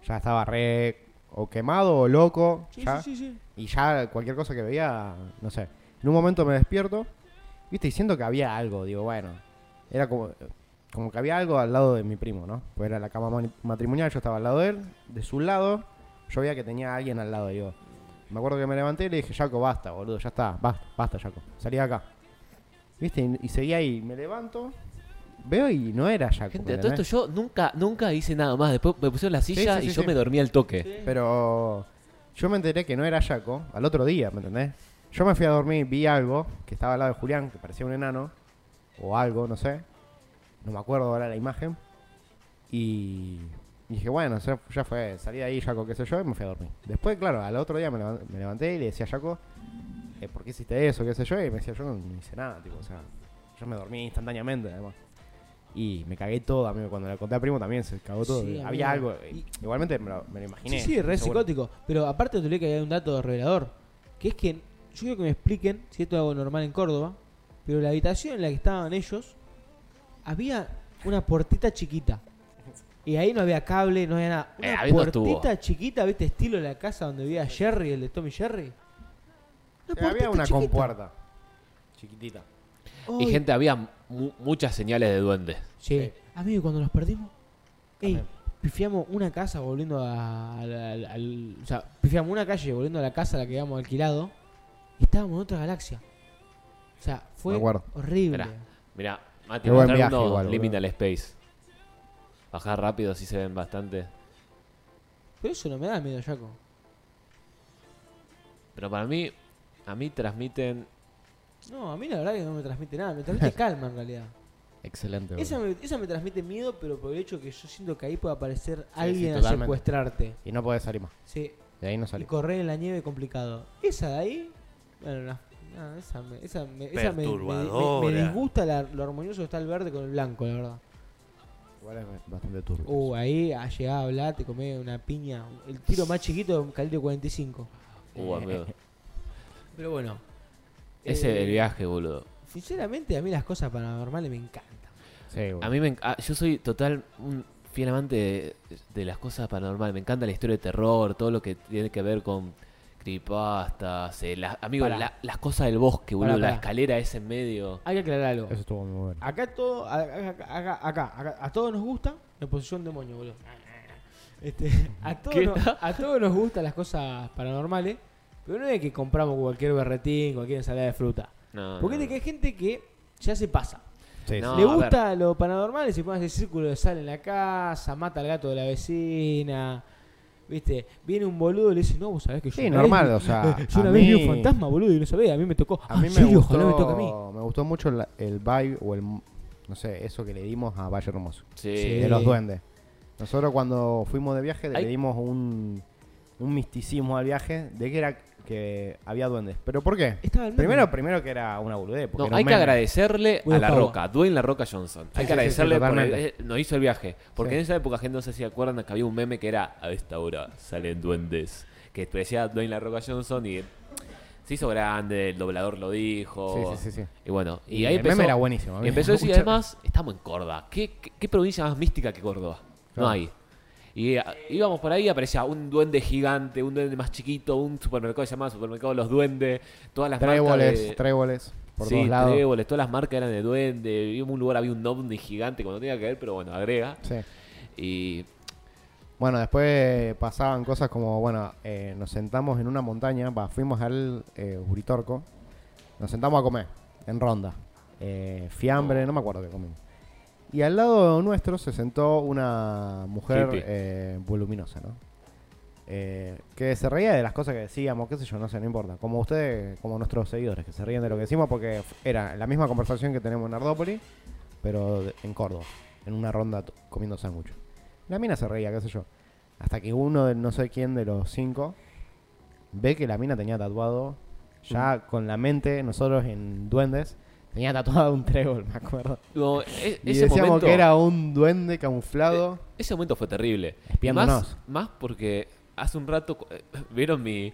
[SPEAKER 1] Ya estaba re o quemado o loco.
[SPEAKER 3] Sí,
[SPEAKER 1] ya.
[SPEAKER 3] sí, sí, sí.
[SPEAKER 1] Y ya cualquier cosa que veía, no sé. En un momento me despierto, viste, y siento que había algo. Digo, bueno, era como, como que había algo al lado de mi primo, ¿no? Pues era la cama moni- matrimonial, yo estaba al lado de él, de su lado, yo veía que tenía a alguien al lado, digo. Me acuerdo que me levanté y le dije, Jaco, basta, boludo, ya está, basta, basta, Jaco, salí de acá. Viste, y, y seguía ahí, me levanto, veo y no era Jaco.
[SPEAKER 2] Gente, a todo
[SPEAKER 1] ¿entendés?
[SPEAKER 2] esto yo nunca, nunca hice nada más. Después me pusieron la
[SPEAKER 1] sí,
[SPEAKER 2] silla
[SPEAKER 1] sí,
[SPEAKER 2] y yo
[SPEAKER 1] sí.
[SPEAKER 2] me dormí al toque.
[SPEAKER 1] Pero yo me enteré que no era Jaco al otro día, ¿me entendés? Yo me fui a dormir, vi algo que estaba al lado de Julián, que parecía un enano, o algo, no sé. No me acuerdo ahora la imagen. Y dije, bueno, ya, ya fue, salí de ahí, Jaco, qué sé yo, y me fui a dormir. Después, claro, al otro día me levan- me levanté, y le decía a Jaco, eh, ¿por qué hiciste eso, qué sé yo? Y me decía, yo no hice nada, tipo, o sea, yo me dormí instantáneamente, además. Y me cagué todo, amigo. Cuando le conté a primo también se cagó todo.
[SPEAKER 3] Sí,
[SPEAKER 1] Había
[SPEAKER 3] amigo.
[SPEAKER 1] algo.
[SPEAKER 3] Y-
[SPEAKER 1] Igualmente me lo, me lo imaginé.
[SPEAKER 3] Sí, sí, re
[SPEAKER 1] seguro.
[SPEAKER 3] psicótico. Pero aparte te que hay un dato revelador, que es que yo quiero que me expliquen si esto es algo normal en Córdoba, pero la habitación en la que estaban ellos había una puertita chiquita. Y ahí no había cable, no había nada.
[SPEAKER 2] Eh,
[SPEAKER 3] Una
[SPEAKER 2] habiendo
[SPEAKER 3] puertita
[SPEAKER 2] estuvo.
[SPEAKER 3] chiquita, ¿viste? Estilo la casa donde vivía Jerry, el de Tommy Jerry.
[SPEAKER 1] Sí, había
[SPEAKER 3] puertita
[SPEAKER 1] una
[SPEAKER 3] chiquita.
[SPEAKER 1] compuerta. Chiquitita.
[SPEAKER 2] Y
[SPEAKER 3] Ay,
[SPEAKER 2] gente, había mu- muchas señales de duendes.
[SPEAKER 3] Che, amigo, cuando nos perdimos, ey,
[SPEAKER 1] También.
[SPEAKER 3] pifiamos una casa volviendo a, al- al- al- O sea, pifiamos una calle volviendo a la casa a la que habíamos alquilado. Y estábamos en otra galaxia. O sea, fue
[SPEAKER 1] Me acuerdo.
[SPEAKER 3] horrible.
[SPEAKER 2] Esperá. Mirá, Mati,
[SPEAKER 1] Qué buen
[SPEAKER 2] encontraron
[SPEAKER 1] viaje
[SPEAKER 2] unos
[SPEAKER 1] igual, boludo.
[SPEAKER 2] Liminal Space. Bajar rápido, así se ven bastante.
[SPEAKER 3] Pero eso no me da miedo, Jaco.
[SPEAKER 2] Pero para mí, a mí transmiten.
[SPEAKER 3] No, a mí la verdad que no me transmite nada. Me transmite calma en realidad.
[SPEAKER 1] Excelente.
[SPEAKER 3] Esa
[SPEAKER 1] boludo.
[SPEAKER 3] me, esa me transmite miedo, pero por el hecho que yo siento que ahí puede aparecer
[SPEAKER 1] sí,
[SPEAKER 3] alguien a
[SPEAKER 1] totalmente.
[SPEAKER 3] secuestrarte.
[SPEAKER 1] Y no podés salir más.
[SPEAKER 3] Sí,
[SPEAKER 1] De ahí no
[SPEAKER 3] y
[SPEAKER 1] salí.
[SPEAKER 3] correr en la nieve complicado. Esa de ahí, bueno, no, no, esa, me, esa, me, esa me- me- me, me
[SPEAKER 4] Perturbadora.
[SPEAKER 3] disgusta la- lo armonioso que está el verde con el blanco, la verdad.
[SPEAKER 1] Igual es bastante turbio.
[SPEAKER 3] Uh, ahí ha llegado a hablar, te comé una piña. El tiro más chiquito, un calibre 45.
[SPEAKER 1] Eh.
[SPEAKER 2] Uh, amigo.
[SPEAKER 3] Pero bueno.
[SPEAKER 2] Ese
[SPEAKER 3] eh,
[SPEAKER 2] del viaje, boludo.
[SPEAKER 3] Sinceramente, a mí las cosas paranormales me encantan.
[SPEAKER 1] Sí, boludo.
[SPEAKER 2] A mí me enc- ah, Yo soy total un fiel amante de, de las cosas paranormales. Me encanta la historia de terror, todo lo que tiene que ver con creepypastas. eh, la- amigo,
[SPEAKER 3] Pará.
[SPEAKER 2] la- las cosas del bosque, boludo.
[SPEAKER 3] Pará, pará.
[SPEAKER 2] La escalera esa en medio.
[SPEAKER 3] Hay que aclarar algo.
[SPEAKER 1] Eso estuvo muy bueno.
[SPEAKER 3] Acá todo, a- a- acá, acá, acá, a todos nos gusta la posición demonio, boludo. Este, a, todos
[SPEAKER 2] ¿Qué
[SPEAKER 3] nos, a todos nos gustan las cosas paranormales, pero no es que compramos cualquier berretín, cualquier ensalada de fruta.
[SPEAKER 2] No,
[SPEAKER 3] Porque
[SPEAKER 2] Ah, no,
[SPEAKER 3] es que hay gente que ya se pasa.
[SPEAKER 1] Sí,
[SPEAKER 2] No,
[SPEAKER 1] sí.
[SPEAKER 3] Le
[SPEAKER 2] a
[SPEAKER 3] gusta lo paranormal y se pone a hacer círculo de sal en la casa, mata al gato de la vecina. ¿Viste? Viene un boludo y le dice, no, vos sabés que yo
[SPEAKER 1] Sí,
[SPEAKER 3] una
[SPEAKER 1] normal,
[SPEAKER 3] vez-
[SPEAKER 1] o sea,
[SPEAKER 3] Yo una
[SPEAKER 1] a
[SPEAKER 3] vez vi
[SPEAKER 1] mí-
[SPEAKER 3] un fantasma, boludo, y no sabía, a mí me tocó.
[SPEAKER 1] A mí
[SPEAKER 3] Ah,
[SPEAKER 1] me,
[SPEAKER 3] serio,
[SPEAKER 1] gustó,
[SPEAKER 3] ojalá me toque a mí.
[SPEAKER 1] me gustó mucho la- el vibe o el. No sé, eso que le dimos a Valle Hermoso.
[SPEAKER 2] Sí.
[SPEAKER 3] Sí.
[SPEAKER 1] De los duendes. Nosotros cuando fuimos de viaje le
[SPEAKER 2] Hay-
[SPEAKER 1] dimos un, un misticismo al viaje de que era que había duendes. ¿Pero por qué?
[SPEAKER 3] Estaba el meme.
[SPEAKER 1] Primero, primero que era una boludez. porque
[SPEAKER 2] No,
[SPEAKER 1] era un
[SPEAKER 2] hay que
[SPEAKER 1] meme.
[SPEAKER 2] agradecerle
[SPEAKER 3] Will
[SPEAKER 2] a La
[SPEAKER 3] Power.
[SPEAKER 2] Roca, Dwayne La Roca Johnson. hay
[SPEAKER 1] sí,
[SPEAKER 2] que
[SPEAKER 1] sí,
[SPEAKER 2] agradecerle
[SPEAKER 1] sí,
[SPEAKER 2] porque
[SPEAKER 1] totalmente.
[SPEAKER 2] eh, nos hizo el viaje. Porque
[SPEAKER 1] Sí.
[SPEAKER 2] en esa época, gente, no sé si acuerdan que había un meme que era a esta hora salen duendes. Que decía Dwayne La Roca Johnson y se hizo grande, el doblador lo dijo.
[SPEAKER 1] Sí, sí, sí, sí.
[SPEAKER 2] Y bueno, y,
[SPEAKER 1] Y
[SPEAKER 2] ahí
[SPEAKER 1] el
[SPEAKER 2] empezó.
[SPEAKER 1] meme era buenísimo, a mí
[SPEAKER 2] y
[SPEAKER 1] me
[SPEAKER 2] empezó a decir,
[SPEAKER 1] gusta.
[SPEAKER 2] además, estamos en Córdoba. ¿Qué, qué, qué provincia más mística que Córdoba?
[SPEAKER 1] Claro.
[SPEAKER 2] No hay. Y eh, íbamos por ahí, aparecía un duende gigante, un duende más chiquito, un supermercado llamado Supermercado de los Duendes, todas las marcas
[SPEAKER 1] Tréboles,
[SPEAKER 2] de-
[SPEAKER 1] tréboles. Por
[SPEAKER 2] sí,
[SPEAKER 1] todos lados.
[SPEAKER 2] tréboles, todas las marcas eran de duende. En un lugar había un ovni gigante, como no tenía que ver, pero bueno, agrega.
[SPEAKER 1] Sí.
[SPEAKER 2] Y
[SPEAKER 1] Bueno, después eh, pasaban cosas como, bueno, eh, nos sentamos en una montaña, va, fuimos al eh, Uritorco, nos sentamos a comer, en ronda. Eh, fiambre, no me acuerdo qué comimos. Y al lado nuestro se sentó una mujer
[SPEAKER 2] Hippie.
[SPEAKER 1] eh, voluminosa, ¿no? Eh, que se reía de las cosas que decíamos, qué sé yo, no sé, no importa. Como ustedes, como nuestros seguidores, que se ríen de lo que decimos porque f- era la misma conversación que tenemos en Ardópolis, pero de- en Córdoba, en una ronda to- comiendo sándwich. La mina se reía, qué sé yo. Hasta que uno de no sé quién de los cinco ve que la mina tenía tatuado, ya con la mente, nosotros en duendes, Tenía tatuado un trébol, me acuerdo.
[SPEAKER 2] No, e-
[SPEAKER 1] Y
[SPEAKER 2] ese,
[SPEAKER 1] decíamos
[SPEAKER 2] momento,
[SPEAKER 1] que era un duende camuflado.
[SPEAKER 2] ese momento fue terrible.
[SPEAKER 1] Espiándonos.
[SPEAKER 2] Más, más porque hace un rato cu- eh, vieron mi,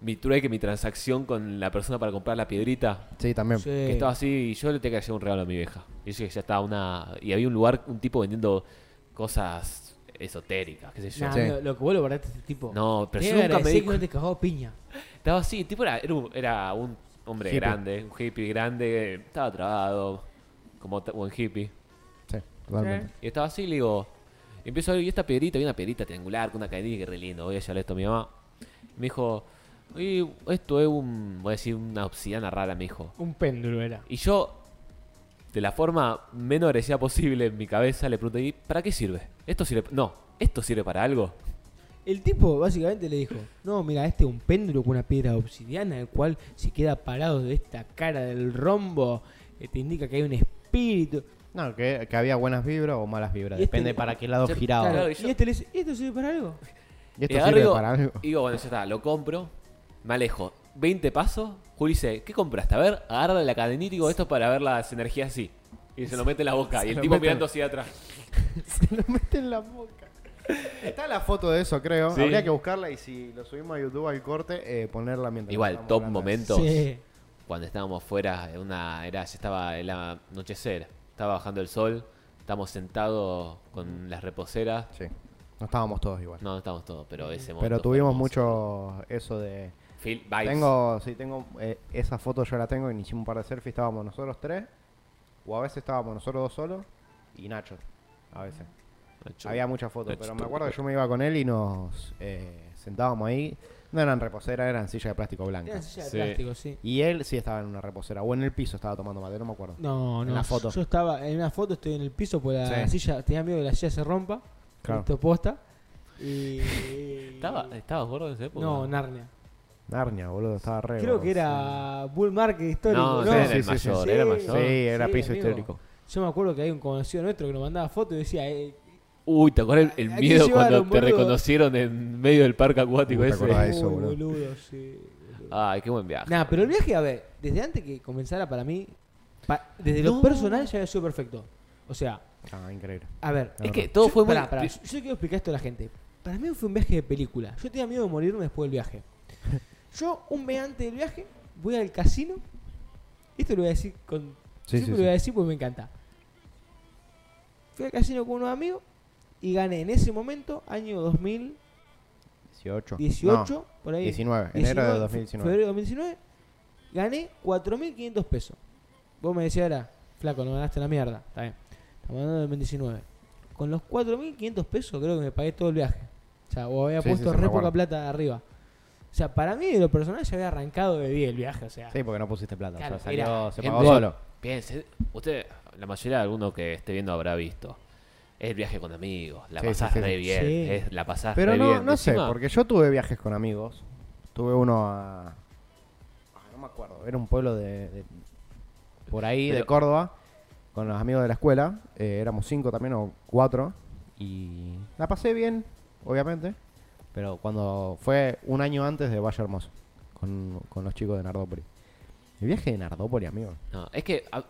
[SPEAKER 2] mi trueque, mi transacción con la persona para comprar la piedrita.
[SPEAKER 1] Sí, también.
[SPEAKER 3] Sí.
[SPEAKER 2] Que estaba así y yo le tenía que llevar un regalo a mi vieja. Y eso que ya estaba una. Y había un lugar, un tipo vendiendo cosas esotéricas, qué sé yo.
[SPEAKER 3] Nah,
[SPEAKER 1] Sí.
[SPEAKER 3] lo, lo que vos lo guardaste a este tipo.
[SPEAKER 2] No, pero
[SPEAKER 3] Te
[SPEAKER 2] yo nunca me
[SPEAKER 3] agradecí
[SPEAKER 2] di
[SPEAKER 3] que no te cagó piña.
[SPEAKER 2] Estaba así, el tipo era, era un, era un hombre
[SPEAKER 1] Hippie.
[SPEAKER 2] grande, un hippie grande, estaba trabado, como ta- buen hippie.
[SPEAKER 1] Sí, totalmente.
[SPEAKER 2] Y estaba así, le digo, y empiezo a ver, y esta piedrita, había una piedrita triangular con una cadenita, que re lindo, voy a llevarle esto a mi mamá. Y me dijo, y esto es un, voy a decir, una obsidiana rara, me dijo.
[SPEAKER 3] Un péndulo era.
[SPEAKER 2] Y yo, de la forma menos agresiva posible en mi cabeza, le pregunté, "¿Y ¿para qué sirve? ¿Esto sirve? No, ¿esto sirve para algo?
[SPEAKER 3] El tipo básicamente le dijo, no, mira, este es un péndulo con una piedra obsidiana, el cual si queda parado de esta cara del rombo, eh, te indica que hay un espíritu.
[SPEAKER 1] No, que, que había buenas vibras o malas vibras.
[SPEAKER 3] Y este-
[SPEAKER 1] Depende para qué lado
[SPEAKER 2] Sí,
[SPEAKER 1] giraba.
[SPEAKER 2] Ah. claro.
[SPEAKER 3] y,
[SPEAKER 2] y yo-
[SPEAKER 3] este le dice, ¿esto sirve para algo?
[SPEAKER 1] Y esto
[SPEAKER 2] Y agarro
[SPEAKER 1] sirve
[SPEAKER 2] y digo-
[SPEAKER 1] para algo.
[SPEAKER 2] Y digo, bueno, ya está, lo compro, me alejo. 20 pasos, Juli dice, ¿qué compraste? A ver, agarra la cadenita y digo, esto es para ver las energías así. Y se lo mete en la boca, y el
[SPEAKER 1] lo
[SPEAKER 2] tipo
[SPEAKER 1] mete.
[SPEAKER 2] mirando hacia atrás.
[SPEAKER 1] Se lo mete en la boca. Está la foto de eso, creo.
[SPEAKER 2] Sí.
[SPEAKER 1] Habría que buscarla y si lo subimos a YouTube al corte, eh, ponerla mientras.
[SPEAKER 2] Igual,
[SPEAKER 1] estamos
[SPEAKER 2] top
[SPEAKER 1] hablando.
[SPEAKER 2] momentos.
[SPEAKER 3] Sí.
[SPEAKER 2] Cuando estábamos fuera, en una, era, ya estaba el anochecer, estaba bajando el sol, estamos sentados con las reposeras.
[SPEAKER 1] Sí. No estábamos todos igual.
[SPEAKER 2] No, no estamos todos, pero ese momento.
[SPEAKER 1] Pero
[SPEAKER 2] fue
[SPEAKER 1] tuvimos
[SPEAKER 2] hermoso.
[SPEAKER 1] mucho eso de.
[SPEAKER 2] Feel vibes.
[SPEAKER 1] Tengo, sí, tengo eh, esa foto, yo la tengo, y hicimos un par de selfies, estábamos nosotros tres, o a veces estábamos nosotros dos solos, y Nacho, a veces.
[SPEAKER 2] Nacho.
[SPEAKER 1] Había muchas fotos,
[SPEAKER 2] Nacho,
[SPEAKER 1] pero me
[SPEAKER 2] tú-
[SPEAKER 1] acuerdo que yo me iba con él y nos eh, sentábamos ahí. No eran reposeras, eran silla de plástico blanca.
[SPEAKER 3] Era silla de
[SPEAKER 2] Sí.
[SPEAKER 3] plástico, sí.
[SPEAKER 1] Y él sí estaba en una reposera, o en el piso estaba tomando mate, no me acuerdo.
[SPEAKER 3] No,
[SPEAKER 1] En
[SPEAKER 3] no.
[SPEAKER 1] la foto.
[SPEAKER 3] Yo estaba en una foto, estoy en el piso por la
[SPEAKER 1] Sí.
[SPEAKER 3] silla, tenía miedo que la silla se rompa.
[SPEAKER 1] Claro.
[SPEAKER 3] Esto posta. Y...
[SPEAKER 2] ¿Estaba, eh, ¿Estabas gordo en esa época?
[SPEAKER 3] No, Narnia.
[SPEAKER 1] Narnia, boludo, estaba re.
[SPEAKER 3] Creo
[SPEAKER 1] gordo.
[SPEAKER 3] que era Bull Market histórico,
[SPEAKER 2] No,
[SPEAKER 3] ¿no?
[SPEAKER 2] era
[SPEAKER 1] Sí,
[SPEAKER 2] el
[SPEAKER 1] sí, sí,
[SPEAKER 2] mayor,
[SPEAKER 3] sí.
[SPEAKER 2] era el
[SPEAKER 1] Sí,
[SPEAKER 2] mayor.
[SPEAKER 1] era
[SPEAKER 3] Sí,
[SPEAKER 1] piso
[SPEAKER 3] amigo.
[SPEAKER 1] histórico.
[SPEAKER 3] Yo me acuerdo que hay un conocido nuestro que nos mandaba fotos y decía, eh,
[SPEAKER 2] Uy, ¿te acuerdas el, el
[SPEAKER 3] Hay que
[SPEAKER 2] miedo
[SPEAKER 3] llevar
[SPEAKER 2] cuando
[SPEAKER 3] un
[SPEAKER 2] te
[SPEAKER 3] boludo.
[SPEAKER 2] reconocieron en medio del parque acuático
[SPEAKER 1] Uh, ¿te acordás?
[SPEAKER 2] ese?
[SPEAKER 1] Ah, eso,
[SPEAKER 3] "Uy,
[SPEAKER 1] boludo".
[SPEAKER 3] boludo, sí. boludo".
[SPEAKER 2] Ay, qué buen viaje.
[SPEAKER 3] Nah, pero el viaje, a ver, desde antes que comenzara para mí, pa- desde
[SPEAKER 2] No.
[SPEAKER 3] lo personal ya había sido perfecto. O sea,
[SPEAKER 1] Ah, increíble.
[SPEAKER 3] a ver,
[SPEAKER 2] es que
[SPEAKER 1] Yo-
[SPEAKER 2] todo
[SPEAKER 3] yo-
[SPEAKER 2] fue muy...
[SPEAKER 3] pará, pará, yo, yo quiero explicar esto a la gente. Para mí fue un viaje de película. Yo tenía miedo de morirme después del viaje. Yo, un mes antes del viaje, voy al casino. Esto lo voy a decir con.
[SPEAKER 1] Sí, sí,
[SPEAKER 3] siempre lo
[SPEAKER 1] sí.
[SPEAKER 3] voy a decir porque me encanta. Fui al casino con unos amigos y gané en ese momento, año 2018,
[SPEAKER 1] 18. No,
[SPEAKER 3] por ahí.
[SPEAKER 1] 19, enero de
[SPEAKER 3] 19,
[SPEAKER 1] 2019.
[SPEAKER 3] Febrero de 2019, gané 4.500 pesos. Vos me decías ahora, flaco, no ganaste la mierda. Está bien. Estamos hablando del 2019. Con los 4.500 pesos creo que me pagué todo el viaje. O sea, o había
[SPEAKER 1] Sí, sí, sí,
[SPEAKER 3] puesto
[SPEAKER 1] me
[SPEAKER 3] re
[SPEAKER 1] acuerdo.
[SPEAKER 3] poca plata arriba. O sea, para mí de lo personal ya había arrancado de 10 el viaje. O sea,
[SPEAKER 1] Sí, porque no pusiste plata. o sea,
[SPEAKER 3] Claro,
[SPEAKER 1] salió-
[SPEAKER 3] era-
[SPEAKER 1] se
[SPEAKER 2] Gente,
[SPEAKER 1] pagó solo.
[SPEAKER 2] Piense, usted, la mayoría de alguno que esté viendo habrá visto. Es el viaje con amigos, la
[SPEAKER 1] Sí,
[SPEAKER 2] pasás
[SPEAKER 1] sí, sí,
[SPEAKER 2] re
[SPEAKER 1] sí.
[SPEAKER 2] bien,
[SPEAKER 3] Sí.
[SPEAKER 2] es- la pasás
[SPEAKER 1] Pero
[SPEAKER 2] re
[SPEAKER 1] no,
[SPEAKER 2] bien.
[SPEAKER 1] no sé,
[SPEAKER 2] Encima,
[SPEAKER 1] porque yo tuve viajes con amigos. Tuve uno a. ah, No me acuerdo, era un pueblo de. de- por ahí, de
[SPEAKER 2] Pero-
[SPEAKER 1] Córdoba, con los amigos de la escuela. eh, éramos cinco también o cuatro. Y la pasé bien, obviamente. Pero cuando fue un año antes de Valle Hermoso, con, con los chicos de Nardópolis. El viaje de Nardópolis, amigo.
[SPEAKER 2] no, es que a-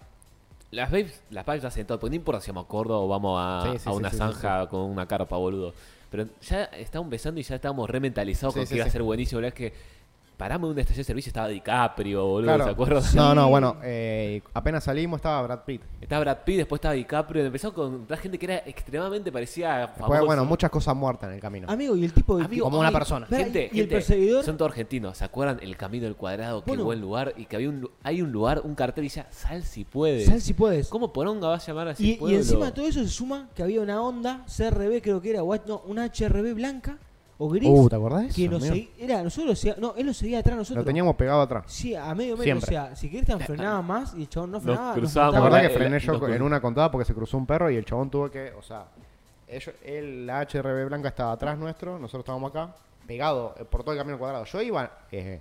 [SPEAKER 2] las vibes, las vibes hacen todo, porque no importa si vamos a Córdoba o vamos a,
[SPEAKER 1] Sí, sí,
[SPEAKER 2] a
[SPEAKER 1] sí,
[SPEAKER 2] una
[SPEAKER 1] sí, sí,
[SPEAKER 2] zanja con una carpa, boludo. Pero ya estábamos besando y ya estábamos re mentalizados
[SPEAKER 1] Sí,
[SPEAKER 2] con
[SPEAKER 1] sí,
[SPEAKER 2] que iba
[SPEAKER 1] sí.
[SPEAKER 2] a ser buenísimo. La verdad es que paramos de una estación de servicio, estaba DiCaprio, boludo, ¿se acuerdan?
[SPEAKER 1] No, no, bueno, eh, apenas salimos estaba Brad Pitt.
[SPEAKER 2] Estaba Brad Pitt, después estaba DiCaprio, empezó con la gente que era extremadamente parecía
[SPEAKER 1] Después,
[SPEAKER 2] famoso.
[SPEAKER 1] bueno, muchas cosas muertas en el camino.
[SPEAKER 3] amigo, y el tipo de.
[SPEAKER 2] Amigo,
[SPEAKER 1] como una persona.
[SPEAKER 3] pará,
[SPEAKER 2] gente,
[SPEAKER 3] y el
[SPEAKER 2] gente,
[SPEAKER 3] perseguidor.
[SPEAKER 2] son todos argentinos, ¿se acuerdan? El Camino del Cuadrado, qué
[SPEAKER 3] Bueno.
[SPEAKER 2] buen lugar, y que había un, lu- hay un lugar, un cartel y ya, sal si puedes.
[SPEAKER 3] Sal si puedes.
[SPEAKER 2] ¿Cómo Poronga va a llamar así?
[SPEAKER 3] Y, y encima de todo eso se suma que había una onda CRB, creo que era, o H- no, una HRB blanca o gris.
[SPEAKER 1] Uh, ¿te acordás de eso,
[SPEAKER 3] que nos
[SPEAKER 1] amigo?
[SPEAKER 3] segui- era, nosotros lo segui- no, él lo seguía atrás de
[SPEAKER 1] Lo
[SPEAKER 3] nosotros.
[SPEAKER 1] teníamos pegado atrás.
[SPEAKER 3] Sí, a medio metro,
[SPEAKER 1] Siempre.
[SPEAKER 3] o sea, si Cristian frenaba más y el chabón no
[SPEAKER 2] Nos
[SPEAKER 3] frenaba, nos
[SPEAKER 2] cruzábamos.
[SPEAKER 1] ¿Te
[SPEAKER 3] mataba.
[SPEAKER 1] acordás
[SPEAKER 2] la-
[SPEAKER 1] que frené
[SPEAKER 2] la-
[SPEAKER 1] yo
[SPEAKER 2] los
[SPEAKER 1] co-
[SPEAKER 2] cru-
[SPEAKER 1] en una contada porque se cruzó un perro y el chabón tuvo que, o sea, ellos, el la HRB blanca estaba atrás nuestro, nosotros estábamos acá, pegado eh, por todo el camino al cuadrado. Yo iba eh,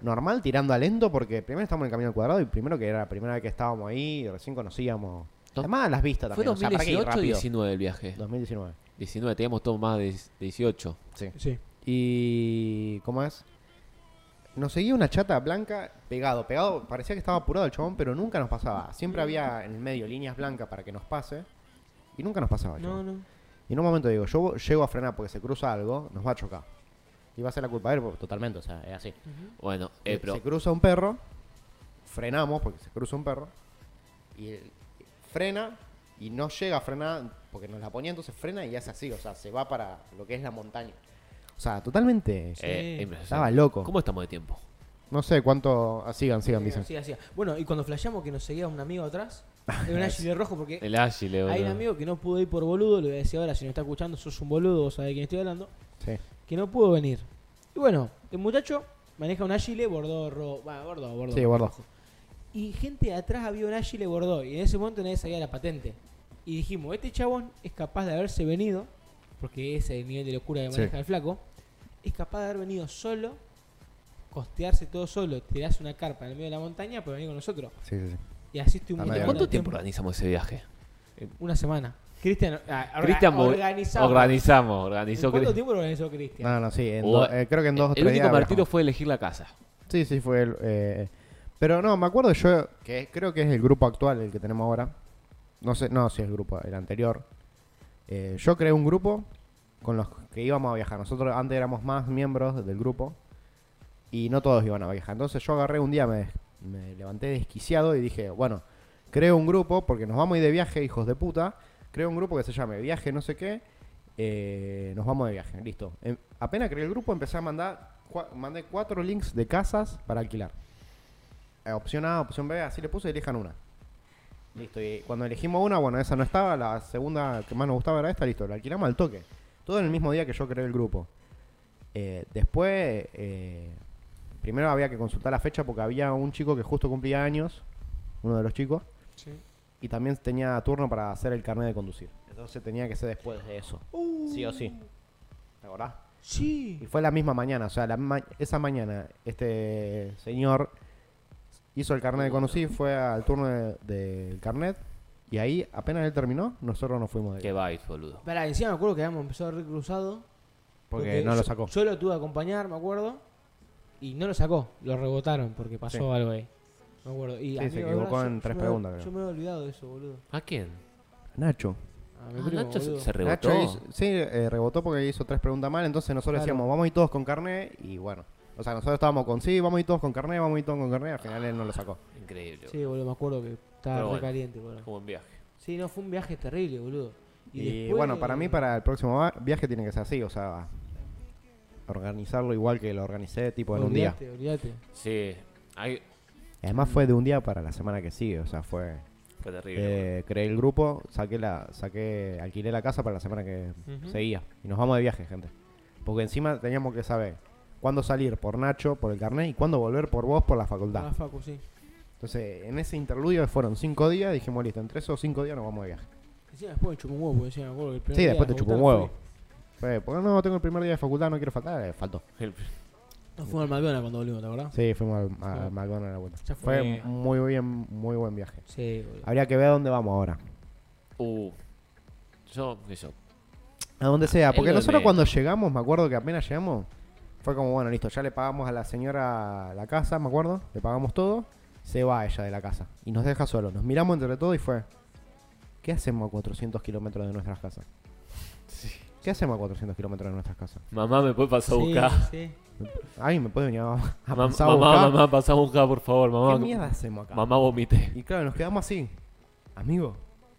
[SPEAKER 1] normal tirando a lento porque primero estábamos en el camino al cuadrado y primero que era la primera vez que estábamos ahí, recién conocíamos.
[SPEAKER 2] Dos-
[SPEAKER 1] Además las vistas
[SPEAKER 2] Fue
[SPEAKER 1] también. o sea, para que ir
[SPEAKER 2] 2018 o
[SPEAKER 1] rápido.
[SPEAKER 2] 19 el viaje.
[SPEAKER 1] 2019.
[SPEAKER 2] 19, teníamos todos más de 18.
[SPEAKER 1] Sí.
[SPEAKER 3] Sí.
[SPEAKER 1] Y ¿cómo es? Nos seguía una chata blanca pegado, pegado, parecía que estaba apurado el chabón, pero nunca nos pasaba. Siempre había en el medio líneas blancas para que nos pase y nunca nos pasaba. el
[SPEAKER 3] No,
[SPEAKER 1] chabón.
[SPEAKER 3] no.
[SPEAKER 1] Y en un momento digo, yo llego a frenar porque se cruza algo, nos va a chocar. Y va a ser la culpa de él, porque totalmente, o sea, es así.
[SPEAKER 2] Bueno, eh,
[SPEAKER 1] Se-
[SPEAKER 2] pero
[SPEAKER 1] Se cruza un perro, frenamos porque se cruza un perro, y él frena y no llega a frenar porque nos la ponía, entonces frena y hace así, o sea, se va para lo que es la montaña. O sea, totalmente.
[SPEAKER 2] eh,
[SPEAKER 3] Sí.
[SPEAKER 2] impresionante.
[SPEAKER 1] Estaba loco.
[SPEAKER 2] ¿Cómo estamos de tiempo?
[SPEAKER 1] No sé cuánto. ah, sigan, sigan, dicen.
[SPEAKER 3] Así, así. Bueno, y cuando flasheamos que nos seguía un amigo atrás, era un ágil de rojo porque
[SPEAKER 2] El ágil, eh,
[SPEAKER 3] hay un
[SPEAKER 2] boludo.
[SPEAKER 3] amigo que no pudo ir por boludo, le voy a decir ahora, si no está escuchando, sos un boludo, vos sabés de quién estoy hablando,
[SPEAKER 1] Sí.
[SPEAKER 3] que no pudo venir. Y bueno, el muchacho maneja un ágil bordó, ro... va, bordó, bordó.
[SPEAKER 1] Sí, bordó.
[SPEAKER 3] Y gente de atrás había un ágil bordó, y en ese momento nadie sabía la patente. Y dijimos, este chabón es capaz de haberse venido, porque ese es el nivel de locura que
[SPEAKER 1] Sí.
[SPEAKER 3] maneja el flaco, es capaz de haber venido solo, costearse todo solo, tirarse una carpa en el medio de la montaña, pero venir con nosotros.
[SPEAKER 1] Sí, sí, sí.
[SPEAKER 3] Y así estuvimos...
[SPEAKER 1] Ah, no,
[SPEAKER 3] todo
[SPEAKER 2] ¿Cuánto
[SPEAKER 3] el
[SPEAKER 2] tiempo organizamos ese viaje?
[SPEAKER 3] Una semana. Cristian, ah, orga-
[SPEAKER 2] Cristian mo-
[SPEAKER 3] organizamos.
[SPEAKER 2] organizamos,
[SPEAKER 3] ¿En
[SPEAKER 2] organizó
[SPEAKER 3] ¿Cuánto
[SPEAKER 2] Cris-
[SPEAKER 3] tiempo lo organizó Cristian?
[SPEAKER 1] No, no, sí. en
[SPEAKER 2] O-
[SPEAKER 1] do- eh, creo que en dos o
[SPEAKER 2] El
[SPEAKER 1] tres
[SPEAKER 2] único
[SPEAKER 1] días.
[SPEAKER 2] partido
[SPEAKER 1] viajamos.
[SPEAKER 2] fue elegir la casa.
[SPEAKER 1] Sí, sí, fue el. eh, pero no, me acuerdo yo, que creo que es el grupo actual el que tenemos ahora. No sé, no, si es el grupo, el anterior. Eh, yo creé un grupo con los que íbamos a viajar. Nosotros antes éramos más miembros del grupo y no todos iban a viajar. Entonces yo agarré un día, me, me levanté desquiciado y dije, bueno, creo un grupo porque nos vamos a ir de viaje, hijos de puta. Creo un grupo que se llame Viaje no sé qué. eh, nos vamos de viaje, listo. Em- apenas creé el grupo, empecé a mandar, cua- mandé cuatro links de casas para alquilar. Eh, opción A, opción B, así le puse, elijan una. Listo, y cuando elegimos una, bueno, esa no estaba, la segunda que más nos gustaba era esta, listo, la alquilamos al toque. Todo en el mismo día que yo creé el grupo. Eh, después, eh, primero había que consultar la fecha porque había un chico que justo cumplía años, uno de los chicos, y también tenía turno para hacer el carnet de conducir. Entonces tenía que ser después de eso. Sí o sí. ¿Te acordás? Y
[SPEAKER 3] Sí.
[SPEAKER 1] fue la misma mañana, o sea, la ma- esa mañana este señor hizo el carnet de conducir, fue al turno de- del carnet y ahí apenas él terminó, nosotros nos fuimos de
[SPEAKER 2] Qué vais, boludo.
[SPEAKER 3] Pará, encima me acuerdo que habíamos empezado a recruzado.
[SPEAKER 1] porque, no lo sacó.
[SPEAKER 3] Yo lo tuve a acompañar, me acuerdo. Y no lo sacó, lo rebotaron porque pasó
[SPEAKER 1] Sí.
[SPEAKER 3] algo ahí. Me acuerdo. Y
[SPEAKER 1] Sí,
[SPEAKER 3] a mí,
[SPEAKER 1] se
[SPEAKER 3] la
[SPEAKER 1] equivocó
[SPEAKER 3] verdad,
[SPEAKER 1] en tres
[SPEAKER 3] me-
[SPEAKER 1] preguntas, creo.
[SPEAKER 3] Yo me había olvidado de eso, boludo.
[SPEAKER 2] ¿A quién?
[SPEAKER 1] Nacho.
[SPEAKER 3] A mi
[SPEAKER 2] Ah,
[SPEAKER 3] primo,
[SPEAKER 2] Nacho se,
[SPEAKER 3] boludo.
[SPEAKER 2] se rebotó.
[SPEAKER 1] Nacho hizo- sí, eh, rebotó porque hizo tres preguntas mal, entonces nosotros
[SPEAKER 3] Claro.
[SPEAKER 1] decíamos, vamos a ir todos con carnet y bueno, o sea, nosotros estábamos con sí, vamos a ir todos con carnet, vamos a ir todos con carnet, al final él no lo sacó.
[SPEAKER 2] Increíble.
[SPEAKER 3] Sí, boludo, me acuerdo que
[SPEAKER 2] Pero
[SPEAKER 3] estaba re
[SPEAKER 2] bueno.
[SPEAKER 3] caliente, boludo.
[SPEAKER 2] Como un viaje.
[SPEAKER 3] Sí, no, fue un viaje terrible, boludo.
[SPEAKER 1] Y,
[SPEAKER 3] después,
[SPEAKER 1] bueno, para mí,
[SPEAKER 3] eh,
[SPEAKER 1] para el próximo va- viaje tiene que ser así, o sea, organizarlo igual que lo organicé, tipo en un día.
[SPEAKER 3] olvidate, olvidate.
[SPEAKER 2] Sí. Hay...
[SPEAKER 1] Además fue de un día para la semana que sigue, o sea, fue...
[SPEAKER 2] Fue terrible.
[SPEAKER 1] eh, creé el grupo, saqué la, saqué, alquilé la casa para la semana que
[SPEAKER 3] Ujú.
[SPEAKER 1] seguía. Y nos vamos de viaje, gente. Porque encima teníamos que saber cuándo salir por Nacho, por el carnet, y cuándo volver por vos, por la facultad.
[SPEAKER 3] Ah, Facu, sí.
[SPEAKER 1] Entonces, en ese interludio fueron cinco días, dijimos, listo, entre esos cinco días nos vamos de viaje.
[SPEAKER 3] Encima después me chupó un huevo, porque encima me acuerdo que el primer
[SPEAKER 1] Sí,
[SPEAKER 3] día
[SPEAKER 1] después
[SPEAKER 3] de
[SPEAKER 1] te chupó un
[SPEAKER 3] facultad
[SPEAKER 1] huevo. Fue, porque no, tengo el primer día de facultad, no quiero faltar, eh, faltó.
[SPEAKER 2] El-
[SPEAKER 3] fui- Nos fuimos al McDonald's cuando volvimos, ¿te acordás?
[SPEAKER 1] Sí, fuimos al,
[SPEAKER 3] Claro.
[SPEAKER 1] a McDonald's a la vuelta.
[SPEAKER 3] Ya fue.
[SPEAKER 1] Fue muy bien, muy buen viaje.
[SPEAKER 3] Sí, boludo.
[SPEAKER 1] Habría que ver a dónde vamos ahora.
[SPEAKER 2] Uh. Yo, qué sé yo.
[SPEAKER 1] A donde sea,
[SPEAKER 2] él
[SPEAKER 1] porque
[SPEAKER 2] lo
[SPEAKER 1] nosotros
[SPEAKER 2] lee.
[SPEAKER 1] cuando llegamos, me acuerdo que apenas llegamos, fue como, bueno, listo, ya le pagamos a la señora la casa, me acuerdo, le pagamos todo, se va ella de la casa y nos deja solo. Nos miramos entre todos y fue, ¿qué hacemos a 400 kilómetros de nuestras casas? ¿Qué hacemos a 400 kilómetros de nuestras casas?
[SPEAKER 2] Mamá, ¿me puede pasar a buscar?
[SPEAKER 3] Sí, sí.
[SPEAKER 1] Ay, me puede venir a, a
[SPEAKER 2] Mam-
[SPEAKER 1] pasar a
[SPEAKER 2] mamá,
[SPEAKER 1] buscar?
[SPEAKER 2] mamá, pasá a buscar, por favor, mamá.
[SPEAKER 1] ¿Qué mierda hacemos acá?
[SPEAKER 2] Mamá, vomité.
[SPEAKER 1] Y claro, nos quedamos así. Amigo,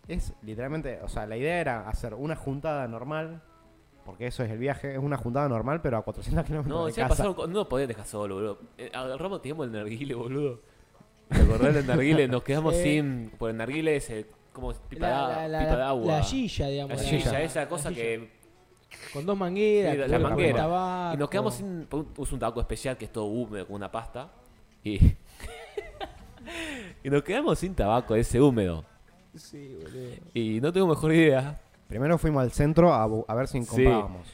[SPEAKER 1] es literalmente, o sea, la idea era hacer una juntada normal, porque eso es el viaje, es una juntada normal, pero a 400 kilómetros
[SPEAKER 2] No,
[SPEAKER 1] de
[SPEAKER 2] ya
[SPEAKER 1] casa.
[SPEAKER 2] pasaron. co- No nos podían dejar solo, boludo. Eh, Agarramos, tiramos el narguile, boludo. ¿Te acordás del narguile? Nos quedamos
[SPEAKER 3] Sí.
[SPEAKER 2] sin. Por el narguile ese. Como pipa,
[SPEAKER 3] La,
[SPEAKER 2] de-
[SPEAKER 3] la, la,
[SPEAKER 2] pipa de agua.
[SPEAKER 3] la silla, digamos.
[SPEAKER 2] La
[SPEAKER 1] la-
[SPEAKER 2] silla,
[SPEAKER 1] la-
[SPEAKER 2] esa cosa
[SPEAKER 3] silla.
[SPEAKER 2] que.
[SPEAKER 3] Con dos
[SPEAKER 2] sí,
[SPEAKER 3] mangueras.
[SPEAKER 2] la,
[SPEAKER 3] con
[SPEAKER 2] la
[SPEAKER 3] un
[SPEAKER 2] manguera.
[SPEAKER 3] tabaco.
[SPEAKER 2] Y nos quedamos sin. por un- Uso un tabaco especial que es todo húmedo, con una pasta. Y. y nos quedamos sin tabaco, ese húmedo.
[SPEAKER 3] Sí, boludo.
[SPEAKER 2] Y no tengo mejor idea.
[SPEAKER 1] Primero fuimos al centro a, bu- a ver si comprábamos.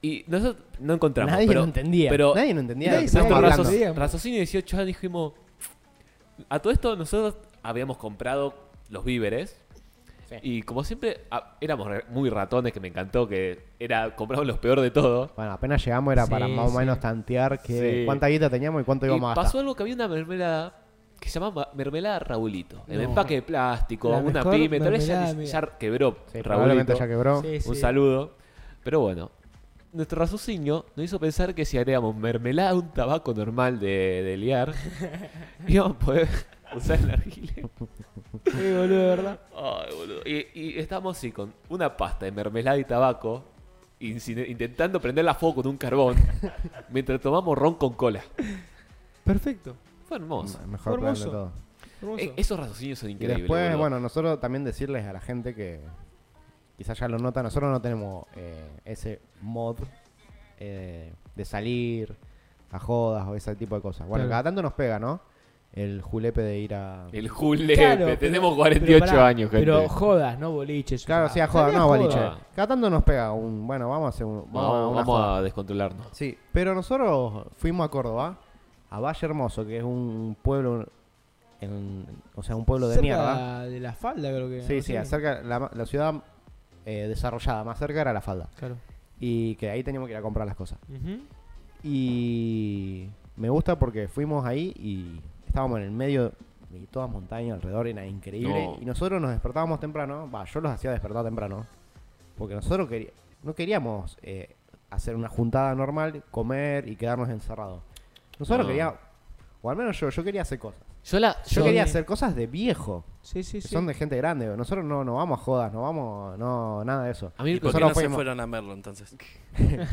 [SPEAKER 2] Y nosotros no encontramos.
[SPEAKER 1] Nadie
[SPEAKER 2] pero,
[SPEAKER 1] lo entendía.
[SPEAKER 2] Pero
[SPEAKER 1] nadie lo entendía.
[SPEAKER 2] Nadie
[SPEAKER 1] de lo que
[SPEAKER 2] sabe
[SPEAKER 1] estábamos
[SPEAKER 2] que
[SPEAKER 1] hablando.
[SPEAKER 2] razos-
[SPEAKER 3] Digamos.
[SPEAKER 2] Raciocinio de 18 años dijimos. A todo esto, nosotros habíamos comprado los víveres.
[SPEAKER 1] Sí.
[SPEAKER 2] Y como siempre, a- éramos re- muy ratones, que me encantó, que era compramos los peor de todo.
[SPEAKER 1] Bueno, apenas llegamos era para
[SPEAKER 3] Sí,
[SPEAKER 1] más o
[SPEAKER 3] sí.
[SPEAKER 1] menos tantear que
[SPEAKER 2] Sí.
[SPEAKER 1] cuánta guita teníamos y cuánto
[SPEAKER 2] Y
[SPEAKER 1] íbamos a
[SPEAKER 2] pasó
[SPEAKER 1] gastar.
[SPEAKER 2] algo que había una mermelada que se llamaba mermelada Raulito. En
[SPEAKER 3] No.
[SPEAKER 2] empaque de plástico,
[SPEAKER 3] La
[SPEAKER 2] una
[SPEAKER 3] mejor
[SPEAKER 2] pyme, tal vez ya,
[SPEAKER 3] mermelada,
[SPEAKER 2] ya
[SPEAKER 3] mira.
[SPEAKER 2] quebró
[SPEAKER 1] Sí, probablemente
[SPEAKER 2] Raulito.
[SPEAKER 1] ya quebró.
[SPEAKER 3] Sí,
[SPEAKER 2] Un
[SPEAKER 3] sí.
[SPEAKER 2] saludo. Pero bueno, nuestro raciocinio nos hizo pensar que si agregamos mermelada a un tabaco normal de, de liar, íbamos a poder usar el argile.
[SPEAKER 3] Sí, boludo, de verdad.
[SPEAKER 2] Ay, boludo. Y, y estamos así con una pasta de mermelada y tabaco, incine- intentando prender la fuego con un carbón, mientras tomamos ron con cola.
[SPEAKER 3] Perfecto.
[SPEAKER 2] Fue hermoso.
[SPEAKER 1] Me- Mejor plan de
[SPEAKER 3] Hermoso.
[SPEAKER 1] todo.
[SPEAKER 3] Hermoso.
[SPEAKER 2] E- esos raciocinios son
[SPEAKER 1] Y
[SPEAKER 2] increíbles.
[SPEAKER 1] después,
[SPEAKER 2] boludo.
[SPEAKER 1] bueno, nosotros también decirles a la gente que quizás ya lo nota, nosotros no tenemos eh, ese mod eh, de salir a jodas o ese tipo de cosas. Bueno,
[SPEAKER 3] Claro.
[SPEAKER 1] cada tanto nos pega, ¿no? El julepe de ir a...
[SPEAKER 2] El julepe.
[SPEAKER 3] Claro, pero-
[SPEAKER 2] Tenemos
[SPEAKER 3] pero
[SPEAKER 2] 48
[SPEAKER 3] pará,
[SPEAKER 2] años, gente.
[SPEAKER 3] Pero jodas, no boliches.
[SPEAKER 1] Claro,
[SPEAKER 3] o
[SPEAKER 1] o sea, joda,
[SPEAKER 3] salí a
[SPEAKER 1] no, boliche.
[SPEAKER 2] joda.
[SPEAKER 1] Cada tanto nos pega un... Bueno, vamos a hacer un...
[SPEAKER 2] vamos,
[SPEAKER 1] a una
[SPEAKER 2] vamos
[SPEAKER 1] joda.
[SPEAKER 2] a descontrolarnos.
[SPEAKER 1] Sí, pero nosotros fuimos a Córdoba, a Valle Hermoso, que es un pueblo... en- o sea, un pueblo de
[SPEAKER 3] Cerca
[SPEAKER 1] mierda.
[SPEAKER 3] De la falda, creo que.
[SPEAKER 1] Sí,
[SPEAKER 3] ¿no?
[SPEAKER 1] sí, acerca la, la ciudad eh, desarrollada más cerca era la falda.
[SPEAKER 3] Claro.
[SPEAKER 1] Y que ahí teníamos que ir a comprar las cosas.
[SPEAKER 3] Ujú.
[SPEAKER 1] Y me gusta porque fuimos ahí y estábamos en el medio de todas montañas alrededor, era increíble.
[SPEAKER 2] No.
[SPEAKER 1] Y nosotros nos despertábamos temprano, va, yo los hacía despertar temprano. Porque nosotros queri- no queríamos eh, hacer una juntada normal, comer y quedarnos encerrados. Nosotros
[SPEAKER 2] No.
[SPEAKER 1] queríamos, o al menos yo, yo quería hacer cosas.
[SPEAKER 2] Yo la.
[SPEAKER 1] Yo
[SPEAKER 3] Yo-
[SPEAKER 1] quería hacer cosas de viejo.
[SPEAKER 3] Sí, sí,
[SPEAKER 1] Que
[SPEAKER 3] sí.
[SPEAKER 1] son de gente grande. Nosotros no, no vamos a jodas, no vamos, no, nada de eso.
[SPEAKER 2] A mí
[SPEAKER 4] ¿Y por qué
[SPEAKER 1] Nosotros
[SPEAKER 4] no se
[SPEAKER 1] fuimos-
[SPEAKER 4] fueron a Merlo entonces?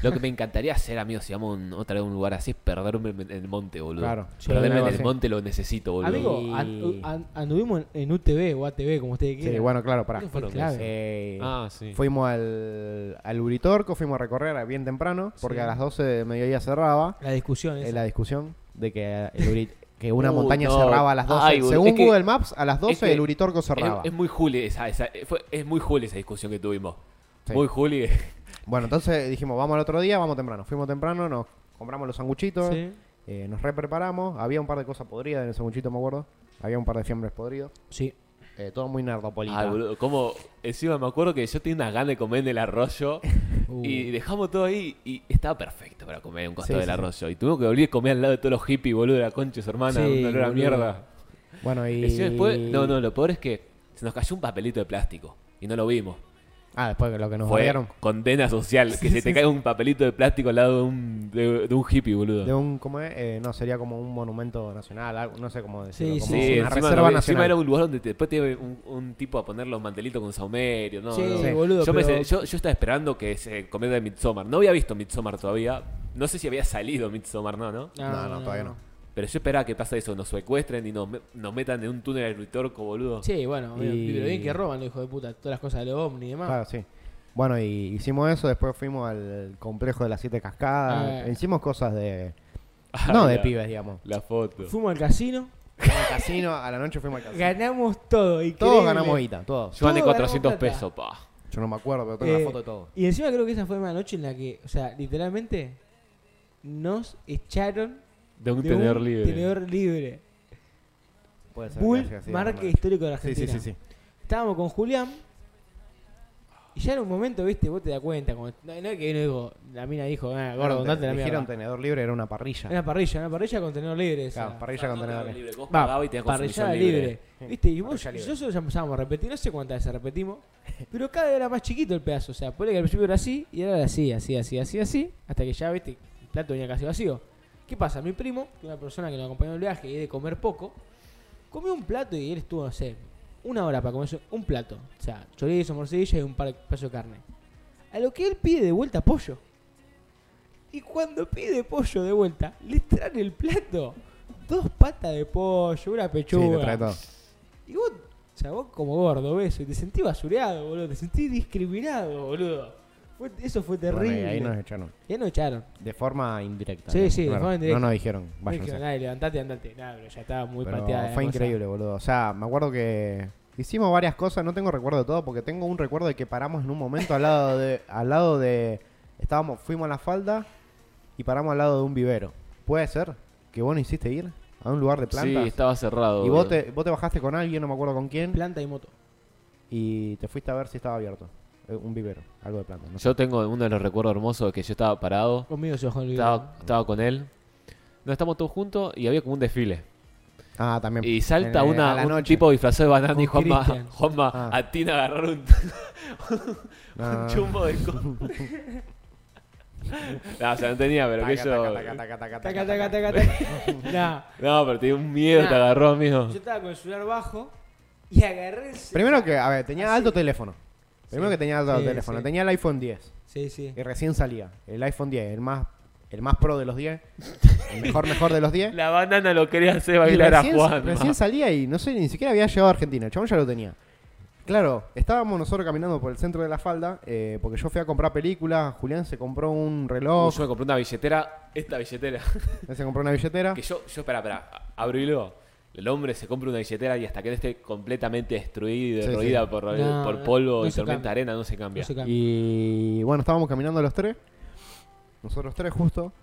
[SPEAKER 2] Lo que me encantaría hacer, amigo, si vamos a un- otra vez a un lugar así, es perderme en el monte, boludo.
[SPEAKER 1] Claro.
[SPEAKER 3] Sí,
[SPEAKER 2] Perderme
[SPEAKER 1] algo
[SPEAKER 2] en el
[SPEAKER 1] así.
[SPEAKER 2] monte lo necesito, boludo.
[SPEAKER 1] Y-
[SPEAKER 3] Amigo, an- an- anduvimos en- en UTV o ATV, como ustedes quieran.
[SPEAKER 1] Sí, bueno, claro, pará.
[SPEAKER 3] Eso fue
[SPEAKER 2] Fueron
[SPEAKER 3] clave.
[SPEAKER 1] Eh,
[SPEAKER 2] ah, sí.
[SPEAKER 1] Fuimos al, al Uritorco, fuimos a recorrer bien temprano, porque
[SPEAKER 3] Sí.
[SPEAKER 1] a las 12 de mediodía cerraba
[SPEAKER 2] Ah,
[SPEAKER 3] La discusión
[SPEAKER 1] eh,
[SPEAKER 3] esa.
[SPEAKER 1] la discusión de que, el Uri- que una
[SPEAKER 2] Uh,
[SPEAKER 1] montaña
[SPEAKER 2] no.
[SPEAKER 1] cerraba a las 12.
[SPEAKER 2] Ay, boludo,
[SPEAKER 1] Según
[SPEAKER 2] es que-
[SPEAKER 1] Google Maps, a las 12
[SPEAKER 2] que-
[SPEAKER 1] el Uritorco cerraba.
[SPEAKER 2] Es, es muy Juli esa, esa- fue- es muy Juli esa discusión que tuvimos.
[SPEAKER 1] Sí.
[SPEAKER 2] Muy Juli.
[SPEAKER 1] Bueno, entonces dijimos, vamos al otro día, vamos temprano. Fuimos temprano, nos compramos los sanguchitos,
[SPEAKER 3] Sí.
[SPEAKER 1] eh, nos repreparamos. Había un par de cosas podridas en el sanguchito, me acuerdo. Había un par de fiambres podridos.
[SPEAKER 3] Sí.
[SPEAKER 1] Eh, todo muy nardopolita.
[SPEAKER 2] Ay, boludo, como encima me acuerdo que yo tenía unas ganas de comer en el arroyo
[SPEAKER 3] Uh.
[SPEAKER 2] y dejamos todo ahí y estaba perfecto para comer en un costado
[SPEAKER 1] Sí, sí,
[SPEAKER 2] del
[SPEAKER 1] sí.
[SPEAKER 2] arroyo. Y tuvimos que volver a comer al lado de todos los hippies, boludo, de la concha de su hermana,
[SPEAKER 3] Sí,
[SPEAKER 2] un olor a
[SPEAKER 3] boludo.
[SPEAKER 2] mierda.
[SPEAKER 1] Bueno, y...
[SPEAKER 2] Encima después, no, no, lo peor es que se nos cayó un papelito de plástico y no lo vimos.
[SPEAKER 1] Ah, después que lo que nos
[SPEAKER 2] Fue
[SPEAKER 1] odiaron.
[SPEAKER 2] condena social, que se te caiga un papelito de plástico al lado de un, de, de un hippie, boludo.
[SPEAKER 1] De un, ¿cómo es? Eh, no, sería como un monumento nacional, algo, no sé cómo decirlo.
[SPEAKER 3] Sí,
[SPEAKER 1] como
[SPEAKER 2] Sí,
[SPEAKER 1] una reserva
[SPEAKER 2] encima, no- encima
[SPEAKER 1] nacional.
[SPEAKER 2] era un lugar donde te- después te iba un, un tipo a poner los mantelitos con saumerio. No,
[SPEAKER 3] Sí,
[SPEAKER 2] no.
[SPEAKER 1] Sí.
[SPEAKER 3] boludo,
[SPEAKER 2] yo, me-
[SPEAKER 3] pero-
[SPEAKER 2] yo- yo estaba esperando que se comiera de Midsommar. No había visto Midsommar todavía. No sé si había salido Midsommar, no, ¿no?
[SPEAKER 1] No, no, todavía no.
[SPEAKER 2] Pero yo esperaba que pase eso, nos secuestren y nos, me- nos metan en un túnel al Ritorco, boludo.
[SPEAKER 3] Sí, bueno,
[SPEAKER 1] Y-
[SPEAKER 3] bien, pero bien que roban, los hijos de puta, todas las cosas de los ovni y demás.
[SPEAKER 1] Claro, sí. Bueno, y hicimos eso, después fuimos al complejo de las siete cascadas.
[SPEAKER 3] Ah.
[SPEAKER 1] Hicimos cosas de...
[SPEAKER 2] Ah,
[SPEAKER 1] No de
[SPEAKER 2] la-
[SPEAKER 1] pibes, digamos.
[SPEAKER 2] La foto.
[SPEAKER 3] Fuimos al casino,
[SPEAKER 1] Fuimos al casino, a la noche fuimos al casino.
[SPEAKER 3] ganamos todo. y
[SPEAKER 1] Todos ganamos guita, todos.
[SPEAKER 2] Yo gané
[SPEAKER 3] Todo ganamos
[SPEAKER 2] 400
[SPEAKER 3] plata.
[SPEAKER 2] pesos, pa.
[SPEAKER 1] Yo no me acuerdo, pero tengo
[SPEAKER 3] Eh,
[SPEAKER 1] la foto de todo.
[SPEAKER 3] Y encima creo que esa fue una noche en la que, o sea, literalmente nos echaron
[SPEAKER 2] De un
[SPEAKER 3] de
[SPEAKER 2] tenedor
[SPEAKER 3] un
[SPEAKER 2] libre.
[SPEAKER 3] tenedor libre.
[SPEAKER 1] Puede ser. que
[SPEAKER 3] Bull,
[SPEAKER 1] haya sido
[SPEAKER 3] marca
[SPEAKER 1] normal.
[SPEAKER 3] histórico de
[SPEAKER 1] Sí,
[SPEAKER 3] Argentina.
[SPEAKER 1] sí, sí, sí.
[SPEAKER 3] Estábamos con Julián. Y ya en un momento, viste, vos te das cuenta. como- no, no es que uno dijo, la mina dijo, ah, gordo, andate a la
[SPEAKER 1] Dijeron
[SPEAKER 3] mierda.
[SPEAKER 1] tenedor libre, era una parrilla.
[SPEAKER 3] Una parrilla, una parrilla con tenedor libre. esa.
[SPEAKER 2] Ah,
[SPEAKER 1] Claro, parrilla con tenedor libre.
[SPEAKER 2] Vos
[SPEAKER 3] Va,
[SPEAKER 2] pagabas y tenías
[SPEAKER 3] parrillada
[SPEAKER 2] consumición
[SPEAKER 3] libre. ¿Viste? Y vos,
[SPEAKER 1] Parrilla libre.
[SPEAKER 3] nosotros ya empezábamos a repetir, no sé cuántas veces repetimos, pero cada vez era más chiquito el pedazo. O sea, ponle que al principio era así, y ahora era así, así, así, así, así, hasta que ya, viste, el plato venía casi vacío. ¿Qué pasa? Mi primo, que es una persona que nos acompañó en el viaje y es de comer poco, comió un plato y él estuvo, no sé, una hora para comerse un plato. O sea, chorizo, morcilla y un par de pedazos de carne. A lo que él pide de vuelta pollo. Y cuando pide pollo de vuelta, le traen el plato. Dos patas de pollo, una
[SPEAKER 1] Sí, te
[SPEAKER 3] pechuga.
[SPEAKER 1] trae todo.
[SPEAKER 3] Y vos, o sea, vos como gordo, ves, y te sentí basureado, boludo, te sentí discriminado, boludo. Fue- eso fue terrible.
[SPEAKER 1] Bueno, y ahí nos echaron.
[SPEAKER 3] Ya nos echaron.
[SPEAKER 1] De forma indirecta.
[SPEAKER 3] Sí,
[SPEAKER 1] ¿no?
[SPEAKER 3] sí, de
[SPEAKER 1] Claro,
[SPEAKER 3] forma indirecta.
[SPEAKER 1] No nos dijeron,
[SPEAKER 3] Me
[SPEAKER 1] váyanse.
[SPEAKER 3] dijeron, dale, levantate, andate. Nada, pero ya estaba muy
[SPEAKER 1] Pero
[SPEAKER 3] pateada. la
[SPEAKER 1] fue
[SPEAKER 3] cosa.
[SPEAKER 1] increíble, boludo. O sea, me acuerdo que hicimos varias cosas, no tengo recuerdo de todo, porque tengo un recuerdo de que paramos en un momento al lado de. al lado de. Estábamos, fuimos a la falda y paramos al lado de un vivero. ¿Puede ser que vos no hiciste ir a un lugar de plantas?
[SPEAKER 2] Sí, estaba cerrado.
[SPEAKER 1] y vos
[SPEAKER 2] boludo.
[SPEAKER 1] te, vos te bajaste con alguien, no me acuerdo con quién.
[SPEAKER 3] Planta y moto.
[SPEAKER 1] y te fuiste a ver si estaba abierto. Eh, un vivero, algo de planta. No sé.
[SPEAKER 2] Yo tengo uno de los recuerdos hermosos que yo estaba parado,
[SPEAKER 3] Conmigo se bajó el video.
[SPEAKER 2] estaba, estaba con él. No, estamos todos juntos y había como un desfile.
[SPEAKER 1] Ah, también.
[SPEAKER 2] Y salta
[SPEAKER 1] En- eh,
[SPEAKER 2] una,
[SPEAKER 1] a la
[SPEAKER 2] un
[SPEAKER 1] noche.
[SPEAKER 2] tipo disfrazado de banana y
[SPEAKER 3] Con
[SPEAKER 2] Juanma,
[SPEAKER 3] Cristian.
[SPEAKER 2] Juanma
[SPEAKER 1] Ah.
[SPEAKER 2] atina a agarrar un,
[SPEAKER 1] Ah.
[SPEAKER 2] un chumbo de coca. no, o sea, no tenía, pero que
[SPEAKER 1] Taca, taca,
[SPEAKER 2] yo...
[SPEAKER 1] taca, taca, taca,
[SPEAKER 3] Taca,
[SPEAKER 1] taca,
[SPEAKER 3] taca,
[SPEAKER 1] taca.
[SPEAKER 3] taca, taca. Nah,
[SPEAKER 2] No, pero tenía un miedo, te
[SPEAKER 3] Nah.
[SPEAKER 2] agarró, amigo.
[SPEAKER 3] Yo estaba con el celular bajo y agarré el celular.
[SPEAKER 1] Primero que, a ver, tenía alto teléfono. Primero que tenía alto
[SPEAKER 3] Sí,
[SPEAKER 1] teléfono.
[SPEAKER 3] sí.
[SPEAKER 1] Tenía el iPhone 10.
[SPEAKER 3] Sí, sí.
[SPEAKER 1] Y recién salía. El iPhone 10, el más, el más pro de los 10. El mejor, mejor de los 10.
[SPEAKER 2] La banana lo quería hacer
[SPEAKER 1] Y
[SPEAKER 2] bailar a
[SPEAKER 1] recién,
[SPEAKER 2] Juan.
[SPEAKER 1] recién salía y no sé, ni siquiera había llegado a Argentina. El chabón ya lo tenía. Claro, estábamos nosotros caminando por el centro de la falda, eh, porque yo fui a comprar películas, Julián se compró un reloj,
[SPEAKER 2] Yo me compré una billetera, esta billetera.
[SPEAKER 1] él se compró una billetera.
[SPEAKER 2] Que yo, yo, pará, pará, a- abrilo. El hombre se compra una billetera y hasta que no esté completamente destruida y
[SPEAKER 1] Sí,
[SPEAKER 2] derruida
[SPEAKER 1] sí.
[SPEAKER 2] por,
[SPEAKER 3] No,
[SPEAKER 2] por
[SPEAKER 3] no,
[SPEAKER 2] polvo
[SPEAKER 3] no
[SPEAKER 2] y
[SPEAKER 3] se
[SPEAKER 2] tormenta
[SPEAKER 3] cambia.
[SPEAKER 2] arena no se cambia.
[SPEAKER 3] No se cambia.
[SPEAKER 1] Y bueno, estábamos caminando los tres. Nosotros tres justo.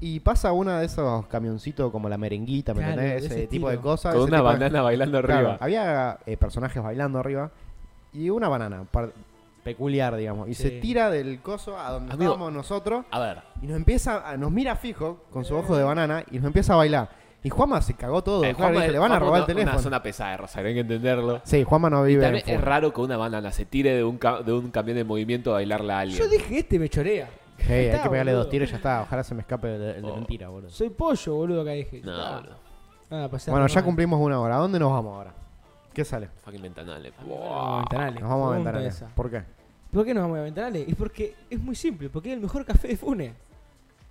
[SPEAKER 1] Y pasa una de esos camioncitos como la merenguita, ¿me
[SPEAKER 3] Claro,
[SPEAKER 1] entendés?
[SPEAKER 3] de
[SPEAKER 1] Ese,
[SPEAKER 3] ese
[SPEAKER 1] tipo de
[SPEAKER 3] estilo.
[SPEAKER 1] cosas.
[SPEAKER 2] Con
[SPEAKER 1] ese
[SPEAKER 2] una
[SPEAKER 1] tipo de-
[SPEAKER 2] banana bailando
[SPEAKER 1] Claro,
[SPEAKER 2] arriba.
[SPEAKER 1] había eh, personajes bailando arriba. Y una banana, par- peculiar, digamos. Y se
[SPEAKER 3] Sí.
[SPEAKER 1] tira del coso a donde
[SPEAKER 2] Amigo.
[SPEAKER 1] estábamos nosotros.
[SPEAKER 2] A ver,
[SPEAKER 1] Y nos empieza, a- nos mira fijo con su ojo de
[SPEAKER 3] Eh.
[SPEAKER 1] banana y nos empieza a bailar. Y Juanma se cagó todo. claro,
[SPEAKER 2] eh, Juanma
[SPEAKER 1] dije,
[SPEAKER 2] es-
[SPEAKER 1] le van a
[SPEAKER 2] Juanma
[SPEAKER 1] robar el
[SPEAKER 2] es una-
[SPEAKER 1] teléfono.
[SPEAKER 2] una zona pesada de Rosario, hay que entenderlo.
[SPEAKER 1] Sí, Juanma no vive.
[SPEAKER 2] También
[SPEAKER 1] en
[SPEAKER 2] es
[SPEAKER 1] Funes.
[SPEAKER 2] raro que una banana se tire de un, ca- de un camión en movimiento a bailarla a alguien.
[SPEAKER 3] Yo dije, este me chorea.
[SPEAKER 1] Sí, hay que
[SPEAKER 3] Está,
[SPEAKER 1] pegarle dos
[SPEAKER 3] boludo.
[SPEAKER 1] tiros y ya está. Ojalá se me escape el de, el de
[SPEAKER 2] Oh.
[SPEAKER 1] mentira, boludo.
[SPEAKER 3] Soy pollo, boludo, acá dije.
[SPEAKER 2] No,
[SPEAKER 3] Ah,
[SPEAKER 2] boludo.
[SPEAKER 3] nada, pasé
[SPEAKER 1] Bueno, ya
[SPEAKER 3] normal.
[SPEAKER 1] cumplimos una hora. ¿A dónde nos vamos ahora? ¿Qué sale?
[SPEAKER 2] Fucking eh. ventanales.
[SPEAKER 3] Vamos a Ventanales.
[SPEAKER 1] Nos vamos a
[SPEAKER 3] pregunta
[SPEAKER 1] Ventanales.
[SPEAKER 3] esa.
[SPEAKER 1] ¿Por qué?
[SPEAKER 3] ¿Por qué nos vamos a Ventanales? Es porque es muy simple, porque es el mejor café de Funes.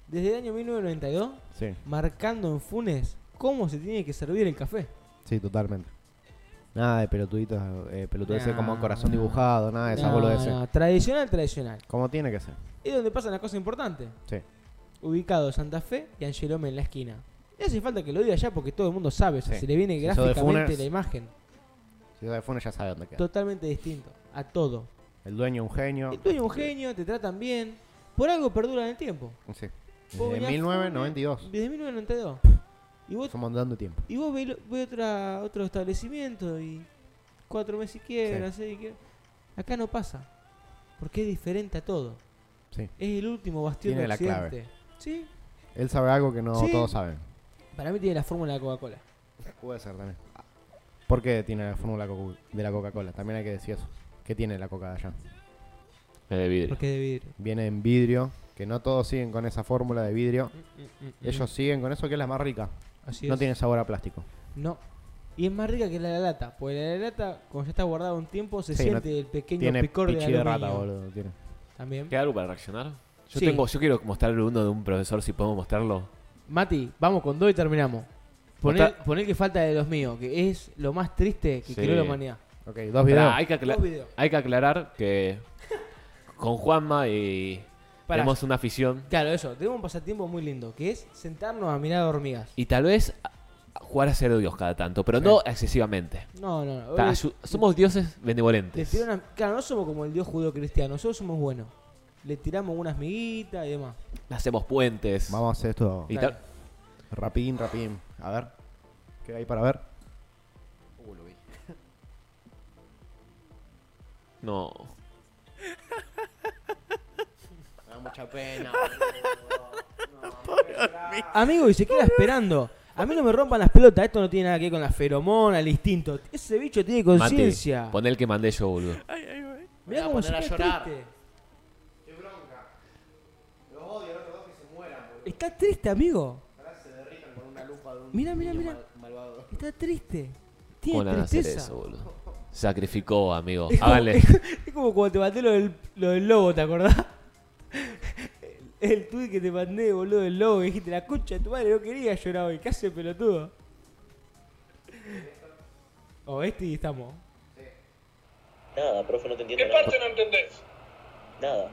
[SPEAKER 3] Desde el año 1992,
[SPEAKER 1] Sí,
[SPEAKER 3] marcando en Funes cómo se tiene que servir el café.
[SPEAKER 1] sí, totalmente. Nada de pelotuditos, eh, pelotudeces
[SPEAKER 3] No,
[SPEAKER 1] como corazón
[SPEAKER 3] no.
[SPEAKER 1] dibujado, nada de esas
[SPEAKER 3] No,
[SPEAKER 1] boludeces.
[SPEAKER 3] no, tradicional, tradicional.
[SPEAKER 1] Como tiene que ser.
[SPEAKER 3] Es donde pasan las cosas importantes.
[SPEAKER 1] Sí.
[SPEAKER 3] Ubicado Santa Fe y Angelome en la esquina. No hace falta que lo diga ya porque todo el mundo sabe, o sea,
[SPEAKER 1] Sí.
[SPEAKER 3] se le viene
[SPEAKER 1] Si sos de
[SPEAKER 3] gráficamente
[SPEAKER 1] Funes.
[SPEAKER 3] la imagen.
[SPEAKER 1] Si sos de Funes ya sabe dónde queda.
[SPEAKER 3] Totalmente distinto a todo.
[SPEAKER 1] El dueño es un genio.
[SPEAKER 3] El dueño es un genio, te tratan bien. Por algo perdura en el tiempo.
[SPEAKER 1] Sí.
[SPEAKER 3] Vos
[SPEAKER 1] Desde
[SPEAKER 3] venías
[SPEAKER 1] 1992.
[SPEAKER 3] Desde 1992. Y vos,
[SPEAKER 1] Somos dando tiempo.
[SPEAKER 3] y vos ve, ve otra, otro establecimiento y cuatro meses y quiebra, seis y quiebra. Acá no pasa. Porque es diferente a todo.
[SPEAKER 1] Sí.
[SPEAKER 3] Es el último bastión
[SPEAKER 1] Tiene
[SPEAKER 3] de
[SPEAKER 1] la clave.
[SPEAKER 3] Occidente. Sí.
[SPEAKER 1] Él sabe algo que no
[SPEAKER 3] Sí.
[SPEAKER 1] todos saben.
[SPEAKER 3] Para mí tiene la fórmula de Coca-Cola.
[SPEAKER 1] Puede ser también. ¿Por qué tiene la fórmula Coca- de la Coca-Cola? También hay que decir eso. ¿Qué tiene la Coca de allá?
[SPEAKER 2] Es de vidrio.
[SPEAKER 3] Porque es de vidrio.
[SPEAKER 1] Viene en vidrio, que no todos siguen con esa fórmula de vidrio.
[SPEAKER 3] Mm,
[SPEAKER 1] Ellos siguen con eso, que es la más rica.
[SPEAKER 3] Así
[SPEAKER 1] No
[SPEAKER 3] es.
[SPEAKER 1] tiene sabor a plástico.
[SPEAKER 3] mm. No. Y es más rica que la de la lata. Porque la de la lata, como ya está guardada un tiempo, se
[SPEAKER 1] Sí, no-
[SPEAKER 3] siente el pequeño
[SPEAKER 1] Tiene
[SPEAKER 3] picor de,
[SPEAKER 1] pichi de rata,
[SPEAKER 3] aluminio.
[SPEAKER 1] boludo. Tiene.
[SPEAKER 3] También.
[SPEAKER 2] ¿Queda algo para reaccionar? Yo
[SPEAKER 3] Sí.
[SPEAKER 2] tengo, yo quiero mostrarle uno de un profesor si podemos mostrarlo.
[SPEAKER 3] Mati, vamos con dos y terminamos. Poner,
[SPEAKER 2] Está-
[SPEAKER 3] poner que falta de los míos, que es lo más triste que
[SPEAKER 2] Sí.
[SPEAKER 3] creó la humanidad.
[SPEAKER 1] Ok, dos
[SPEAKER 2] Pará,
[SPEAKER 1] videos.
[SPEAKER 2] hay, que acla-
[SPEAKER 3] Dos videos.
[SPEAKER 2] hay que aclarar que con Juanma y
[SPEAKER 3] Pará.
[SPEAKER 2] tenemos una afición
[SPEAKER 3] Claro, eso, tenemos un pasatiempo muy lindo, que es sentarnos a mirar hormigas.
[SPEAKER 2] y tal vez a- a jugar a ser Dios cada tanto, pero no excesivamente.
[SPEAKER 3] No, no, no.
[SPEAKER 2] Ta-
[SPEAKER 3] Hoy
[SPEAKER 2] ayu- Somos dioses
[SPEAKER 3] le- le
[SPEAKER 2] benevolentes.
[SPEAKER 3] tiró una- Claro, no somos como el dios judío cristiano, nosotros somos buenos. Le tiramos unas miguitas y demás.
[SPEAKER 2] Hacemos puentes.
[SPEAKER 1] Vamos a hacer esto
[SPEAKER 2] Y tal-
[SPEAKER 1] rapidín, rapidín. A ver. ¿Qué hay para ver?
[SPEAKER 2] No.
[SPEAKER 3] Amigo, y se queda esperando. A mí no me rompan las pelotas, esto no tiene nada que ver con la feromona, el instinto. Ese bicho tiene
[SPEAKER 2] Mati,
[SPEAKER 3] conciencia. Ah,
[SPEAKER 2] pon el que mandé yo, boludo.
[SPEAKER 3] Mirá cómo se queda triste. Está triste, amigo. Mira, mira, mira. Está triste. Tiene
[SPEAKER 2] ¿Cómo le van a hacer
[SPEAKER 3] tristeza.
[SPEAKER 2] eso, boludo? Sacrificó, amigo.
[SPEAKER 3] Es como-
[SPEAKER 2] Háganle.
[SPEAKER 3] Es como cuando te maté lo del, lo del lobo, ¿te acordás? El, el tuit que te mandé, boludo, del lobo, que dijiste, la concha de tu madre no quería llorar hoy, ¿qué hace pelotudo? O este y estamos.
[SPEAKER 7] Nada, profe, no te entiendo. ¿Qué parte no entendés? Nada.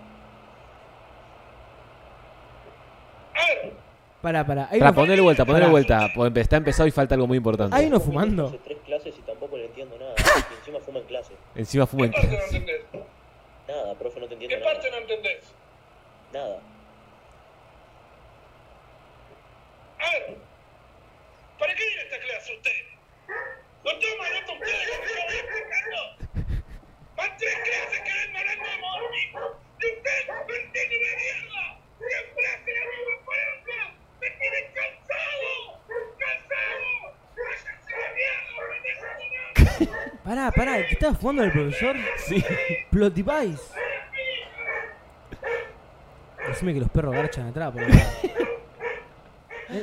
[SPEAKER 3] Pará, pará. Hay
[SPEAKER 2] Para
[SPEAKER 3] uno-
[SPEAKER 2] ponerle vuelta, ponerle
[SPEAKER 3] Pará.
[SPEAKER 2] vuelta. porque Está empezado y falta algo muy importante.
[SPEAKER 3] Hay uno
[SPEAKER 7] Hace
[SPEAKER 3] fumando.
[SPEAKER 7] tres clases y tampoco le entiendo nada. y encima fuma en clase.
[SPEAKER 2] Encima fuma en
[SPEAKER 7] Nada, profe, no te entiendo. ¿Qué parte no entendés? Nada.
[SPEAKER 8] ¿Para
[SPEAKER 7] este
[SPEAKER 8] qué viene esta clase usted? ¿No toma nota usted de lo que está hablando?
[SPEAKER 3] Pará, pará, ¿el que estaba jugando el profesor?
[SPEAKER 2] Sí.
[SPEAKER 3] Plot device. Decime que los perros garchan atrás, pero.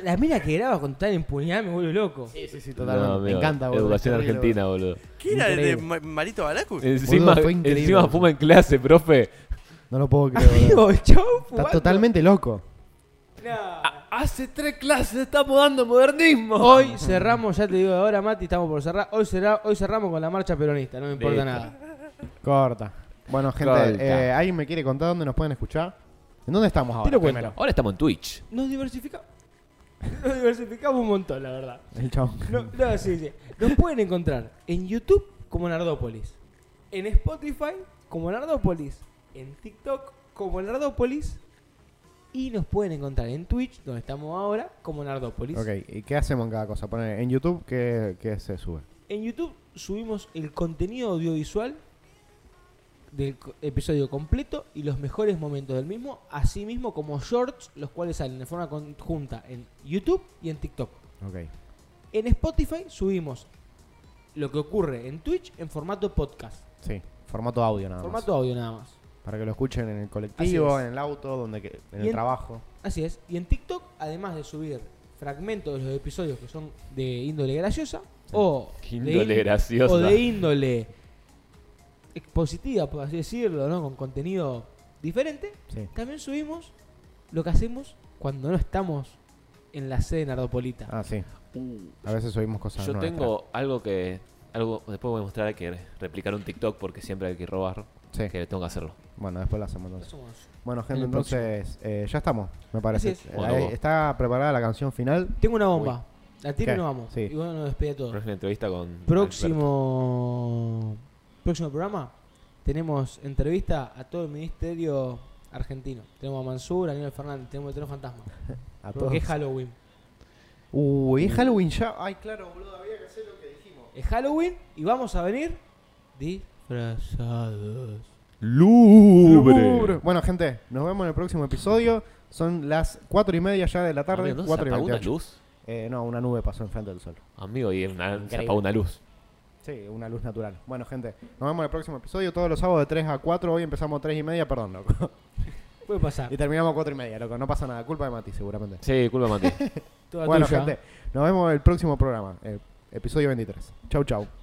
[SPEAKER 3] La mina que graba con tal impunidad me vuelve loco.
[SPEAKER 1] Sí, sí, sí,
[SPEAKER 2] No,
[SPEAKER 1] totalmente. me
[SPEAKER 2] amigo,
[SPEAKER 1] encanta, boludo.
[SPEAKER 2] Educación
[SPEAKER 3] este
[SPEAKER 1] es horrible,
[SPEAKER 2] argentina, boludo.
[SPEAKER 4] ¿Qué era el de
[SPEAKER 3] Increíble.
[SPEAKER 4] Ma- Marito Balacus?
[SPEAKER 2] Encima,
[SPEAKER 1] fue increíble.
[SPEAKER 2] encima fuma en clase, profe.
[SPEAKER 1] boludo. No lo puedo creer, boludo.
[SPEAKER 3] Amigo, chau.
[SPEAKER 1] Está totalmente loco.
[SPEAKER 2] Hace tres clases estamos dando modernismo.
[SPEAKER 3] Hoy cerramos, ya te digo ahora, Mati, estamos por cerrar. Hoy, cerra- hoy cerramos con la marcha peronista, no me
[SPEAKER 2] Listo.
[SPEAKER 3] importa nada.
[SPEAKER 1] Corta. Bueno, gente,
[SPEAKER 2] Corta.
[SPEAKER 1] eh, ¿alguien me quiere contar dónde nos pueden escuchar? ¿En dónde estamos ahora?
[SPEAKER 3] Te lo cuento.
[SPEAKER 1] primero.
[SPEAKER 2] Ahora estamos en Twitch.
[SPEAKER 3] Nos diversificamos. Nos diversificamos un montón, la verdad.
[SPEAKER 1] El chabón.
[SPEAKER 3] No, no, sí, sí. Nos pueden encontrar en YouTube como Nardópolis, en Spotify como Nardópolis, en TikTok como Nardópolis y nos pueden encontrar en Twitch, donde estamos ahora, como Nardópolis.
[SPEAKER 1] Ok, ¿y qué hacemos en cada cosa? Poner en YouTube, ¿qué, qué se sube?
[SPEAKER 3] En YouTube subimos el contenido audiovisual del co- episodio completo y los mejores momentos del mismo, así mismo como shorts, los cuales salen de forma conjunta en YouTube y en TikTok.
[SPEAKER 1] Ok.
[SPEAKER 3] En Spotify subimos lo que ocurre en Twitch en formato podcast,
[SPEAKER 1] Sí, formato audio nada más.
[SPEAKER 3] formato audio nada más.
[SPEAKER 1] Para que lo escuchen en el colectivo,
[SPEAKER 3] Así es.
[SPEAKER 1] en el auto, donde que- en
[SPEAKER 3] Y
[SPEAKER 1] el
[SPEAKER 3] en-
[SPEAKER 1] trabajo.
[SPEAKER 3] Así es. Y en TikTok, además de subir fragmentos de los episodios que son de índole graciosa o
[SPEAKER 2] Qué
[SPEAKER 3] de
[SPEAKER 2] índole
[SPEAKER 3] índ-
[SPEAKER 2] graciosa.
[SPEAKER 3] o de índole expositiva, por así decirlo, ¿no? Con contenido diferente.
[SPEAKER 1] Sí.
[SPEAKER 3] También subimos lo que hacemos cuando no estamos en la sede nardopolita.
[SPEAKER 1] Ah, sí. A veces oímos cosas
[SPEAKER 2] Yo
[SPEAKER 1] nuestras.
[SPEAKER 2] tengo algo que. algo Después voy a mostrar que replicar un TikTok porque siempre hay que robar.
[SPEAKER 1] Sí.
[SPEAKER 2] Que tengo que hacerlo.
[SPEAKER 1] Bueno, después lo hacemos entonces.
[SPEAKER 3] Somos-
[SPEAKER 1] Bueno, gente,
[SPEAKER 3] el
[SPEAKER 1] entonces eh, ya estamos, me parece.
[SPEAKER 3] Así es.
[SPEAKER 1] Eh,
[SPEAKER 2] Bueno,
[SPEAKER 1] ahí
[SPEAKER 2] vos.
[SPEAKER 1] ¿Está preparada la canción final?
[SPEAKER 3] Tengo una bomba. La tiro y
[SPEAKER 1] ¿Qué?
[SPEAKER 3] nos vamos.
[SPEAKER 1] Sí.
[SPEAKER 3] Y bueno, nos despide a todos.
[SPEAKER 2] Pero es una entrevista con.
[SPEAKER 3] Próximo próximo programa tenemos entrevista a todo el ministerio argentino. Tenemos a Mansur, a Daniel Fernández, tenemos el Teno Fantasma.
[SPEAKER 1] A
[SPEAKER 3] Porque es Halloween.
[SPEAKER 1] Uy, es Halloween ya. Ay, claro, boludo, había que hacer lo que dijimos.
[SPEAKER 3] Es Halloween y vamos a venir disfrazados.
[SPEAKER 2] Lubre.
[SPEAKER 1] Bueno, gente, nos vemos en el próximo episodio. Son las cuatro y media ya de la tarde.
[SPEAKER 2] Amigo, ¿no se
[SPEAKER 1] cuatro y
[SPEAKER 2] apagó una
[SPEAKER 1] 28.
[SPEAKER 2] luz?
[SPEAKER 1] Eh, no, una nube pasó enfrente del sol.
[SPEAKER 2] Amigo, y una, se
[SPEAKER 1] Increíble.
[SPEAKER 2] apagó una luz.
[SPEAKER 1] Sí, una luz natural. Bueno, gente, nos vemos en el próximo episodio. Todos los sábados de 3 a 4. Hoy empezamos 3 y media, perdón, loco.
[SPEAKER 3] Puede pasar.
[SPEAKER 1] Y terminamos 4 y media, loco. No pasa nada. Culpa de Mati, seguramente.
[SPEAKER 2] Ah. Sí, culpa, Mati.
[SPEAKER 3] Toda
[SPEAKER 1] bueno,
[SPEAKER 3] tuya.
[SPEAKER 1] gente, nos vemos en el próximo programa. eh, episodio 23. Chau, chau.